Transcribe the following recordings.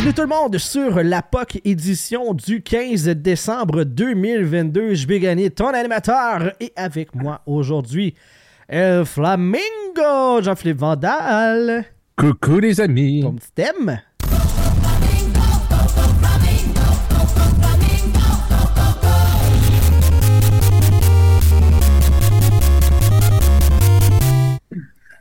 Salut tout le monde sur la POC édition du 15 décembre 2022. Je vais gagner ton animateur et avec moi aujourd'hui, El Flamingo, Jean-Philippe Vandal. Coucou les amis. Ton petit thème.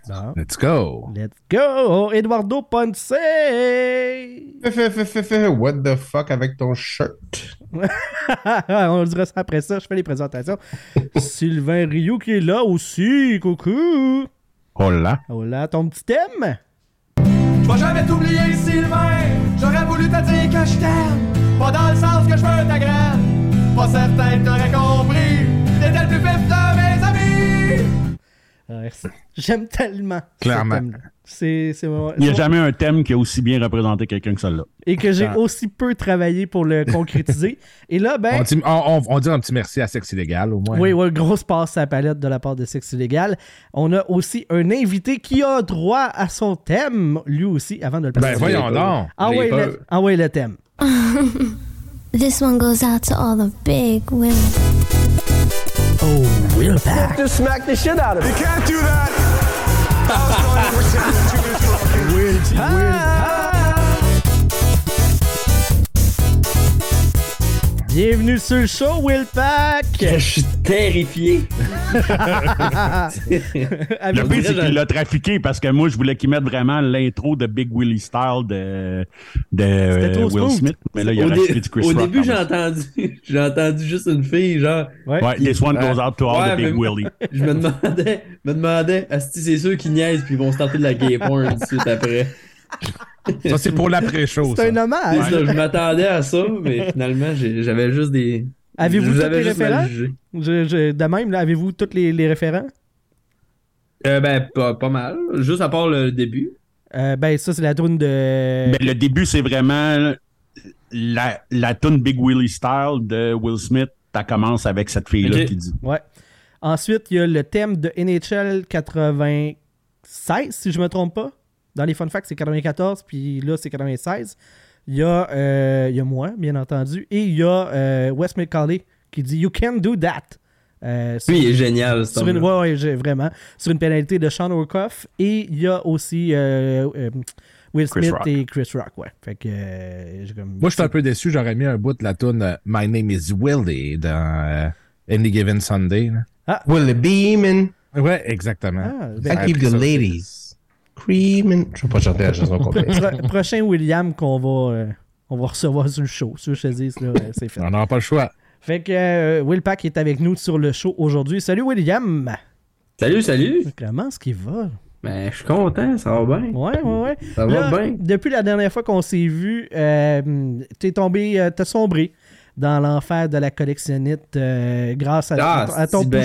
Bon, Let's go. let's go, Eduardo Ponce. On Fais, fais, fais, fais, fais, what the fuck avec ton shirt? le dira ça après ça, je fais les présentations. Sylvain Rioux qui est là aussi, coucou. Oh là! Hola, ton petit thème. Je vais jamais t'oublier, Sylvain. J'aurais voulu te dire que je t'aime. Pas dans le sens que je veux ta graine. Pas certain que t'aurais compris. T'étais le plus vif de mes amis. Ah, Merci. J'aime tellement. ce Clairement. thème-là. C'est c'est mon- Il n'y a jamais un thème qui a aussi bien représenté quelqu'un que celle-là. Et que Ah. j'ai aussi peu travaillé pour le concrétiser. Et là, ben. On dit, on- on- on dit un petit merci à Sexe Illégal au moins. Oui, oui, grosse passe à la palette de la part de Sexe Illégal. On a aussi un invité qui a droit à son thème, lui aussi, avant de le passer. Ben voyons donc. ah, les ouais, peurs. le, ah ouais, le thème. This one goes out to all the big women. Oh, we're back. Just smack the shit out of me. Bienvenue sur le show, Will Pack. Je suis terrifié. Le pire, c'est dirait, qu'il je- l'a trafiqué parce que moi, je voulais qu'il mette vraiment l'intro de Big Willie Style de, de euh, trop Will smooth. Smith. Mais là, il a au racheté dé- du Chris au Rock. début, en j'ai même entendu, j'ai entendu juste une fille, genre, Ouais. temps. Ouais, this one Ouais. goes out to all Ouais, the Big mais- Willie. je me demandais, me demandais, si c'est ceux qui niaisent puis ils vont se tenter de la gay porn tout de suite après. Ça c'est pour l'après-show. C'est un ça. C'est hommage. ça, je m'attendais à ça, mais finalement, j'ai- j'avais juste des. Avez-vous je vous toutes avais les juste mal références? jugé. Je- je- de même, là, avez-vous tous les, les référents? Euh, ben, pas, pas mal. Juste à part le début. Euh, ben, ça, c'est la tourne de. Mais le début, c'est vraiment la, la tune Big Willie Style de Will Smith. Ça commence avec cette fille-là Ok. qui dit. Ouais. Ensuite, il y a le thème de NHL 96, si je me trompe pas. Dans les fun facts, c'est 94, puis là, c'est 96. Il y, a, euh, il y a moi, bien entendu, et il y a euh, Wes McCauley qui dit You can do that. Euh, sur- Lui, il est génial, ce sur une, homme-là. ouais, ouais, j'ai- vraiment. Sur une pénalité de Sean O'Coff. Et il y a aussi euh, euh, Will Chris Smith Rock. et Chris Rock. Ouais. Fait que, euh, j'ai comme- Moi je suis un peu déçu, j'aurais mis un bout de la tune euh, My name is Willie dans euh, Any Given Sunday. là. Will it be man? Ouais, exactement. Ah, ben, Ça I aurait keep pris the ça. ladies. Creaming. Je vais pas chanter la chanson complète. Pro- prochain William qu'on va, euh, on va recevoir sur le show. Sur je te dis, là, euh, c'est fait. On n'aura pas le choix. Fait que euh, Will Pack est avec nous sur le show aujourd'hui. Salut William! Salut, salut. Comment ce qui va? Ben, je suis content, ça va bien. Ouais, ouais, ouais. Ça Là, va bien. Depuis la dernière fois qu'on s'est vu, euh, t'es tombé, euh, t'as sombré dans l'enfer de la collectionnite euh, grâce à, Ah, à ton- à ton si, ben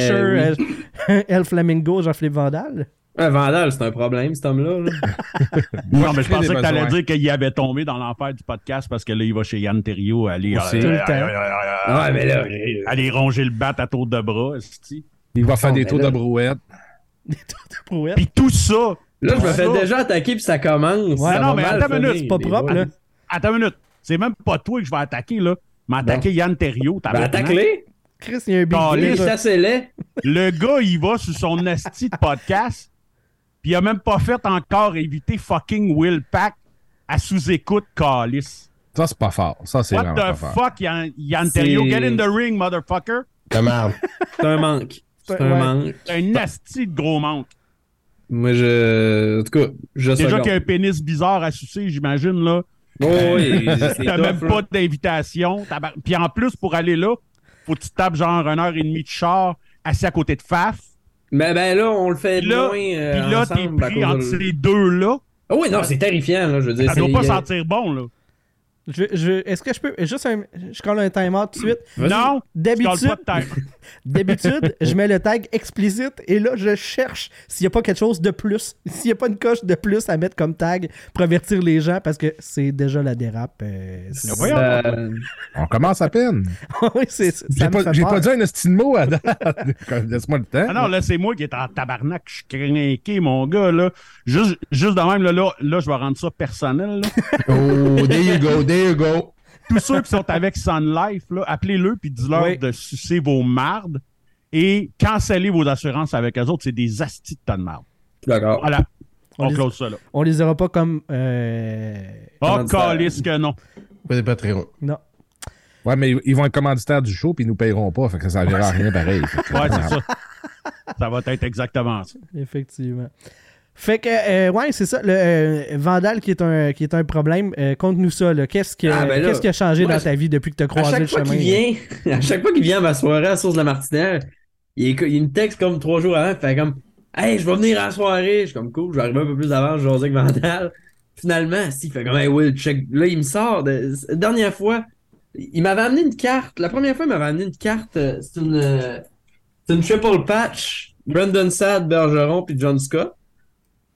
pusher euh, El Flamingo Jean-Philippe Vandal. Un Vandal, c'est un problème, cet homme-là. là. Non, mais je crée pensais des que t'allais besoins. dire qu'il avait tombé dans l'enfer du podcast parce que là, il va chez Yann Terriot aller, Aussi. euh, Tout le euh, temps. euh, euh, Ah, mais là. aller ronger le bat à tour de bras. esti. Il va faire Non, des mais tours là- de brouette. Des tours de brouette. Puis tout ça, Là, je me fais Ouais. déjà attaquer puis ça commence. Ouais, Ça non, va mais mal attends une minute, finir, c'est pas les Ben, propre, boys. là. Attends une minute. C'est même pas toi que je vais attaquer, là. M'attaquer Yann Terriot. Ben, tabarnak. attaque-les. Chris, il y a un big Oh, Lui, les- deal, c'est là. assez laid. Le gars, il va sur son asti de podcast, puis il a même pas fait encore éviter fucking Will Pack à sous-écoute, Calis. Ça c'est pas fort. Ça c'est What vraiment pas the fort. fuck, Yann, Yann Terriot? C'est- Get in the ring, motherfucker. De merde. C'est un manque. C'est un Ouais. manque. C'est un asti de gros manque. Moi, je. En tout cas, je Déjà seconde. qu'il y a un pénis bizarre à sucer, j'imagine, là. Oh, oui, c'est T'as tough, même là. pas d'invitation. Tabar- Puis en plus, pour aller là, faut que tu tapes genre une heure et demie de char assis à côté de Faf. Mais ben là, on le fait Puis là, loin. euh, Puis là, t'es ensemble, à pris cause entre de- ces deux-là. Ah oui, non, c'est terrifiant, là. Je veux dire, Ça doit c'est- pas sentir bon, là. Je, je, Est-ce que je peux. Juste un, je colle un timer tout de suite. Vas-y. Non, je parle D'habitude, pas de time. d'habitude, je mets le tag explicite et là, je cherche s'il n'y a pas quelque chose de plus. S'il n'y a pas une coche de plus à mettre comme tag pour avertir les gens parce que c'est déjà la dérape. euh, c'est- Mais voyons. Ça- On commence à peine. Oui, c'est- ça J'ai me pas, fait j'ai peur. pas dit un esti de mot à date. Comme, Laisse-moi le temps. Ah non, là, c'est moi qui est en tabarnak. Je suis crinqué, mon gars, là. Juste, juste de même, là, là, là, je vais rendre ça personnel, là. Oh, there you go, there you go. tous ceux qui sont avec Sun Life, là, appelez-le puis dis-leur Oui. de sucer vos mardes et cancellez vos assurances avec eux autres. C'est des astis de tas de marde. D'accord. Voilà. On On, les- close ça là. On les aura pas comme. euh, Oh, Comment ça? calisse que non. Pas des Patreons. Non. Ouais, mais ils vont être commanditaires du show puis ils nous paieront pas. Fait que ça servira à rien pareil. Fait que- Ouais, c'est ça. Ça va être exactement ça. Effectivement. Fait que, euh, ouais, c'est ça. Le euh, Vandal qui est un, qui est un problème, euh, conte-nous ça. là. Qu'est-ce que- Ah, ben là, qu'est-ce qui a changé moi, dans ta vie depuis que tu as À croisé le chaque fois chemin? qu'il là? vient, à chaque fois qu'il vient à ma soirée à Source de la Martinière, il, éco- il me texte comme trois jours avant, fait comme Hey, je vais venir à la soirée. Je suis comme cool, je vais arriver un peu plus avant, je vais jaser avec Vandal. Finalement, si, il fait comme Hey Will, check. Là, il me sort. De... Dernière fois, il m'avait amené une carte. La première fois, il m'avait amené une carte. euh, C'est une, euh, c'est une triple patch. Brandon Sad, Bergeron, puis John Scott.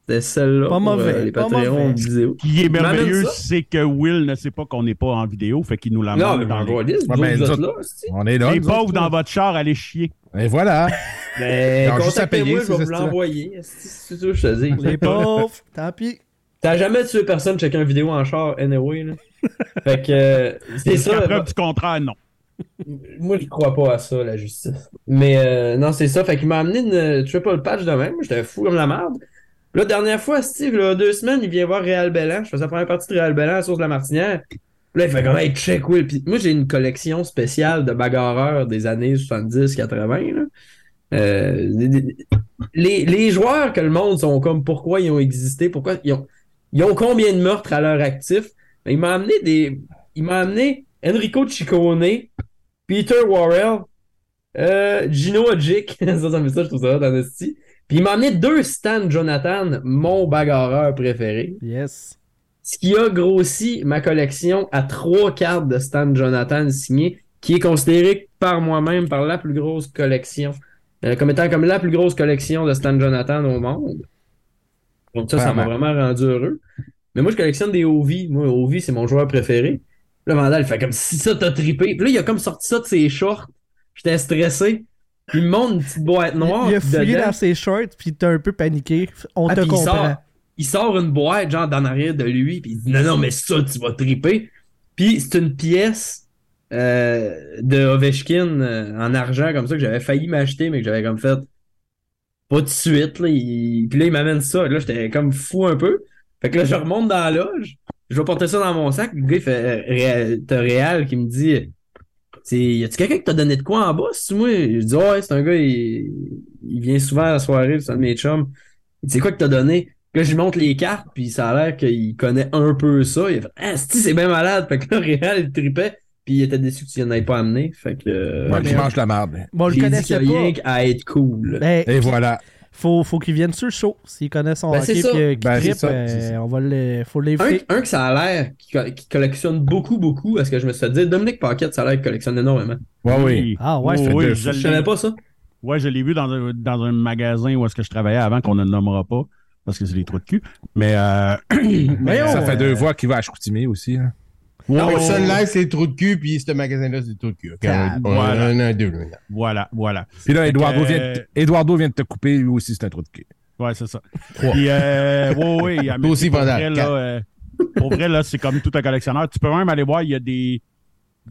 C'était celle-là. Pas pour, euh, mauvais, les pas Patreons mauvais. vidéo. Qui est merveilleux, M'amène ça. c'est que Will ne sait pas qu'on n'est pas en vidéo, fait qu'il nous la Non, mais montre. dans dans les- Ouais, Ah, ben, nous vous êtes autres- là, c'est- On est là. Les nous autres. pauvres dans votre char, allez chier. Et voilà. Ben, Ils ont juste à payer, contactez-moi, je ces vais vous hosties-là. l'envoyer. C'est ça que je te dis. Les pauvres, tant pis. T'as jamais tué personne de checker une vidéo en char, anyway. Là. Fait que, euh, c'est Jusqu'à ça. preuve du contraire, non. Moi, je crois pas à ça, la justice. Mais euh, non, c'est ça. Fait qu'il m'a amené une euh, triple patch de même. J'étais fou comme la merde. La dernière fois, Steve, là, deux semaines, il vient voir Real Bellan. Je faisais la première partie de Real Bellan à Source de la Martinière. Puis Là, il fait comme, hey, check, Will. Puis moi, j'ai une collection spéciale de bagarreurs des années 70-80. là. Euh, des- des- les, les joueurs que le monde sont comme, pourquoi ils ont existé, pourquoi ils ont, ils ont combien de meurtres à leur actif. Ben, il m'a amené des. Il m'a amené Enrico Ciccone, Peter Warrell, euh, Gino Odjick, ça, ça me ça, je trouve ça hot, honesty. Puis il m'a amené deux Stan Jonathan, mon bagarreur préféré. Yes. Ce qui a grossi ma collection à trois cartes de Stan Jonathan signées, qui est considérée par moi-même par la plus grosse collection, euh, comme étant comme la plus grosse collection de Stan Jonathan au monde. Donc ça, ça m'a vraiment rendu heureux. Mais moi, je collectionne des Ovi. Moi, Ovi, c'est mon joueur préféré. Là, Vandal, il fait comme si ça t'a trippé. Puis là, il a comme sorti ça de ses shorts. J'étais stressé. Puis il me montre une petite boîte noire. il a puis fouillé dedans- dans ses shorts, puis t'as un peu paniqué. On ah, te puis il comprend. sort, il sort une boîte, genre, d'en arrière de lui, puis il dit, non, non, mais ça, tu vas triper. Puis c'est une pièce euh, de Ovechkin euh, en argent, comme ça, que j'avais failli m'acheter, mais que j'avais comme fait pas de suite. Là, il- Puis là, il m'amène ça. Là, j'étais comme fou un peu. Fait que là, je remonte dans la loge. Je vais porter ça dans mon sac. Le gars, il fait, euh, Réal- t'as Réal qui me dit, c'est- y a-tu quelqu'un qui t'a donné de quoi en bas? C'est moi? Je dis, ouais, c'est un gars, il, il vient souvent à la soirée, c'est un de mes chums. Il dit, c'est quoi que t'as donné? Puis Là, je lui montre les cartes, puis ça a l'air qu'il connaît un peu ça. Il a fait, ah, c'ti, c'est bien malade. Fait que là, Réal, il tripait, puis il était déçu que tu n'en avais pas amené. Fait que. euh, Ouais, mais- je mange la marde. Bon, on le j'ai dit connaissait qu'il y a rien pas. qu'à être cool. Ben, Et voilà. faut, faut qu'il vienne sur le show. S'il connaît son Ben, c'est hockey ça. et qu'il Ben, c'est trippe, ça, euh, c'est ça. on va le, faut Un, l'éviter. un que ça a l'air, qui, co- qui collectionne beaucoup, beaucoup, parce que je me suis fait dire, Dominique Paquette, ça a l'air qu'il collectionne énormément. Ouais, oui. Ah ouais, oui, fait deux. oui, je Je savais l'ai- pas ça. Ouais, je l'ai vu dans un, dans un magasin où est-ce que je travaillais avant qu'on ne le nommera pas, parce que c'est des trous de cul. Mais euh, Voyons, Ça fait euh, deux voix qui va à Chicoutimi aussi. hein. Non, mais wow, Sun Life, c'est trous de cul, puis ce magasin-là, c'est trous de cul. Ok, Ah, on, on voilà. en a deux, là. voilà, voilà. Puis là, Eduardo, euh, vient, de- Eduardo vient de te couper, lui aussi, c'est un trou de cul. Ouais, c'est ça. Trois. Puis, euh, ouais, ouais, il y a- Toi aussi, pour Vandal, vrai, là, quatre. euh, pour vrai, là, c'est comme tout un collectionneur. Tu peux même aller voir, il y a des.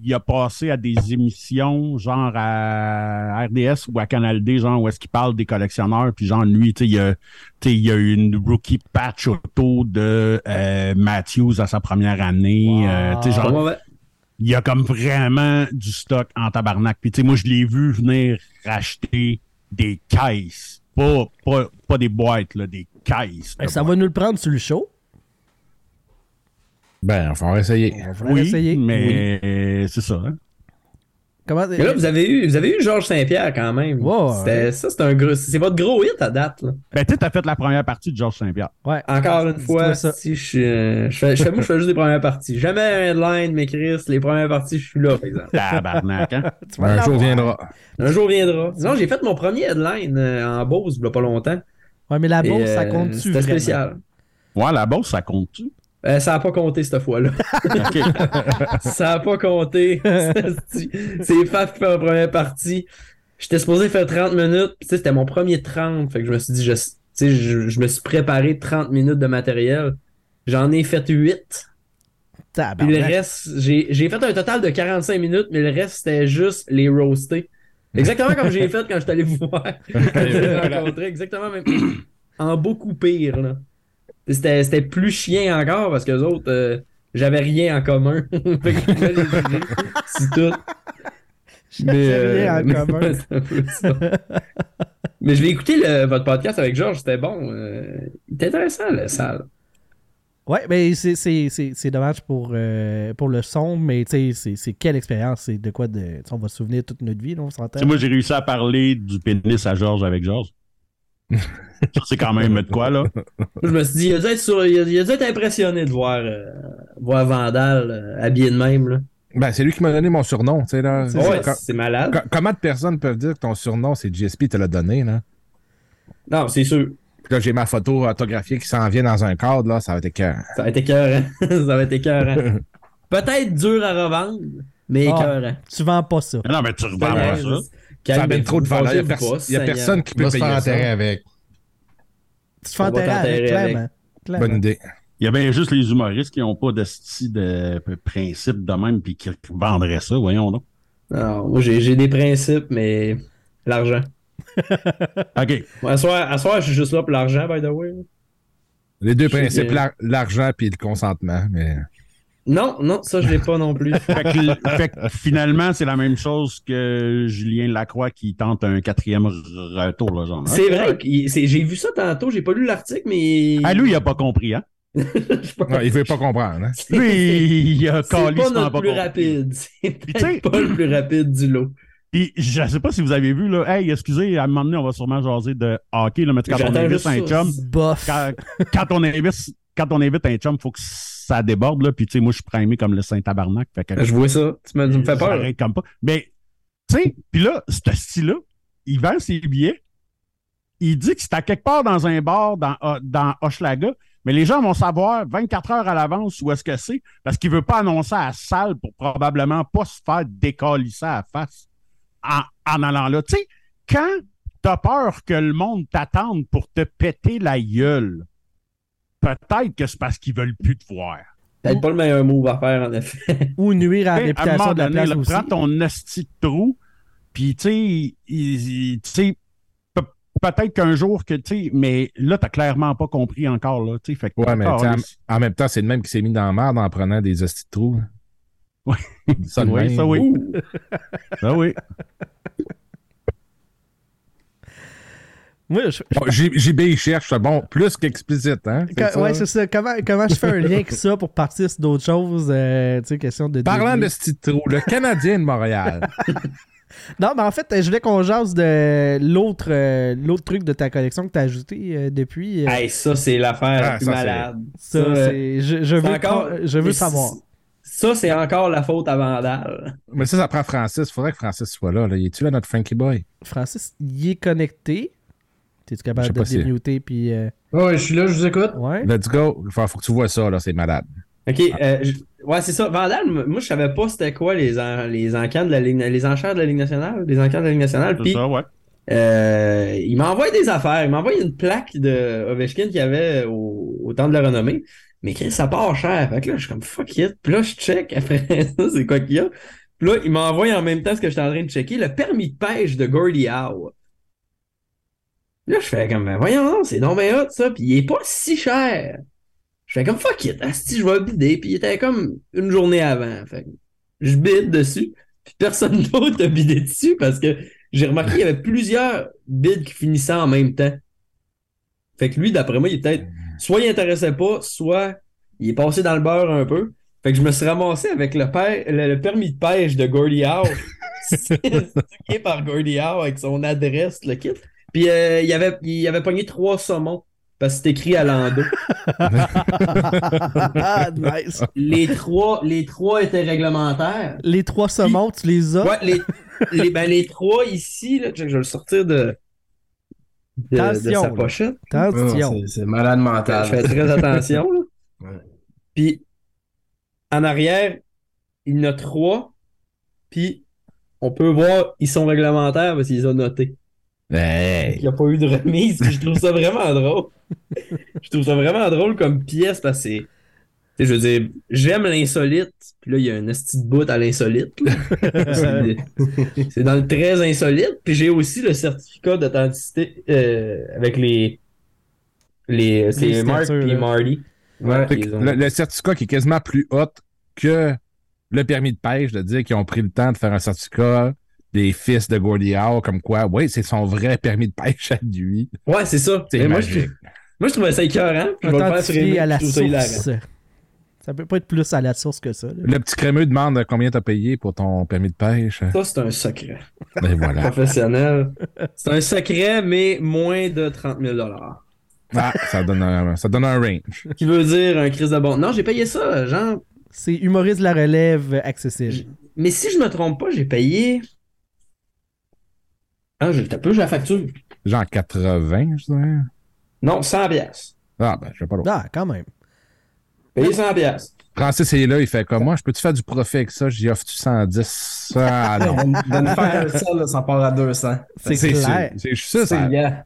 Il a passé à des émissions, genre à RDS ou à Canal D, genre où est-ce qu'il parle des collectionneurs, puis genre lui, tu sais, il y a, tu sais, il y a eu une rookie patch auto de euh, Matthews à sa première année. euh, tu sais, Pas genre, mauvais. il y a comme vraiment du stock en tabarnak. Puis tu sais, moi, je l'ai vu venir racheter des caisses. Pas, pas, pas des boîtes, là, des caisses. ben, ça va nous le prendre sur le show. Ben, on va essayer. On va oui, l'essayer. mais euh, c'est ça. hein. Comment... Mais là, vous avez eu, vous avez eu Georges Saint-Pierre quand même. Ouais, C'était- Ça, c'est un gros. C'est votre gros hit à date. là. Ben, tu sais, t'as fait la première partie de Georges Saint-Pierre. Ouais. Encore une Dis-toi fois, ça. si je, suis, euh, je fais, je fais- moi, je fais juste des premières parties. Jamais un headline, mais Chris, les premières parties, je suis là, par exemple. Tabarnak, hein? Tu vas Un l'avoir. jour viendra. Un jour viendra. Non, j'ai fait mon premier headline euh, en Beauce, il y a pas longtemps. Ouais, mais la Et, bourse, ça euh, compte-tu C'était vraiment? spécial. Ouais, la bourse, ça compte-tu? Euh, ça n'a pas compté cette fois-là. OK. ça n'a pas compté. C'est Faf qui fait la première partie. J'étais supposé faire 30 minutes. Puis, tu sais, c'était mon premier 30. Fait que je me suis dit, je, tu sais, je, je me suis préparé 30 minutes de matériel. J'en ai fait 8. Puis le Tabarnak. reste, j'ai j'ai fait un total de 45 minutes, mais le reste, c'était juste les roastés. Exactement comme j'ai fait quand je suis allé vous voir. Quand je l'ai rencontré, exactement même. En beaucoup pire, là. C'était c'était plus chien encore parce que les autres, euh, j'avais rien en commun. Fait que je pouvais les juger, c'est tout. Mais, J'avais rien en euh, mais- commun. c'est un peu ça. mais je l'ai écouté le- votre podcast avec Georges, c'était bon. euh, il était intéressant, le salle. Ouais, mais c'est- c'est c'est- c'est dommage pour, euh, pour le son, mais tu sais, c'est- c'est quelle expérience, c'est de quoi de, tu sais, on va se souvenir toute notre vie, là, on s'entend. Tu sais, moi, j'ai réussi à parler du pénis à Georges avec Georges. Ça, c'est quand même de quoi, là? Moi, Je me suis dit, il a dû être, sur- il a- il a dû être impressionné de voir, euh, voir Vandal euh, habillé de même. Là. Ben, c'est lui qui m'a donné mon surnom, tu sais, là. C'est Ouais, Co- c'est malade. co- Comment de personnes peuvent dire que ton surnom, c'est GSP, te l'a donné, là? Non, c'est sûr. Puis là, j'ai ma photo autographiée qui s'en vient dans un cadre, là, ça va être écœurant. Ça va être écœurant. hein. ça va être écœurant. hein. Peut-être dur à revendre, mais hein. Ah, écœurant. tu vends pas ça. Mais Non, mais tu revends pas Calmez-vous. ça. Ça ben, amène Calmez-vous, trop de valeur. Il y a, fâchez-vous perso- pas, il y a Seigneur. personne qui Il peut va se payer faire ça. enterrer avec. Tu te fais On va enterrer avec, t'enterrer avec. clairement. Clairement. Bonne idée. Il y a bien juste les humoristes qui n'ont pas de style de de principe de même puis qui vendraient ça, voyons donc. Non, moi, j'ai j'ai des principes, mais l'argent. OK. Bon, à, soir, à soir, je suis juste là pour l'argent, by the way. Les deux Je- principes, l'ar- l'argent puis le consentement. Mais... Non, non, ça, je l'ai pas non plus. Fait que, fait que finalement, c'est la même chose que Julien Lacroix qui tente un quatrième r- retour, là, genre. hein. C'est vrai, qu'il- c'est- j'ai vu ça tantôt, j'ai pas lu l'article, mais. Ah, lui, il a pas compris, hein? Je pense- Non, il veut pas comprendre. hein. Lui, il a C'est pas calissement notre pas plus compris. rapide. t'sais- C'est peut-être pas le plus rapide du lot. Puis, je sais pas si vous avez vu, là. Hey, excusez, à un moment donné, on va sûrement jaser de hockey, là, mais quand on J'attends invite juste un ça. chum, Bof. quand, quand on invite, quand on invite un chum, faut que ça déborde, là. Puis, tu sais, moi, je suis primé comme le Saint-Tabarnak. Fait que Je vois ça. Tu me, tu me fais peur. J'arrête comme pas. Mais, tu sais, puis là, ce style-là, il vend ses billets. Il dit que c'est à quelque part dans un bar, dans, Ho- dans Hochelaga, mais les gens vont savoir 24 heures à l'avance où est-ce que c'est, parce qu'il veut pas annoncer à la salle pour probablement pas se faire décalisser à la face en, en allant là. Tu sais, quand t'as peur que le monde t'attende pour te péter la gueule, peut-être que c'est parce qu'ils veulent plus te voir. Peut-être pas le meilleur move à faire, en effet. Ou nuire à la T'sais, à un réputation moment de la donné, place là, aussi. prends ton hostie de trou, puis tu sais, il- il- tu sais, pe- peut-être qu'un jour que, tu sais, mais là, t'as clairement pas compris encore, là, tu sais, fait que... Ouais, mais Ah, tu sais, là, en, en même temps, c'est le même qui s'est mis dans la merde en prenant des hosties de trous. Ouais. Ça, le Oui, même. ça oui, Ouh. ça oui. Moi, je- Bon, J- JB, il cherche, c'est bon, plus qu'explicite. Hein? c'est Quand- ça? ouais, c'est ça. Comment, comment je fais un lien avec ça pour partir sur d'autres choses? euh, tu sais, question de. Parlant de ce petit trou, le Canadien de Montréal. Non, mais en fait, euh, je voulais qu'on jase de l'autre euh, l'autre truc de ta collection que tu as ajouté euh, depuis. euh, Hey, ça, c'est Ah, l'affaire la plus ça, c'est- malade. ça, euh, c'est- je, je c'est veux, con- je veux mais savoir. c- Ça, c'est encore la faute à Vandal. mais ça, ça prend Francis. Faudrait que Francis soit là. là. Il est-tu là, notre Frankie Boy? Francis, il est connecté. T'es-tu Je capable sais de pas si- démuter? Puis. euh, Ouais, je suis là, je vous écoute. ouais. Let's go. Faut, faut que tu vois ça, là. C'est malade. OK. euh, je- Ouais, c'est ça. Vandal, m- moi, je savais pas c'était quoi les, en- les encans de la Ligue... les enchères de la Ligue nationale. Les encans de la Ligue nationale. C'est Ah, Puis, ça, ouais. Euh, il m'a envoyé des affaires. Il m'a envoyé une plaque de Ovechkin qu'il y avait au, au temps de la renommée. Mais Chris, ça part cher. Fait que là, je suis comme fuck it. Puis là, je check après ça, c'est quoi qu'il y a. Puis là, il m'a envoyé en même temps ce que j'étais en train de checker, le permis de pêche de Gordie Howe. Là, je fais comme, ben, voyons, non, c'est non, mais hot, ça. Puis il est pas si cher. Je fais comme fuck it. Asti, je vais bider. Puis il était comme une journée avant. Fait que je bide dessus. Puis personne d'autre a bidé dessus parce que j'ai remarqué qu'il y avait plusieurs bids qui finissaient en même temps. Fait que lui, d'après moi, il est peut-être soit il intéressait pas, soit il est passé dans le beurre un peu. Fait que je me suis ramassé avec le, pê- le- le permis de pêche de Gordie Howe stocké par Gordy Howe avec son adresse, le kit. Puis euh, il, avait, il avait pogné trois saumons parce que c'est écrit à l'endo. Ah, nice. les, trois, les trois étaient réglementaires. Les trois saumons, tu les as. Ouais, les, les, ben, les trois ici, là, je, je vais le sortir de, de, de Attention, sa là. pochette. Attention. Non, c'est- C'est malade Attends, je fais mental. très attention. là. Ouais. Puis en arrière, il y en a trois. Puis on peut voir, ils sont réglementaires parce qu'ils ont noté. Il Hey. n'y a pas eu de remise. puis je trouve ça vraiment drôle. je trouve ça vraiment drôle comme pièce parce que c'est- tu sais, je veux dire, j'aime l'insolite. Puis là, il y a un esti de bout à l'insolite. là. C'est- c'est dans le très insolite. Puis j'ai aussi le certificat d'authenticité euh, avec les. les c'est Les Mark signatures, et là. Marty. Ouais. Puis ils ont- Le, le certificat qui est quasiment plus haut que le permis de pêche, de dire qu'ils ont pris le temps de faire un certificat des fils de Gordy Howe, comme quoi, oui, c'est son vrai permis de pêche à lui. Ouais, c'est ça. C'est Mais moi, je, magique. moi, je trouvais ça écœurant. puis Je vais le faire sur les Authentifié mails, à la je trouve ça hilarant. source. Ça peut pas être plus à la source que ça. là. Le petit crémeux demande combien t'as payé pour ton permis de pêche. Ça, c'est un secret Ben voilà. professionnel. C'est un secret, mais moins de 30 000 Ah, ça donne un, ça donne un range. Qui veut dire un crise de bon. Non, j'ai payé ça, genre. C'est humoriste de la relève euh, accessible. Mais si je me trompe pas, j'ai payé. Ah, je t'as peu, j'ai la facture. Genre 80, je dirais. Non, 100 piastres. Ah, ben, je sais pas l'autre. Ah, quand même. Payé 100 piastres. Francis est là, il fait comme moi, je peux-tu faire du profit avec ça? J'y offre-tu 110? Ah, non. De nous faire ça, là, ça part à 200. C'est clair. sûr. C'est sûr, C'est ça. bien.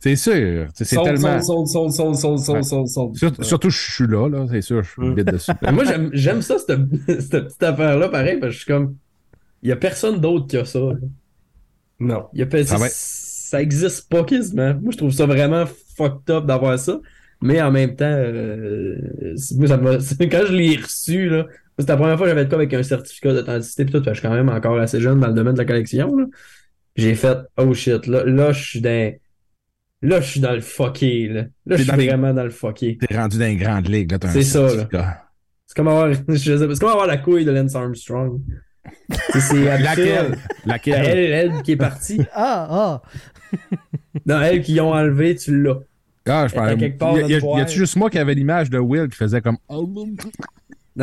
C'est sûr. Tu sais, C'est Sold, tellement. sold, sold, sold, sold, sold, sold, sold, sold. Sur- Surtout, je suis là, là. C'est sûr, je suis vite dessus. Ben, moi, j'aime- j'aime ça, cette, cette petite affaire-là, pareil, parce que je suis comme. Il y a personne d'autre qui a ça. là. Non. Il y a pas- Ah ouais. Ça existe pas quasiment. Moi, je trouve ça vraiment fucked up d'avoir ça. Mais en même temps, euh, c'est- moi, ça m'a- c'est- quand je l'ai reçu, là, c'était la première fois que j'avais de quoi avec un certificat d'authenticité pis tout, parce que je suis quand même encore assez jeune dans le domaine de la collection. là. J'ai fait oh shit, là, là je suis dans. Là, je suis dans le fucké, là. Là, je T'es suis dans les- vraiment dans le fucké. T'es rendu dans une grande ligue, là. t'as un C'est ça, là. certificat. C'est comme avoir. je sais pas, C'est comme avoir la couille de Lance Armstrong. C'est- C'est Laquelle? absurde. Elle, Laquelle? elle qui est partie. Ah, ah. Non, elle qui l'ont enlevé, tu l'as. Ah, je Elle était quelque part parle. dans Y, le a- y poêle. a-tu juste moi qui avait l'image de Will qui faisait comme. Non,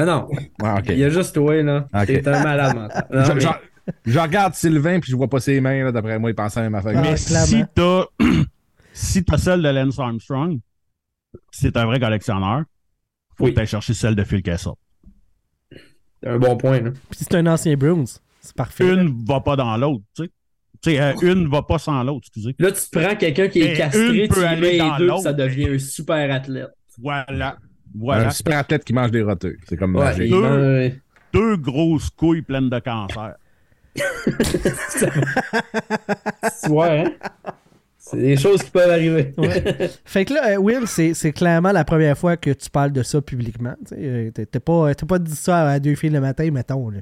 non. Ah, ok. Il y a juste toi, là. Ok. T'es un malade mental. Non, Je, mais- je- je regarde Sylvain, puis je vois pas ses mains, là. D'après moi, il pensait à la même affaire. que Ah, moi. Mais clairement. si t'as si t'as celle de Lance Armstrong, c'est un vrai collectionneur. Faut Oui. que t'ailles chercher celle de Phil Kessel. t'as un bon point, là. Puis c'est un ancien Bruins. C'est parfait. Une va pas dans l'autre, tu sais. Tu sais, euh, une va pas sans l'autre, excusez. Là, tu prends quelqu'un qui Et est castré, Ben, une peut tu lui aller mets les dans deux, l'autre. puis ça devient un super athlète. Voilà. Un Voilà. super athlète qui mange des roteux. C'est comme Ouais, magique. il Deux. mange- Deux grosses couilles pleines de cancer. Tu vois, hein? C'est des choses qui peuvent arriver. Ouais. Fait que là, euh, Will, c'est c'est clairement la première fois que tu parles de ça publiquement. Tu sais, euh, T'as t'as pas, t'as pas dit ça à deux filles le matin, mettons. Là.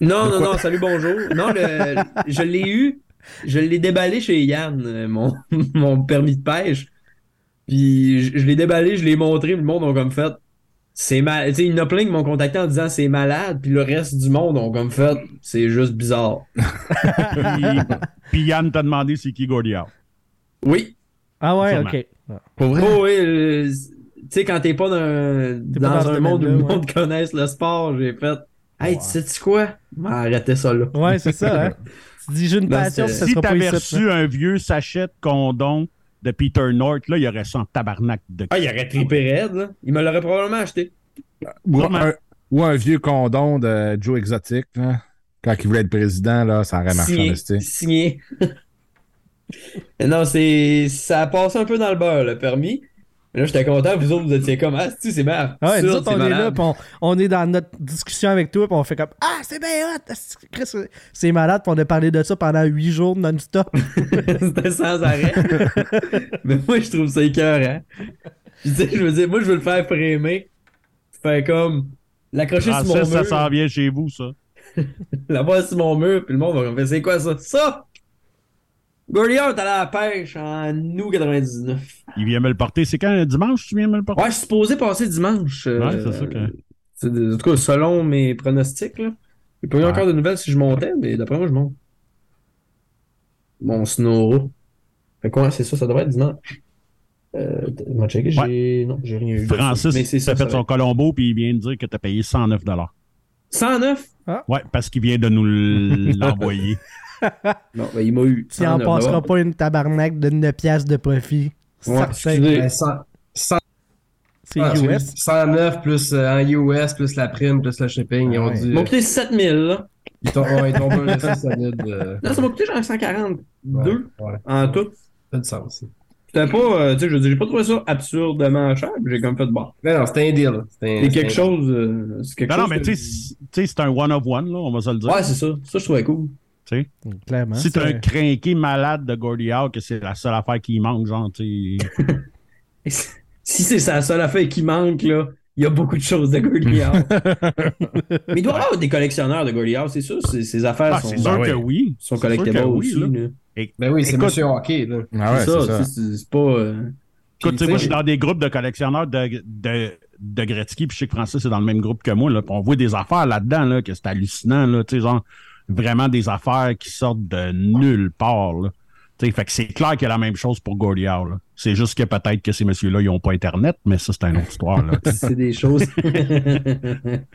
Non, non, non, salut, bonjour. Non, le- je l'ai eu, je l'ai déballé chez Yann, euh, mon, mon permis de pêche. Puis je, je l'ai déballé, je l'ai montré, puis le monde ont comme fait. C'est mal. Tu sais, il y en a plein qui m'ont contacté en disant c'est malade, puis le reste du monde ont comme fait. C'est juste bizarre. Puis, puis Yann t'a demandé c'est qui Gordy Howe. Oui. Ah ouais, Sûrement. ok. Ah. Pour vrai? Oh, oui, euh, tu sais, quand t'es pas dans, T'es dans pas dans ce un monde où le domaine-là, monde connaisse le sport, j'ai fait. Hey, tu sais-tu quoi? Arrêtez ça là. Ouais, c'est ça. Hein? tu dis j'ai une Non, passion, c'est- puis ça si sera pas t'avais ici. hein. reçu un vieux sachet de condom de Peter North, là, il aurait ça en tabarnak de Ah, il aurait trippé raide, là. Il me l'aurait probablement acheté. Ou Sûrement. un, ou un vieux condom de Joe Exotic, là. Quand il voulait être président, là, ça aurait marché en Signé. esti. Signé. Mais non, c'est. Ça a passé un peu dans le beurre, le permis. Mais là, j'étais content, vous autres, vous étiez comme, ah, c'est-tu, c'est mal. Ah ouais, nous autres, on est là, malade. puis on, on est dans notre discussion avec toi, puis on fait comme Ah, c'est bien hot! c'est- Chris, C'est malade, puis on a parlé de ça pendant huit jours non-stop. C'était sans arrêt. Mais moi, je trouve ça écœurant. Puis, tu sais, je veux dire, moi, je veux le faire framer. Faire comme. L'accrocher sur mon Français, ça mur. s'en vient chez vous, ça. L'avoir sur mon mur, puis le monde va me faire, c'est quoi ça? Ça! Burley Hunt allait à la pêche en août 99. Il vient me le porter. C'est quand un dimanche tu viens me le porter? Ouais, je suis supposé passer dimanche. euh, Ouais, c'est ça que- c'est- En tout cas, selon mes pronostics, là. Il n'y a pas eu Ouais. encore de nouvelles si je montais, mais d'après moi, je monte. mon Snoro. Fait quoi, c'est ça, ça devrait être dimanche. Euh, on va checker, j'ai. Non, j'ai rien eu. Francis, Mais c'est t'as ça. fait ça son va Colombo, puis il vient de dire que t'as payé 109 être- 109? Ouais, parce qu'il vient de nous l- l'envoyer. Non, ben, il m'a eu. Tu en 109, passeras d'abord. pas une tabarnak de 9 piastres de profit. Ouais, Certain. excusez. Ben, cent- cent- C'est ah, US. 109 plus euh, en US, plus la prime, plus le shipping. Ils ont Ouais. dû. Il m'a coûté 7000, là. Ils tombent ouais, ils tombent un essai solide. euh, Non, ça m'a coûté genre 142 Ouais, en tout. ça a du sens. C'était pas, euh, tu sais, je veux dire, j'ai pas trouvé ça absurdement cher, puis j'ai comme fait de bord. Mais Ben non, c'était un deal. C'était un- C'est c'était quelque un- chose. euh, c'est quelque non, non, chose mais que- tu sais, c'est- tu sais, c'est un one-of-one, là, on va se le dire. Ouais, c'est ça. Ça, je trouvais cool. Clairement. si t'as c'est- un crinqué malade de Gordie Howe, que c'est la seule affaire qui manque, genre, tu sais. Et si si c'est sa seule affaire qui manque, là, il y a beaucoup de choses de Gurley House. mais il doit y avoir des collectionneurs de Gurley House, c'est sûr. Ces, ces affaires Ah, sont, c'est sûr que oui. sont C'est sûr collectibles que oui, aussi. là. là. Ben oui, c'est Écoute- Monsieur Hockey. Là. Ah ouais, c'est ça. tu sais, C'est c'est pas. euh, Écoute, tu sais, Puis, moi, je suis dans des groupes de collectionneurs de, de, de Gretzky, puis je sais que Francis est dans le même groupe que moi, là, puis on voit des affaires là-dedans, là, que c'est hallucinant, là, tu sais, genre, vraiment des affaires qui sortent de nulle part, là. Tu sais, fait que c'est clair qu'il y a la même chose pour Gordie Howe, là. C'est juste que peut-être que ces messieurs-là, ils n'ont pas Internet, mais ça, c'est une autre histoire, là. c'est des choses.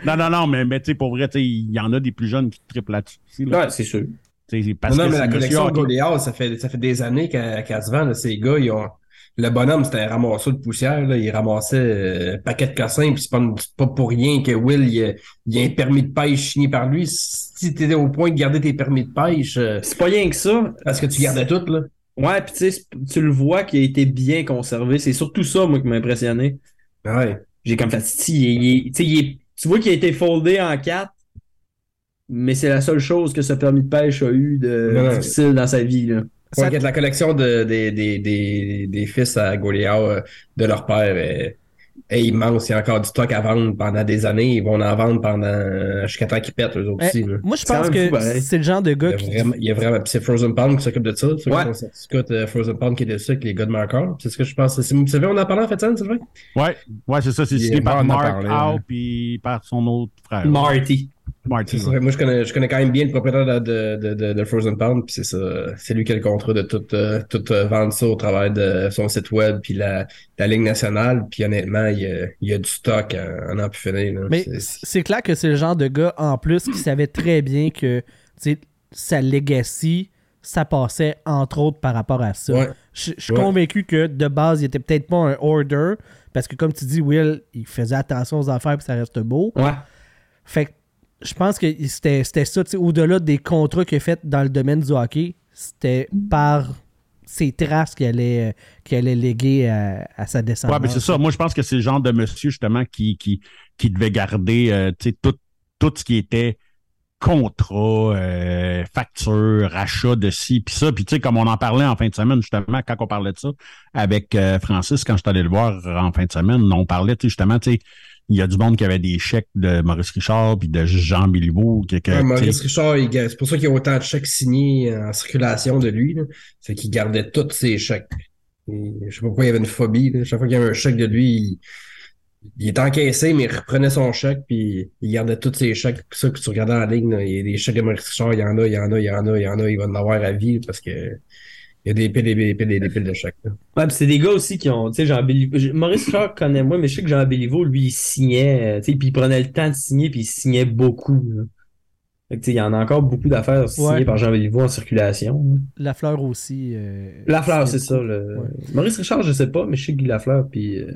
non, non, non, mais, mais tu sais, pour vrai, tu sais, il y en a des plus jeunes qui triplent là-dessus, aussi, là. ouais, c'est sûr. Tu sais, parce Non, non, que mais la c'est monsieur collection de hockey. Goliath, ça fait, ça fait des années qu'elle qu'elle se vend. là. Ces gars, ils ont. Le bonhomme, c'était un ramasseur de poussière. Là. Il ramassait euh, un paquet de cossins. Puis c'est pas, c'est pas pour rien que Will, il, a- il a un permis de pêche signé par lui. Si t'étais au point de garder tes permis de pêche, euh, C'est pas rien que ça. parce que tu gardais tout, là. Ouais, puis tu sais, c'est- tu le vois qu'il a été bien conservé. C'est surtout ça, moi, qui m'a impressionné. Ouais. J'ai comme fait, si, il est- il est- tu sais, il est- tu vois qu'il a été foldé en quatre, mais c'est la seule chose que ce permis de pêche a eu de Non, non. difficile dans sa vie. Là. Ouais, Ça- que de la collection de, des- des- des- des fils à Goliath, euh, de leur père, euh, est, est immense. Il y a encore du stock à vendre pendant des années. Ils vont en vendre pendant euh, jusqu'à temps qu'ils pètent, eux autres Eh, aussi. là. Moi, je C'est pense quand même fou, que pareil. c'est le genre de Il y gars a qui. vraiment, il y a vraiment- puis c'est Frozen Pound qui s'occupe de ça. C'est Ouais. ouais. Scott euh, Frozen Pound qui est dessus avec les gars de Marquard. C'est ce que je pense. C'est- c'est- Tu savais, on en parlait en fait, Sam, c'est vrai? Ouais, ouais, c'est ça, c'est Il signé est mort, par on en Mark parlait, Howe, ouais. puis par son autre frère. Marty. Marty, C'est ouais. vrai. Moi, je connais, je connais quand même bien le propriétaire de, de, de, de- de Frozen Pound. Puis c'est ça. euh, C'est lui qui a le contrat de tout, euh, tout euh, vendre ça au travers de son site web. Puis la, la Ligue nationale. Puis honnêtement, il y a, il y a du stock à, à n'en plus finir. là. Mais C'est- c'est c'est clair que c'est le genre de gars en plus qui savait très bien que tu sais, sa legacy, ça passait entre autres par rapport à ça. Ouais. Je je suis Ouais. convaincu que de base, il était peut-être pas un order parce que comme tu dis, Will, il faisait attention aux affaires puis ça reste beau. Ouais. Fait que je pense que c'était c'était ça, tu sais, au-delà des contrats qu'il a fait dans le domaine du hockey, c'était par ses traces qu'il allait, qu'il allait léguer à, à sa descendance. Ouais, mais c'est ça. Moi, je pense que c'est le genre de monsieur, justement, qui, qui, qui devait garder euh, tu sais, tout, tout ce qui était contrat, euh, facture, achat de ci, puis ça. Puis, tu sais, comme on en parlait en fin de semaine, justement, quand on parlait de ça avec euh, Francis, quand je suis allé le voir en fin de semaine, on parlait, tu sais, justement, tu sais, il y a du monde qui avait des chèques de Maurice Richard puis de Jean Béliveau. Que, que, Ouais, tu Ah, Maurice sais, Richard, il garde- c'est pour ça qu'il y a autant de chèques signés euh, en circulation de lui. là. C'est qu'il gardait tous ses chèques. Et je sais pas pourquoi il y avait une phobie. là. Chaque fois qu'il y avait un chèque de lui, il, il était encaissé, mais il reprenait son chèque, puis il gardait tous ses chèques. C'est pour ça que tu regardais en ligne, là, il y a des chèques de Maurice Richard, il y en a, il y en a, il y en a, il y en a, il va en avoir à vie parce que il y a des piles et des piles et des piles de chèques. là. Ouais, puis c'est des gars aussi qui ont, tu sais, Jean Béliveau. je- Maurice Richard connaît moi, mais je sais que Jean Béliveau, lui, il signait, euh, tu sais, puis il prenait le temps de signer, puis il signait beaucoup. là. Fait que, tu sais, il y en a encore beaucoup d'affaires signées Ouais. par Jean Béliveau en circulation. là. La fleur aussi. euh, Lafleur, c'est- c'est ça. Le... Ouais. Maurice Richard, je sais pas, mais je sais que Guy Lafleur, puis. euh,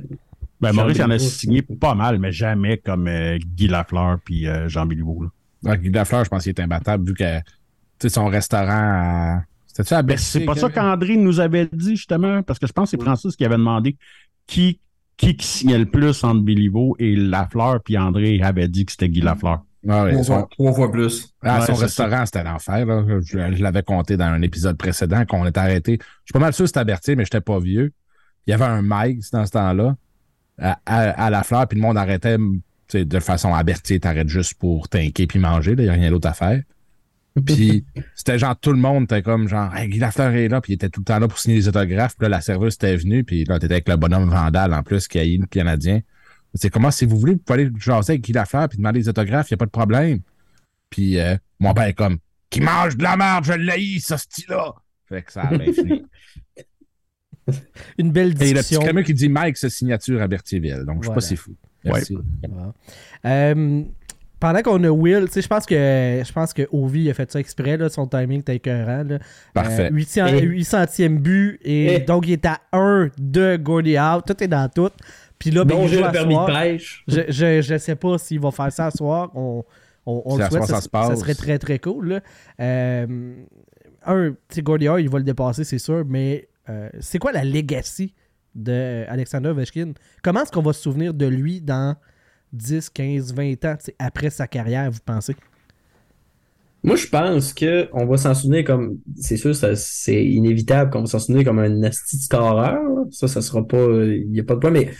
ben, Jean Maurice en a Béliveau. signé pas mal, mais jamais comme euh, Guy Lafleur puis euh, Jean Béliveau. là. Ah, Guy Lafleur, je pense qu'il est imbattable vu que tu sais, son restaurant à. C'était-tu à Ben, Bercy? c'est pas qu'il ça avait? qu'André nous avait dit, justement, parce que je pense que c'est Francis qui avait demandé qui, qui, qui signait le plus entre Béliveau et Lafleur, puis André avait dit que c'était Guy Lafleur. Ah, ouais, Trois son, fois, trois fois plus. ah, Ouais, son c'est restaurant, c'était l'enfer. là. Je, je l'avais compté dans un épisode précédent qu'on était arrêté. Je suis pas mal sûr que c'était à Berthier, mais j'étais pas vieux. Il y avait un Mike dans ce temps-là à, à- à la fleur, puis le monde arrêtait tu sais, de façon à Berthier, t'arrêtes juste pour t'inquiéter puis manger. là. Il n'y a rien d'autre à faire. Puis c'était genre tout le monde était comme genre hey, Guy Lafleur est là, puis il était tout le temps là pour signer les autographes. Puis là, la serveuse était venue, puis là, t'étais avec le bonhomme Vandal en plus qui a eu le Canadien. C'est comment si vous voulez, vous pouvez aller jaser avec Guy Lafleur puis demander des autographes, il n'y a pas de problème. Puis euh, mon père est comme Qui mange de la merde, je l'ai, ce style-là! Fait que ça a bien fini. Une belle Et le petit discussion. crémeux qui dit Mike se signature à Berthierville. Donc, je suis Voilà. pas si fou. Merci. Bon. Euh, pendant qu'on a Will, tu sais, je pense que je pense que Ovi a fait ça exprès, là, son timing était écœurant. Là. Parfait. Euh, 800, Et- 800e but, et Et- donc il est à 1 de Gordie Howe. Tout est dans tout. Puis là, ben, Non, il j'ai joue le à permis soir. de pêche. Je, je, je sais pas s'il va faire ça ce soir. On, on, on Si le à souhaite. soir, ça se passe. serait très, très cool. là. Euh, un, tu sais, Gordie Howe, il va le dépasser, c'est sûr, mais euh, c'est quoi la legacy de euh, Alexander Ovechkin? Comment est-ce qu'on va se souvenir de lui dans 10, 15, 20 ans, tu sais, après sa carrière, vous pensez? Moi, je pense que on va s'en souvenir comme. C'est sûr, ça- c'est inévitable qu'on va s'en souvenir comme un asti de scoreur. là. Ça, ça sera pas. Il n'y a pas de problème. Mais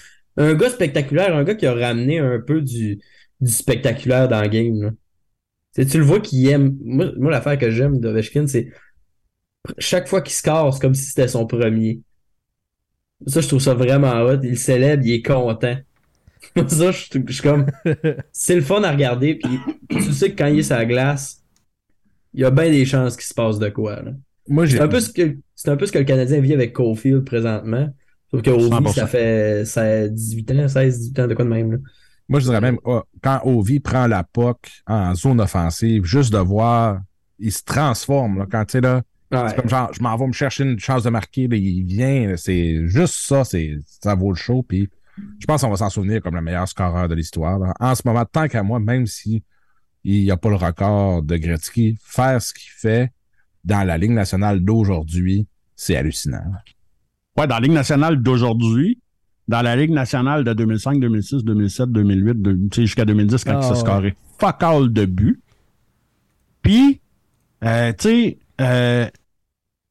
un gars spectaculaire, un gars qui a ramené un peu du, du spectaculaire dans le game. là. Tu sais, tu le vois qu'il aime. Moi, moi, l'affaire que j'aime d'Ovechkin, c'est chaque fois qu'il score, c'est comme si c'était son premier. Ça, je trouve ça vraiment hot. Il célèbre, il est content. ça, je, je suis comme. C'est le fun à regarder. Puis tu sais que quand il est sur la glace, il y a bien des chances qu'il se passe de quoi. là. Moi, j'ai. C'est un, peu ce que, c'est un peu ce que le Canadien vit avec Caulfield présentement. Sauf que Ovi, 100%. ça fait ça, 18 ans, 16, 18 ans, de quoi de même. Là. Moi, je dirais même, ah, quand Ovi prend la POC en zone offensive, juste de voir, il se transforme. Là, quand tu sais, là, c'est comme genre, je m'en vais me chercher une chance de marquer, là, il vient. là, C'est juste ça, c'est ça vaut le show. Puis je pense qu'on va s'en souvenir comme le meilleur scoreur de l'histoire. là. En ce moment, tant qu'à moi, même si il n'y a pas le record de Gretzky, faire ce qu'il fait dans la Ligue nationale d'aujourd'hui, c'est hallucinant. Ouais, dans la Ligue nationale d'aujourd'hui, dans la Ligue nationale de 2005, 2006, 2007, 2008, de- tu sais, jusqu'à 2010 quand Ah, il s'est ouais. scoré fuck all de but. Puis, euh, tu sais, euh,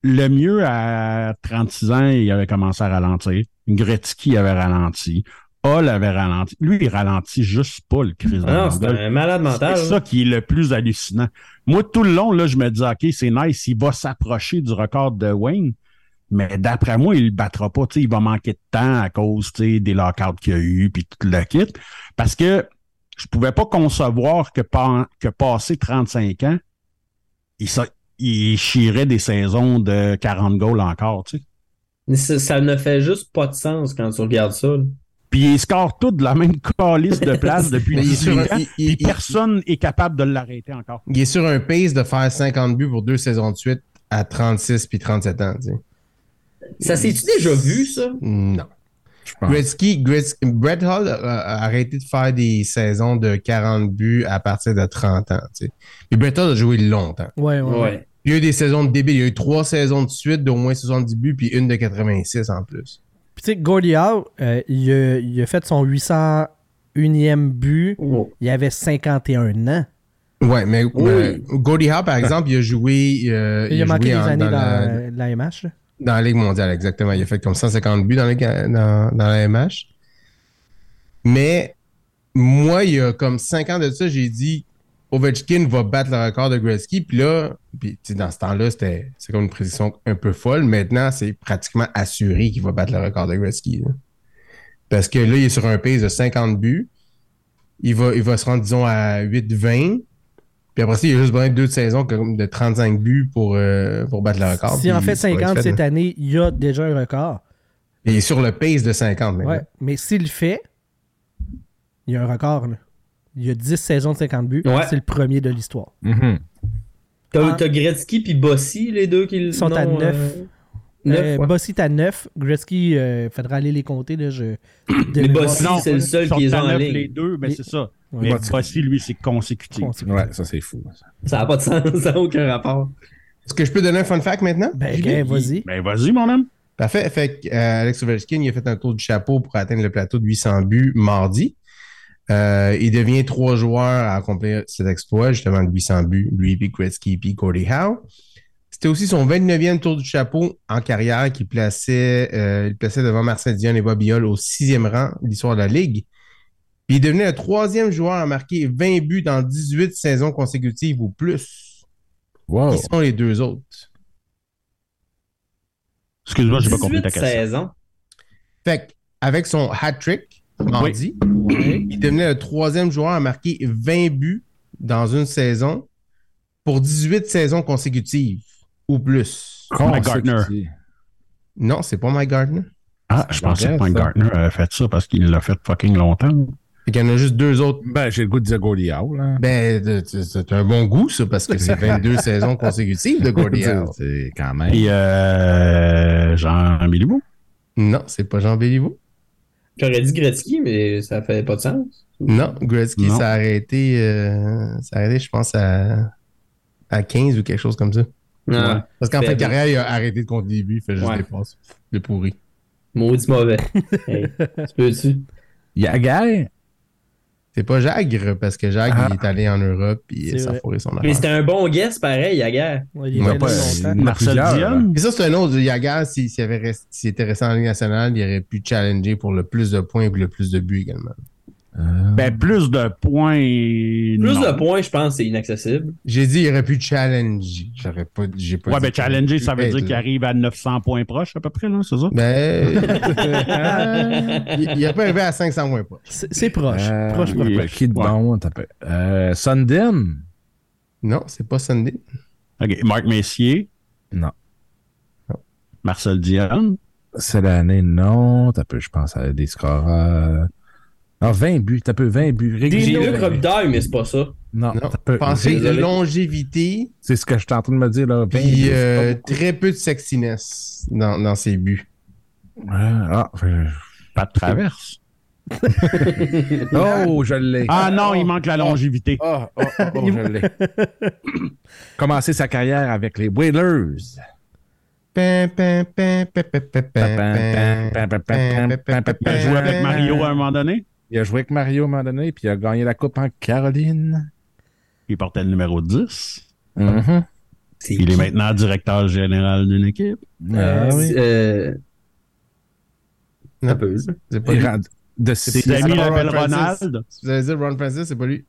le mieux à 36 ans, il avait commencé à ralentir. Gretzky avait ralenti. Hall avait ralenti. Lui, il ralentit juste pas le crise de Ah non, c'est Randall. un malade mental. C'est là. ça qui est le plus hallucinant. Moi, tout le long, là, je me dis, OK, c'est nice, il va s'approcher du record de Wayne, mais d'après moi, il le battra pas. Tu sais, il va manquer de temps à cause tu sais, des lockouts qu'il y a eu, puis tout le kit. Parce que je pouvais pas concevoir que, pa- que passé 35 ans, il, sa- il chierait des saisons de 40 goals encore, tu sais. Mais ça. ça ne fait juste pas de sens quand tu regardes ça. là. Puis il score tout de la même calice de place depuis Mais il 18 est sur un- ans, il- puis il- il- personne est capable de l'arrêter encore. Il est sur un pace de faire 50 buts pour deux saisons de suite à 36 puis 37 ans. tu sais. Ça s'est-tu déjà vu, ça? Non. Je pense. Gretzky, Gretz- Brett Hall a, a arrêté de faire des saisons de 40 buts à partir de 30 ans. tu sais. Puis Brett Hall a joué longtemps. Ouais, ouais. Ouais. Il y a eu des saisons de débile. Il y a eu trois saisons de suite d'au moins 70 buts puis une de 86 en plus. Puis tu sais, Gordie Howe, euh, il, a, il a fait son 801e but. Oh. Il avait 51 ans. Ouais, mais Oui. euh, Gordie Howe, par exemple, il a joué. euh, Il, a manqué joué des en- années dans, la- euh, la MH. là. Dans la Ligue mondiale, exactement. Il a fait comme 150 buts dans, la- dans, dans la MH. Mais moi, il y a comme 5 ans de ça, j'ai dit Ovechkin va battre le record de Gretzky. Puis là, puis, tu sais, dans ce temps-là, c'était c'est comme une prédiction un peu folle. Maintenant, c'est pratiquement assuré qu'il va battre le record de Gretzky. là. Parce que là, il est sur un pace de 50 buts. Il va, il va se rendre, disons, à 8-20. Puis après ça, il y a juste besoin de deux saisons comme de 35 buts pour, euh, pour battre le record. Si en Puis fait ça va être 50 fait, là. cette année, il y a déjà un record. Et sur le pace de 50 maintenant. Ouais. Mais s'il le fait, il y a un record. là. Il y a 10 saisons de 50 buts. Ouais. C'est le premier de l'histoire. Mm-hmm. Mhm. T'as Ah. t'as Gretzky puis Bossy, les deux qui le- Ils sont à non, neuf. euh, neuf, Euh, ouais. Bossy est à 9. Gretzky, euh, faudra aller les compter. Là, je... Mais de- Bossy, Non, c'est le seul ils sont qui est à en neuf, ligne. les deux, mais Les- c'est ça. Ouais. Mais Ouais. Bossy, lui, c'est consécutif. Ouais, ça, c'est fou. Ça n'a pas de sens, ça n'a aucun rapport. Est-ce que je peux donner un fun fact maintenant? Ben, J'y ok, vais. vas-y. Ben, vas-y, mon homme. Parfait. Fait que, euh, Alex Ovechkin, il a fait un tour du chapeau pour atteindre le plateau de 800 buts mardi. Euh, il devient trois joueurs à accomplir cet exploit, justement, de 800 buts, lui, puis Gretzky, puis Gordie Howe. C'était aussi son 29e tour du chapeau en carrière qui plaçait, euh, il plaçait devant Marcel Dion et Bobby Hull au sixième rang de l'histoire de la Ligue. Puis il devenait le troisième joueur à marquer 20 buts dans 18 saisons consécutives ou plus. Wow. Qui sont les deux autres? Excuse-moi, j'ai pas compris ta 18 question. saisons. Fait que, avec son hat-trick, mardi, il devenait le troisième joueur à marquer 20 buts dans une saison pour 18 saisons consécutives ou plus. Mike Gardner. Non, c'est pas Mike Gardner. Ah, je pensais que Mike Gardner avait fait ça parce qu'il l'a fait fucking longtemps. Il y en a juste deux autres. Ben, j'ai le goût de dire Goliath, là. Ben, de- de- c'est un bon goût, ça, parce que c'est 22 saisons consécutives de Gordy Howe. C'est quand même. Et euh, Jean Béliveau. Non, c'est pas Jean Béliveau. J'aurais dit Gretzky, mais ça fait pas de sens. Non, Gretzky Non. s'est arrêté, euh, s'est arrêté, je pense, à, à 15 ou quelque chose comme ça. Ouais. Ah, Parce qu'en Ben, Faible. fait, carrière, il a arrêté de compter les buts, il fait juste Ouais. des passes. De pourri. Maudit mauvais. Hey, tu peux-tu? Yagai? C'est pas Jagre, parce que Jagre, Ah. il est allé en Europe, puis C'est ça a vrai. fourré son Mais affaire. c'était un bon guess, pareil, Yaguerre. Ouais, il Il m'a était là pas- longtemps. il m'a Marcel plusieurs, Dion. Mais ça, c'est un autre. Yaga, s'il s'il avait rest- s'il était resté en Ligue nationale, il aurait pu challenger pour le plus de points et le plus de buts également. Ben, plus de points. Plus Plus de points, je pense, c'est inaccessible. J'ai dit, il aurait pu challenger. J'aurais pas, j'ai pas Ouais, dit ben, challenger, ça veut être, dire qu'il là. arrive à 900 points proches, à peu près, là, c'est ça? Ben, il, il a pas arrivé à 500 points pas. C'est c'est proche. Euh, Ah, proche, proche, il- proche. Qui de bon? t'as peu. Euh, Sundin? Non, c'est pas Sunday. OK. Marc Messier. Non. Marcel Dion. C'est l'année, non. T'as peu, je pense, à des scores. Euh... Non, 20 buts. T'as peu, 20 buts. J'ai Régulier. lu Robitaille, mais c'est pas ça. Non, Non, t'as peu. pensez de désolé. longévité, C'est ce que je suis en train de me dire, là. 20 buts, puis c'est Ben, pas euh, beaucoup. très peu de sexiness dans, dans ses buts. Ah, ah, euh, Pas de traverse. Oh, je l'ai. Ah non, il manque la longévité. Ah, oh, oh, oh, je l'ai. Commencé sa carrière avec les Whalers. Pin, pin, pin, pin, pin, pin, pin, pin, pin, pin, pin, pin, Il a Euh, joué avec Mario à un moment donné. Il a joué avec Mario à un moment donné, puis il a gagné la Coupe en Caroline. Il portait le numéro 10. Mm-hmm. Mhm. Il est maintenant directeur général d'une équipe. Ah, oui. Euh, Non, un peu. c'est pas Il lui. est rendu- De Ses ses amis Ron l'appellent Francis. Ronald. Si Vous allez dire Ron Francis, c'est pas lui.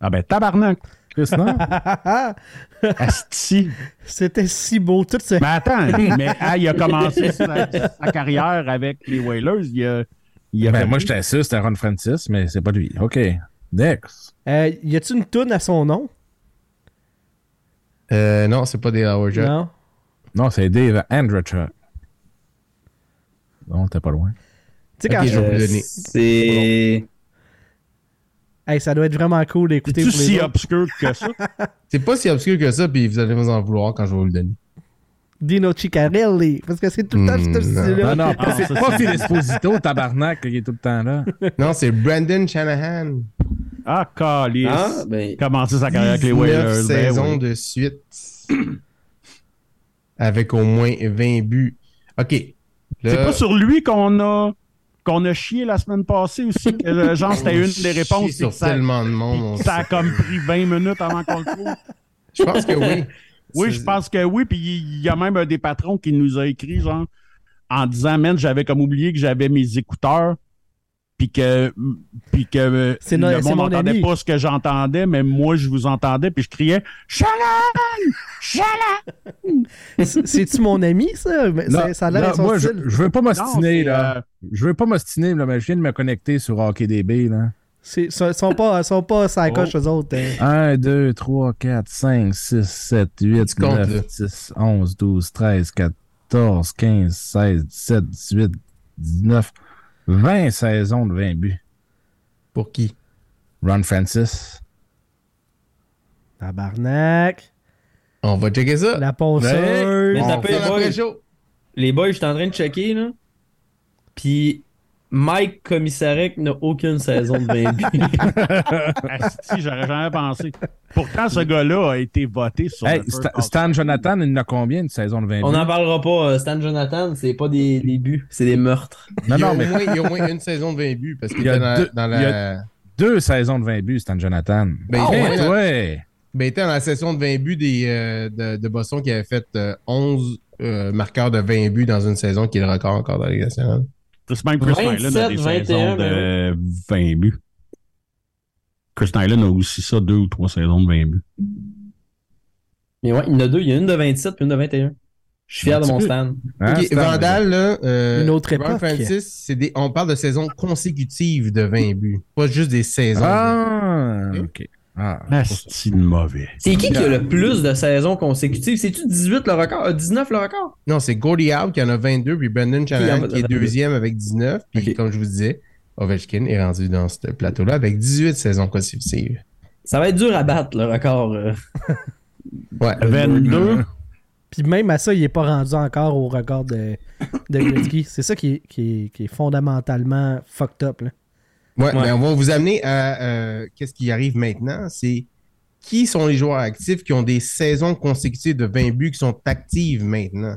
Ah ben, tabarnak. Chris, non? Euh. Asti. C'était si beau. Tout ce... Mais attends, mais ah, il a commencé sa, sa carrière avec les Whalers. Il a, il a Ben, fait- moi, j'étais sûr, c'était Ron Francis, mais c'est pas lui. OK. Next. Euh, y a-tu une toune à son nom? Euh, non, c'est pas des Howard Jack. Non. Non, c'est Dave Andrechuk. Non, t'es pas loin. Tu sais, quand Ok, je- je vais vous euh, donner. c'est. Hey, ça doit être vraiment cool d'écouter C'est-tu pour les si autres. obscur que ça? C'est pas si obscur que ça, puis vous allez vous en vouloir quand je vais vous le donner. Dino Ciccarelli. Parce que c'est tout le temps Mm, ce style-là. Non, non, Ah, c'est ça, pas c'est- Phil Esposito, tabarnak, il est tout le temps là. Non, c'est Brandon Shanahan. Ah, calice. Ah, ben. Commencé sa carrière avec les 19 Whalers. ben Hein? saisons oui. de suite. Avec au moins 20 buts. OK. Là, C'est pas sur lui qu'on a qu'on a chié la semaine passée aussi. que, euh, genre, c'était on une des chie réponses. sur c'est que ça, tellement de monde. on ça a sait. comme pris 20 minutes avant qu'on le trouve. Je pense que oui. Oui, C'est- je pense que oui. Puis il y a même un des patrons qui nous a écrit, genre, en disant, man, j'avais comme oublié que j'avais mes écouteurs. Puis que, puis que euh, C'est no- le c'est monde mon n'entendait ami. pas ce que j'entendais, mais moi, je vous entendais. Puis je criais, Shannon! Shannon! C'est- C'est-tu mon ami, ça? Mais Non, c'est- ça a l'air non, à son moi, je, style. je veux pas m'ostiner, c'est, là. euh, Je veux pas m'ostiner, là, mais je viens de me connecter sur HockeyDB, là. C'est- Ils sont- sont pas, sont pas Oh. sacoches, eux autres. hein. 1, 2, 3, 4, 5, 6, 7, 8, Tu comptes, 9, là. 10, 11, 12, 13, 14, 15, 16, 17, 18, 19, 20 saisons de 20 buts. Pour qui? Ron Francis. Tabarnak. On va checker ça. La ponceuse. Mais On ça fait peut être un bon. après-show. Les boys, je suis en train de checker, là. Puis Mike Commissarek n'a aucune saison de 20 buts. Asti, j'aurais jamais pensé. Pourtant, ce gars-là a été voté sur. Hey, le Sta- First Stan Jonathan, il en a combien une saison de 20 On buts? n'en parlera pas. euh, Stan Jonathan, c'est pas des, des buts, c'est des meurtres. Non, il, y a non, au mais moins, il y a au moins une saison de 20 buts parce qu'il Il y a était dans, deux- dans la. il y deux saisons de 20 buts, Stan Jonathan. Oh, Ben, il y a au moins la- ouais. Ben, il était dans la session de 20 buts des, euh, de, de Boston qui avait fait euh, 11 euh, marqueurs de 20 buts dans une saison qui est le record encore dans la Ligue nationale. Chris- Même Chris 27, Nyland a des 21, saisons de 20 buts. Chris Nyland a aussi ça, deux ou trois saisons de 20 buts. Mais ouais, il y en a deux. Il y en a une de 27 puis une de 21. Je suis fier de mon Stan. Hein, Ok, Stan? Vandal, là, euh, Une autre Ron époque. Francis, c'est des- on parle de saisons consécutives de 20 buts, pas juste des saisons. Ah, ok. Ah, Asti de mauvais. C'est qui qui a le plus de saisons consécutives? C'est-tu 18 le record? Euh, 19 le record? Non, c'est Gordy Howe qui en a 22, puis Brandon en Shanahan a qui est 22. deuxième avec 19. Puis Ok. comme je vous disais, Ovechkin est rendu dans ce plateau-là avec 18 saisons consécutives. Ça va être dur à battre le record. euh. Ouais. Euh, 22. Puis même à ça, il n'est pas rendu encore au record de, de Gretzky. C'est ça qui est, qui, est, qui est fondamentalement fucked up. Là. Ouais, mais on va vous amener à euh, qu'est-ce qui arrive maintenant. C'est qui sont les joueurs actifs qui ont des saisons consécutives de 20 buts qui sont actives maintenant?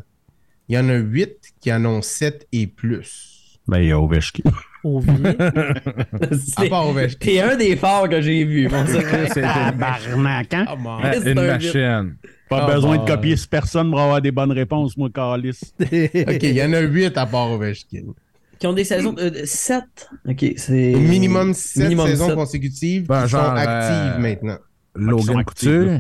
Il y en a 8 qui en ont 7 et plus. Ben, il y a Ovechkin. Ovier. À C'est- part Ovechkin. T'es un des forts que j'ai vu, mon sacré. Tabarnak, hein? Ah, C'est une un machine. Pas Ah, besoin bah. de copier ce personne pour avoir des bonnes réponses, moi, Calis. OK, il y en a 8 à part Ovechkin. Qui ont des saisons euh, de 7. Ok, c'est. Au minimum 7 Minimum saisons sept. consécutives Ben, qui genre, sont actives euh, maintenant. sont Logan actifs, Couture.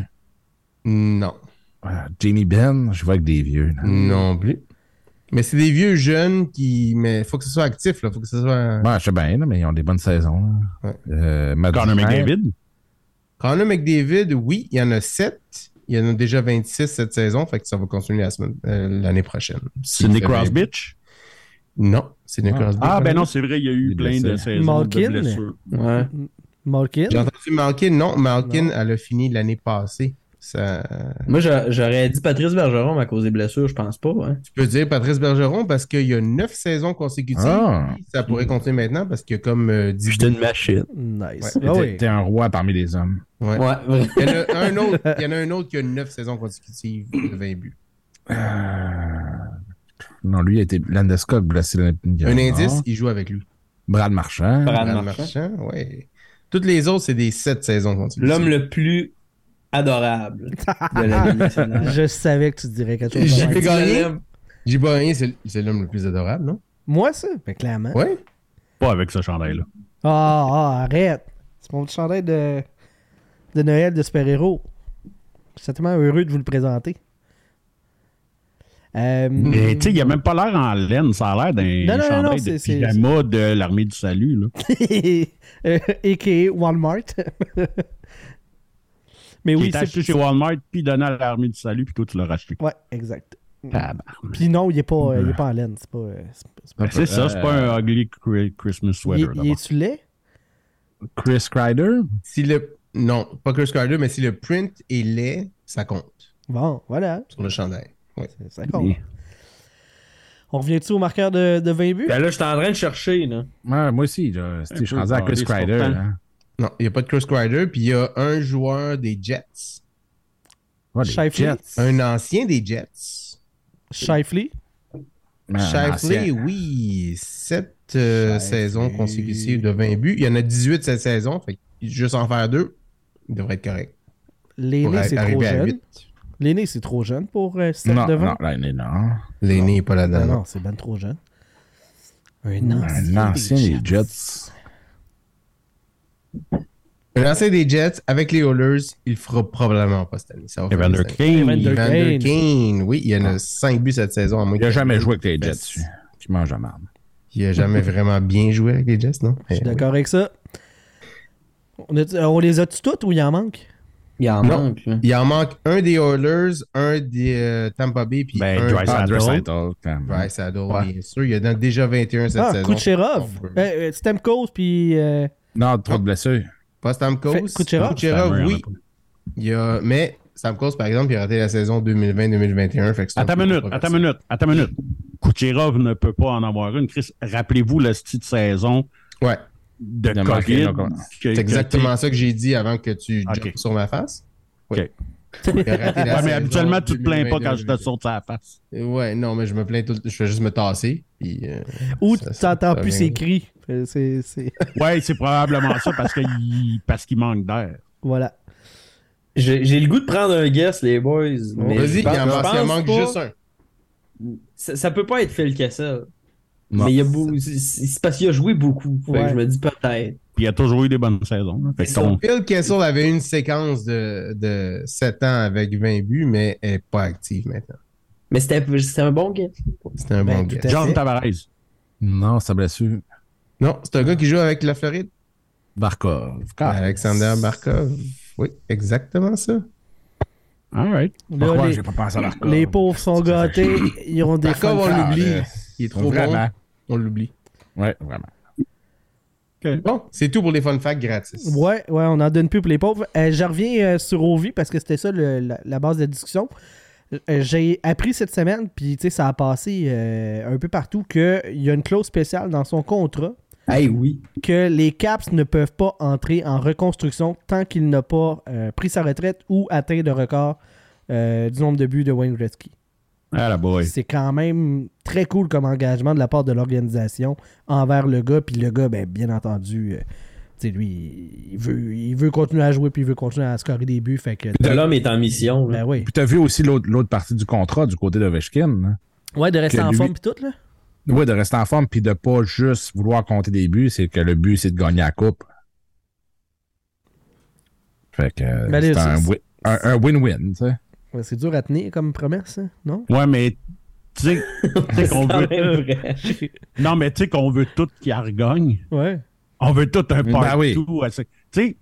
Non, Ah, Jamie Ben, je vois avec des vieux. là. non plus. Mais c'est des vieux jeunes qui. Mais il faut que ce soit actif, là. faut que ce soit. Ben, je sais bien, là, mais ils ont des bonnes saisons. là. Ouais. Euh, Matt Connor Dufour, McDavid. Connor McDavid, oui, il y en a 7. Il y en a déjà 26 cette saison, fait que ça va continuer la semaine- euh, l'année prochaine. Sidney S'il fait bien. Crosby. Non, Sidney Crosby. Ah, ben non, c'est vrai, il y a eu Il est plein de blessé. saisons Malkin. de blessures. Ouais. Malkin. J'ai entendu Malkin. Non, Malkin, Non. elle a fini l'année passée. Ça... Moi, j'a- j'aurais dit Patrice Bergeron mais à cause des blessures, je pense pas. hein. Tu peux dire Patrice Bergeron parce qu'il y a 9 saisons consécutives. Ah. Ça pourrait continuer maintenant parce que, comme euh, dit. J'étais une machine. Nice. Ouais, Ah T'es oui. t'es un roi parmi les hommes. Ouais. Ouais, vrai. Il, y en a un autre, il y en a un autre qui a 9 saisons consécutives de 20 buts. Euh, Non, lui, il a été Landeskog blessé l'année Ah. Un dernière. indice, il joue avec lui. Brad Marchand. Brad Brad Marchand. Marchand, ouais. Toutes les autres, c'est des 7 saisons consécutives. L'homme le plus adorable de la Ligue nationale. Je savais que tu dirais quelque chose. J'ai de fait même. gagner. J'ai pas gagné, c'est c'est l'homme le plus adorable, non? Moi, ça? Ben, clairement. Ouais. Pas avec ce chandail-là. Ah, ah, arrête. C'est mon petit chandail de, de Noël de super-héros. Je suis tellement heureux de vous le présenter. Euh, Hmm. Mais tu sais, il a même pas l'air en laine, ça a l'air Non, d'un non, non, non, chandail c'est- de c'est- pyjama de l'armée du salut. Là. euh, AKA Walmart. Mais Oui, oui, il est c'est acheté chez Walmart, puis donné à l'armée du salut, puis toi, tu l'as racheté. Ouais, exact. Ah, ben. Tabarnak. Puis non, il est pas, euh, il est pas en laine. C'est pas. euh, c'est pas- c'est pas- Ben, C'est ça, c'est pas Euh, un ugly cri- Christmas Il, sweater. il d'abord. est-tu laid? Chris Kreider. Si le. Non, pas Chris Carter, mais si le print est laid, ça compte Bon, voilà. sur le chandail. Ouais. Ça compte. On revient-tu au marqueur de, de 20 buts? Ben là, j'étais en train de chercher, là. Ouais, moi aussi, là, c'est- je suis peu rendu à Chris calé, c'est Kreider. pourtant. hein. Non, il n'y a pas de Chris Carter, puis il y a un joueur des Jets. Ouais, les Shifley. Jets. Un ancien des Jets. Shifley? Ben, Shifley, ancien. oui. 7 saisons consécutives de 20 buts. Il y en a 18 cette saison, fait que juste en faire deux, il devrait être correct. Pour L'aîné, a- c'est trop arriver à jeune. 8. L'aîné, c'est trop jeune pour euh, sept Non, devant. non, l'année, non. L'aîné n'est pas Ah là-dedans. non, non. c'est ben trop jeune. Un ancien. Un ancien des des Jets. Jets. Un ancien des Jets avec les Oilers, il fera probablement pas cette année. Ça va faire Evander des années. Kane. Evander Kane. Evander Kane, oui, il y en Ah. a 5 buts cette saison. à moins Il a qu'il- jamais joué avec les Ben, Jets. Qui mange la merde. Il a jamais vraiment bien joué avec les Jets, non? Eh Eh Je suis d'accord avec ça. On, a- euh, on les a-tu toutes ou il en manque? Il en Non. manque, là. Il en manque un des Oilers, un des euh, Tampa Bay, puis Ben, un Dreisaitl. par- Ah, Saddle. Dreisaitl, quand même. Bryce Saddle, bien sûr. Il y en a déjà 21 cette Ah, saison. Kucherov. On peut- Euh, euh, Stamkos, puis... euh, Non, trop de blessures. Pas Fait- Stamkos. Kucherov. Stammer, oui. Il y a... Mais Stamkos, par exemple, il a raté la saison 2020-2021. fait que c'est un Attends peu une minute, controversé. attends une minute, attends une minute. Kucherov ne peut pas en avoir une. Chris, rappelez-vous la petite saison Ouais, de, De marquer, COVID. là, quoi. que- c'est que- exactement ça que j'ai dit avant que tu Ok. jumpes sur ma face. Oui. Ok. Il a raté la Ouais, mais saison habituellement, tu te plains pas quand je te 2020-2021. saute sur la face. Ouais, non, mais je me plains tout. Je vais juste me tasser. Puis, euh, Ou tu ça- ça- t'entends ça plus vient. ses cris. Euh, C'est... c'est- Ouais, c'est probablement ça parce qu'il parce qu'il manque d'air. Voilà. J'ai j'ai le goût de prendre un guess, les boys. mais Oh, Vas-y, je il pense- en je manque- il en pense manque pas- juste un. Ça, ça peut pas être Phil Kessel. Non. Mais il y a beaucoup. c'est- C'est parce qu'il a joué beaucoup. Fait que Ouais. je me dis peut-être. Puis il a toujours eu des bonnes saisons. là. Fait que ton- Phil Kessel avait une séquence de, de 7 ans avec 20 buts, mais elle n'est pas active maintenant. Mais c'était c'était un bon guess. C'était un Ben, bon tout gars. à John fait. Tavares. Non, sa blessure. Non, c'est un gars qui joue avec la Floride. Barkov. Alexander Barkov. Oui, exactement ça. Ah, All right. Pourquoi les, j'ai pas pensé à leur les pauvres sont gâtés, ils ont des D'accord, fun on facts. l'oublie. euh, Il est trop vraiment. bon. On l'oublie. Ouais, vraiment. Bon, c'est tout pour les fun facts gratis. Ouais, ouais, on en donne plus pour les pauvres. Euh, je reviens euh, sur Ovi parce que c'était ça le- la, la base de la discussion. Euh, J'ai appris cette semaine, puis tu sais, ça a passé euh, un peu partout, qu'il y a une clause spéciale dans son contrat Hey, oui. que les Caps ne peuvent pas entrer en reconstruction tant qu'il n'a pas euh, pris sa retraite ou atteint le record euh, du nombre de buts de Wayne Gretzky. Ah la boy. C'est quand même très cool comme engagement de la part de l'organisation envers le gars. Puis le gars, ben, bien entendu, euh, tu sais, lui, il veut, il veut continuer à jouer puis il veut continuer à scorer des buts. Fait que, L'homme est en mission. là. ben oui. Puis t'as vu aussi l'autre l'autre partie du contrat du côté de Ovechkin. hein? Ouais, de rester Que en lui- forme puis tout, là. Oui, de rester en forme puis de pas juste vouloir compter des buts, c'est que le but, c'est de gagner la coupe. Fait que euh, Ben, c'est là, un c'est- wi- un un win-win, tu sais. Ouais, C'est dur à tenir comme promesse, hein, non? Ouais, mais tu sais tu sais qu'on veut. C'est quand même vrai. Non, mais tu sais qu'on veut tout qui regagne. Ouais. On veut tout un Ben part oui. two à ce- Tu sais,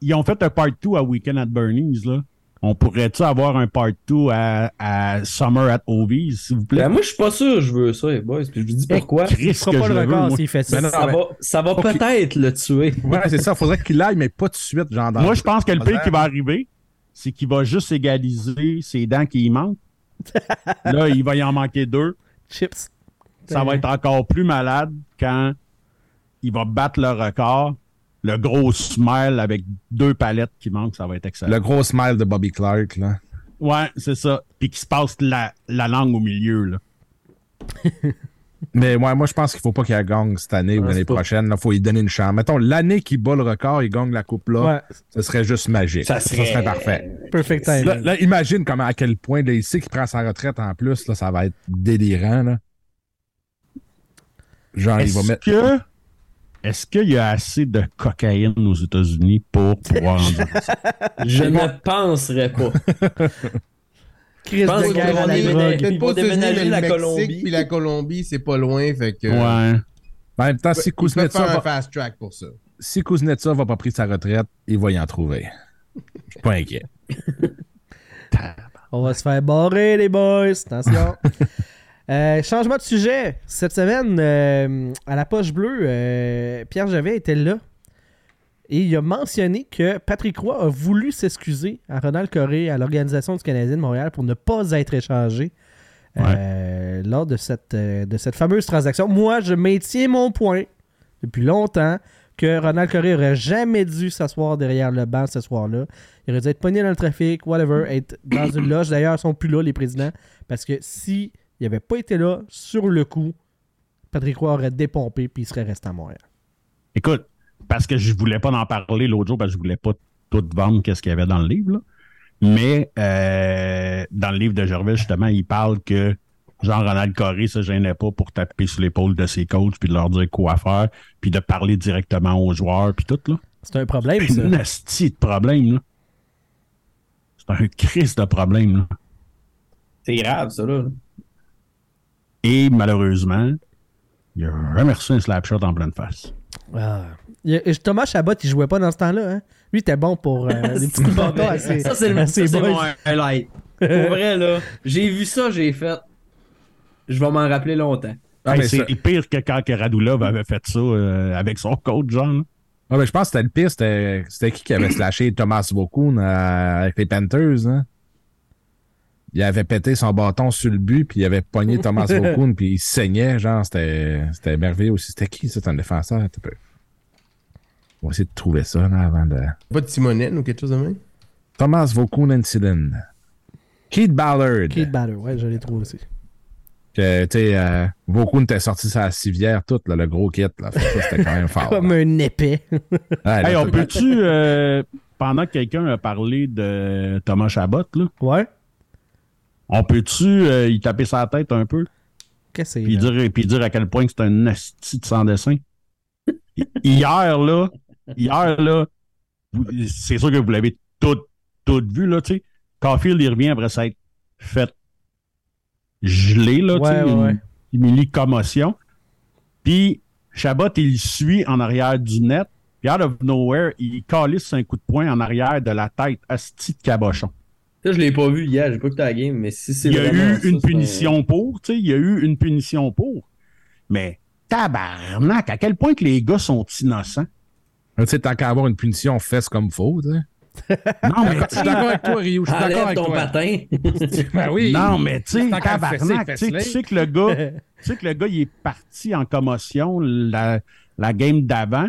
ils ont fait un part 2 à Weekend at Bernie's, là. On pourrait-tu avoir un part 2 à, à Summer at Ovies, s'il vous plaît? Ben, moi, je suis pas sûr, je veux ça, les boys. Puis je vous dis pourquoi. Il Chris, fera que pas je le le veux, record moi. s'il fait ça. Ben non, Ça mais- va, ça va Faut qu'il- peut-être le tuer. Ouais, c'est ça. Faudrait qu'il aille, mais pas tout de suite, genre dans- Moi, je pense que le Ah, pire qui va arriver, c'est qu'il va juste égaliser ses dents qui y manquent. Là, il va y en manquer deux. Chips. Ben Ça va être encore plus malade quand il va battre le record. Le gros smile avec deux palettes qui manquent, ça va être excellent. Le gros smile de Bobby Clark, là. Ouais, c'est ça. Puis qu'il se passe la, la langue au milieu, là. Mais ouais, moi, je pense qu'il faut pas qu'il gagne cette année ou Ah, l'année c'est pas- prochaine. Il faut lui donner une chance. Mettons, l'année qui bat le record, il gagne la coupe-là. Ouais. Ce serait juste magique. Ça serait- parfait. Perfect Là, timing. là, imagine comment, à quel point là, il sait qu'il prend sa retraite en plus. Là, ça va être délirant. Là. Genre, Ah, il va Est-ce mettre. que est-ce qu'il y a assez de cocaïne aux États-Unis pour pouvoir en dire ça? Je ne penserais pas. Crise pense de qu'on guerre à est- la drogue. Ils Peut-être vont pas aux États-Unis, déménager mais le la Mexique, Colombie. Puis la Colombie, c'est pas loin. Fait que. Ouais. En même temps, si Ils peuvent Kuznetsov, faire un va... fast track pour ça. si Kuznetsov va pas pris sa retraite, il va y en trouver. Je suis pas inquiet. On va se faire barrer, les boys. Attention. Euh, changement de sujet. Cette semaine, euh, à la poche bleue, euh, Pierre Javet était là. Et il a mentionné que Patrick Roy a voulu s'excuser à Ronald Coré, à l'Organisation du Canadien de Montréal, pour ne pas être échangé euh, lors de cette, euh, de cette fameuse transaction. Moi, je maintiens mon point depuis longtemps que Ronald Coré aurait jamais dû s'asseoir derrière le banc ce soir-là. Il aurait dû être pogné dans le trafic, whatever, être dans une loge. D'ailleurs, ils sont plus là, les présidents, parce que si il avait pas été là, sur le coup, Patrick Roy aurait dépompé puis il serait resté à Montréal. Écoute, parce que je voulais pas en parler l'autre jour, parce que je voulais pas tout vendre qu'est-ce qu'il y avait dans le livre, là. Mais euh, dans le livre de Gervais, justement, il parle que Jean-Ronald Coré se gênait pas pour taper sur l'épaule de ses coachs, puis de leur dire quoi faire, puis de parler directement aux joueurs, puis tout, là. C'est un problème, C'est ça. un asti de problème, là. C'est un crise de problème, là. C'est grave, ça, là. Et malheureusement, il a remercié un slap shot en pleine face. Ah. Il y a- Thomas Chabot, il jouait pas dans ce temps-là. Hein? Lui, il était bon pour euh, les petits coups de bâton à ses- Ça, c'est le à ses ça, c'est boys. mon highlight. Pour vrai, là, j'ai vu ça, j'ai fait. Je vais m'en rappeler longtemps. Ah, Hey, mais ça- c'est pire que quand que Radulov avait fait ça euh, avec son coach, genre. là. Ah, ben, je pense que c'était le pire. C'était c'était qui qui avait slashé Thomas Vaucoun euh, avec les Panthers, hein? Il avait pété son bâton sur le but, puis il avait pogné Thomas Vaucoun, puis il saignait, genre, c'était c'était merveilleux aussi. C'était qui, ça, un défenseur? Attends un peu. On va essayer de trouver ça, là, avant de... Pas de Timonène ou quelque chose de même? Thomas Vaucoun Incident. Keith Ballard. Keith Batter, ouais, je l'ai trouvé aussi. Que, tu sais, euh, Vaucoun était sorti sur la civière toute, là, le gros kit, là. Fait que Ça, c'était quand même Ah, fort. Comme là. un épais. Ouais, Hey, là, on tout- peut-tu, euh, pendant que quelqu'un a parlé de Thomas Chabot, là, ouais. on peut-tu euh, y taper sa tête un peu? Qu'est-ce que Puis c'est? là? dire, puis dire à quel point que c'est un asti de sans dessin? Hi- Hier, là, hier, là, vous- c'est sûr que vous l'avez tout, tout vu, là, tu sais. Caulfield, il revient après s'être fait geler, là, tu Ouais, sais, ouais, une- ouais. une commotion. Puis Chabot, il suit en arrière du net. Puis out of nowhere, il calisse un coup de poing en arrière de la tête à ce de cabochon. Ça, je l'ai pas vu hier, j'ai pas écouté la game, mais si c'est Il y a vraiment eu ça, une c'est un- punition pour, tu sais, il y a eu une punition pour. Mais tabarnak, à quel point que les gars sont innocents. Tu sais, tant qu'à avoir une punition, fesse comme faut. tu sais. Non, mais Je suis d'accord avec toi, Rio. Je suis d'accord Enlève avec ton toi. patin. Ben oui. Non, mais tu sais, Tant qu'à fesser, tabarnak, tu sais, fesse-les. tu sais que le gars, tu sais que le gars, il est parti en commotion la, la game d'avant.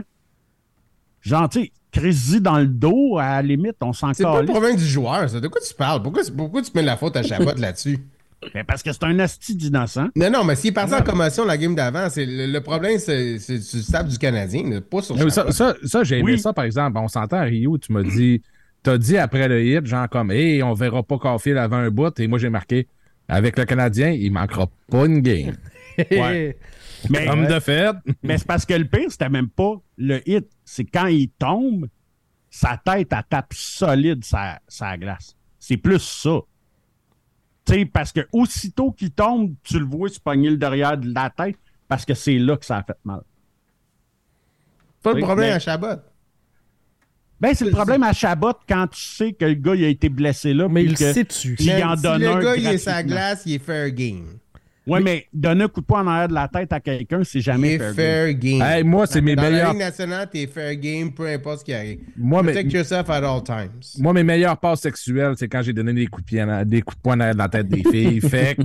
Genre, tu sais, crise dans le dos, à la limite, on s'en C'est pas le calisse. problème du joueur, ça. De quoi tu parles? Pourquoi, pourquoi tu mets la faute à Chabot là-dessus? Mais parce que c'est un asti d'innocent. Non, non, mais s'il est parti en commotion la game d'avant, c'est le, le problème, c'est c'est sur le stade du Canadien, mais pas sur Mais Ça, Chabot. ça, ça, j'ai aimé Oui. ça, par exemple. On s'entend, Rio, tu m'as dit, t'as dit après le hit, genre comme, hey, on verra pas Caulfield avant un bout. Et moi, j'ai marqué, avec le Canadien, il manquera pas une game. Ouais. Mais, Ah, Comme de fait. mais c'est parce que le pire, c'était même pas le hit. C'est quand il tombe, sa tête, elle tape solide sa, sa glace. C'est plus ça. Tu sais, parce que aussitôt qu'il tombe, tu le vois se pogner le derrière de la tête parce que c'est là que ça a fait mal. C'est pas le Oui, problème mais- à Chabot. Ben, c'est le problème à Chabot quand tu sais que le gars il a été blessé là. Mais puis il que- sait-tu? Puis il en si donne le un gars, il est sa gratuitement. glace, il est fair game. Ouais, mais donner un coup de poing en arrière de la tête à quelqu'un, c'est Il jamais est fair game. fair game. Hey, moi, c'est mes Dans la meilleurs. Ligue nationale, t'es fair game, peu importe ce qui arrive. Moi, mais- Protect yourself at all times. Moi, mes meilleurs passes sexuelles, c'est quand j'ai donné des coups de pied, en- des coups de poing derrière la tête des filles. fait que,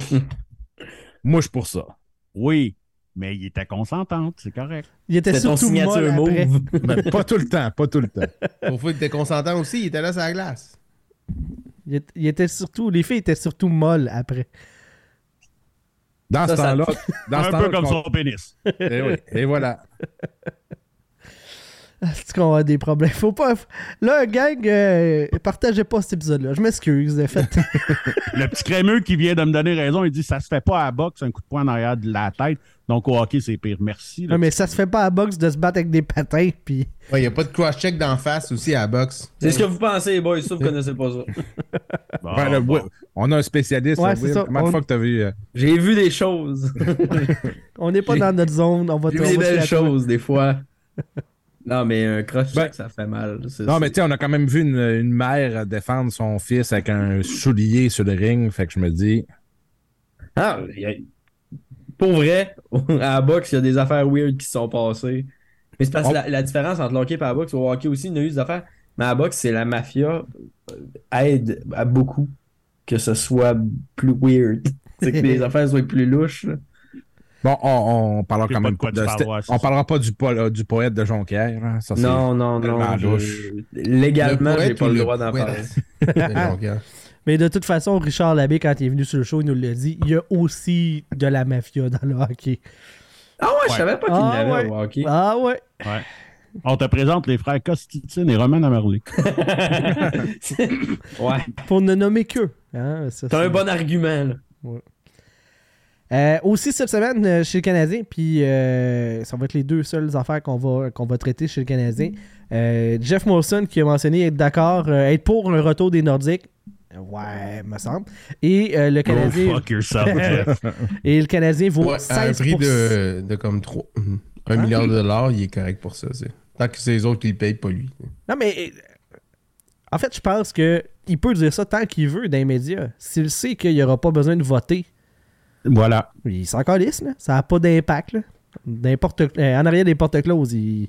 moi, je suis pour ça. Oui, mais il était consentant, c'est correct. Il était C'est ton surtout molle signature après. move. Mais pas tout le temps, pas tout le temps. Pour fou, il était consentant aussi, il était là sur la glace. Il est- il était surtout... Les filles étaient surtout molles après. Dans ce Ça, ça- temps-là, dans ce un temps-là, peu comme je son pénis. comprends- Eh oui, Et, voilà. C'est qu'on a des problèmes. Faut pas... Là, gang, euh, partagez pas cet épisode-là. Je m'excuse, de fait. Le petit crémeux qui vient de me donner raison, il dit ça se fait pas à la boxe, un coup de poing en arrière de la tête. Donc au hockey, c'est pire. Merci. là. Ah, non, mais ça se fait pas à la boxe de se battre avec des patins, puis... Ouais, il n'y a pas de cross-check d'en face aussi à la boxe. C'est ce que vous pensez, les boys, ça, vous connaissez pas ça. Bon, Ouais, le- Ah, bon. ouais, Ben, On a un spécialiste. Ouais, là, c'est Will. ça. Comment de On- fois que t'as vu? euh, J'ai vu des choses. On n'est pas dans notre zone, on va J'ai on vu va des se belles la- choses, des fois. Non, mais un cross Ben- ça fait mal. C'est- Non, mais c'est- tu sais, on a quand même vu une, une mère défendre son fils avec un soulier sur le ring. Fait que je me dis, Ah, y a- Pour vrai, à la boxe, il y a des affaires weird qui se sont passées. Mais c'est parce que On- la, la différence entre le hockey et la boxe, au hockey aussi, il y en a eu des affaires. Mais à la boxe, c'est la mafia euh, aide à beaucoup que ce soit plus weird. C'est que les affaires soient plus louches. là. bon, on, on parlera J'ai quand pas même de quoi de te faire Ste- voir, c'est On ça. parlera pas du, pol- euh, du poète de Jonquière. hein. Ça, c'est- Non, non, non. tellement je- louche. Légalement, Le j'ai poète pas ou le le droit d'en poète? parler. Donc, euh, Mais de toute façon, Richard Labbé, quand il est venu sur le show, il nous l'a dit, il y a aussi de la mafia dans le hockey. Ah ouais, je savais pas qu'il Ah l'avait ouais. au hockey. Ah ouais! On te présente les frères Costitine et Roman Amerlé. ouais. Pour ne nommer qu'eux. Hein, ça, T'as c'est- un bon argument, là. Euh, aussi cette semaine euh, chez le Canadien, puis euh, ça va être les deux seules affaires qu'on va, qu'on va traiter chez le Canadien. Euh, Jeff Molson qui a mentionné être d'accord, euh, être pour le retour des Nordiques. Ouais, me semble. Et euh, le Go Canadien Oh, fuck yourself, Jeff. et le Canadien vaut Oh, ouais, à un 16 prix de, de comme 3. Mhm. Un Ah, milliard de dollars, il est correct pour ça. c'est- Tant que c'est les autres qui le payent, pas lui. Non mais euh, en fait, je pense que il peut dire ça tant qu'il veut dans les médias. S'il sait qu'il n'y aura pas besoin de voter, voilà. il s'en calisse, là. ça n'a pas d'impact. là. N'importe, euh, en arrière des portes closes, il,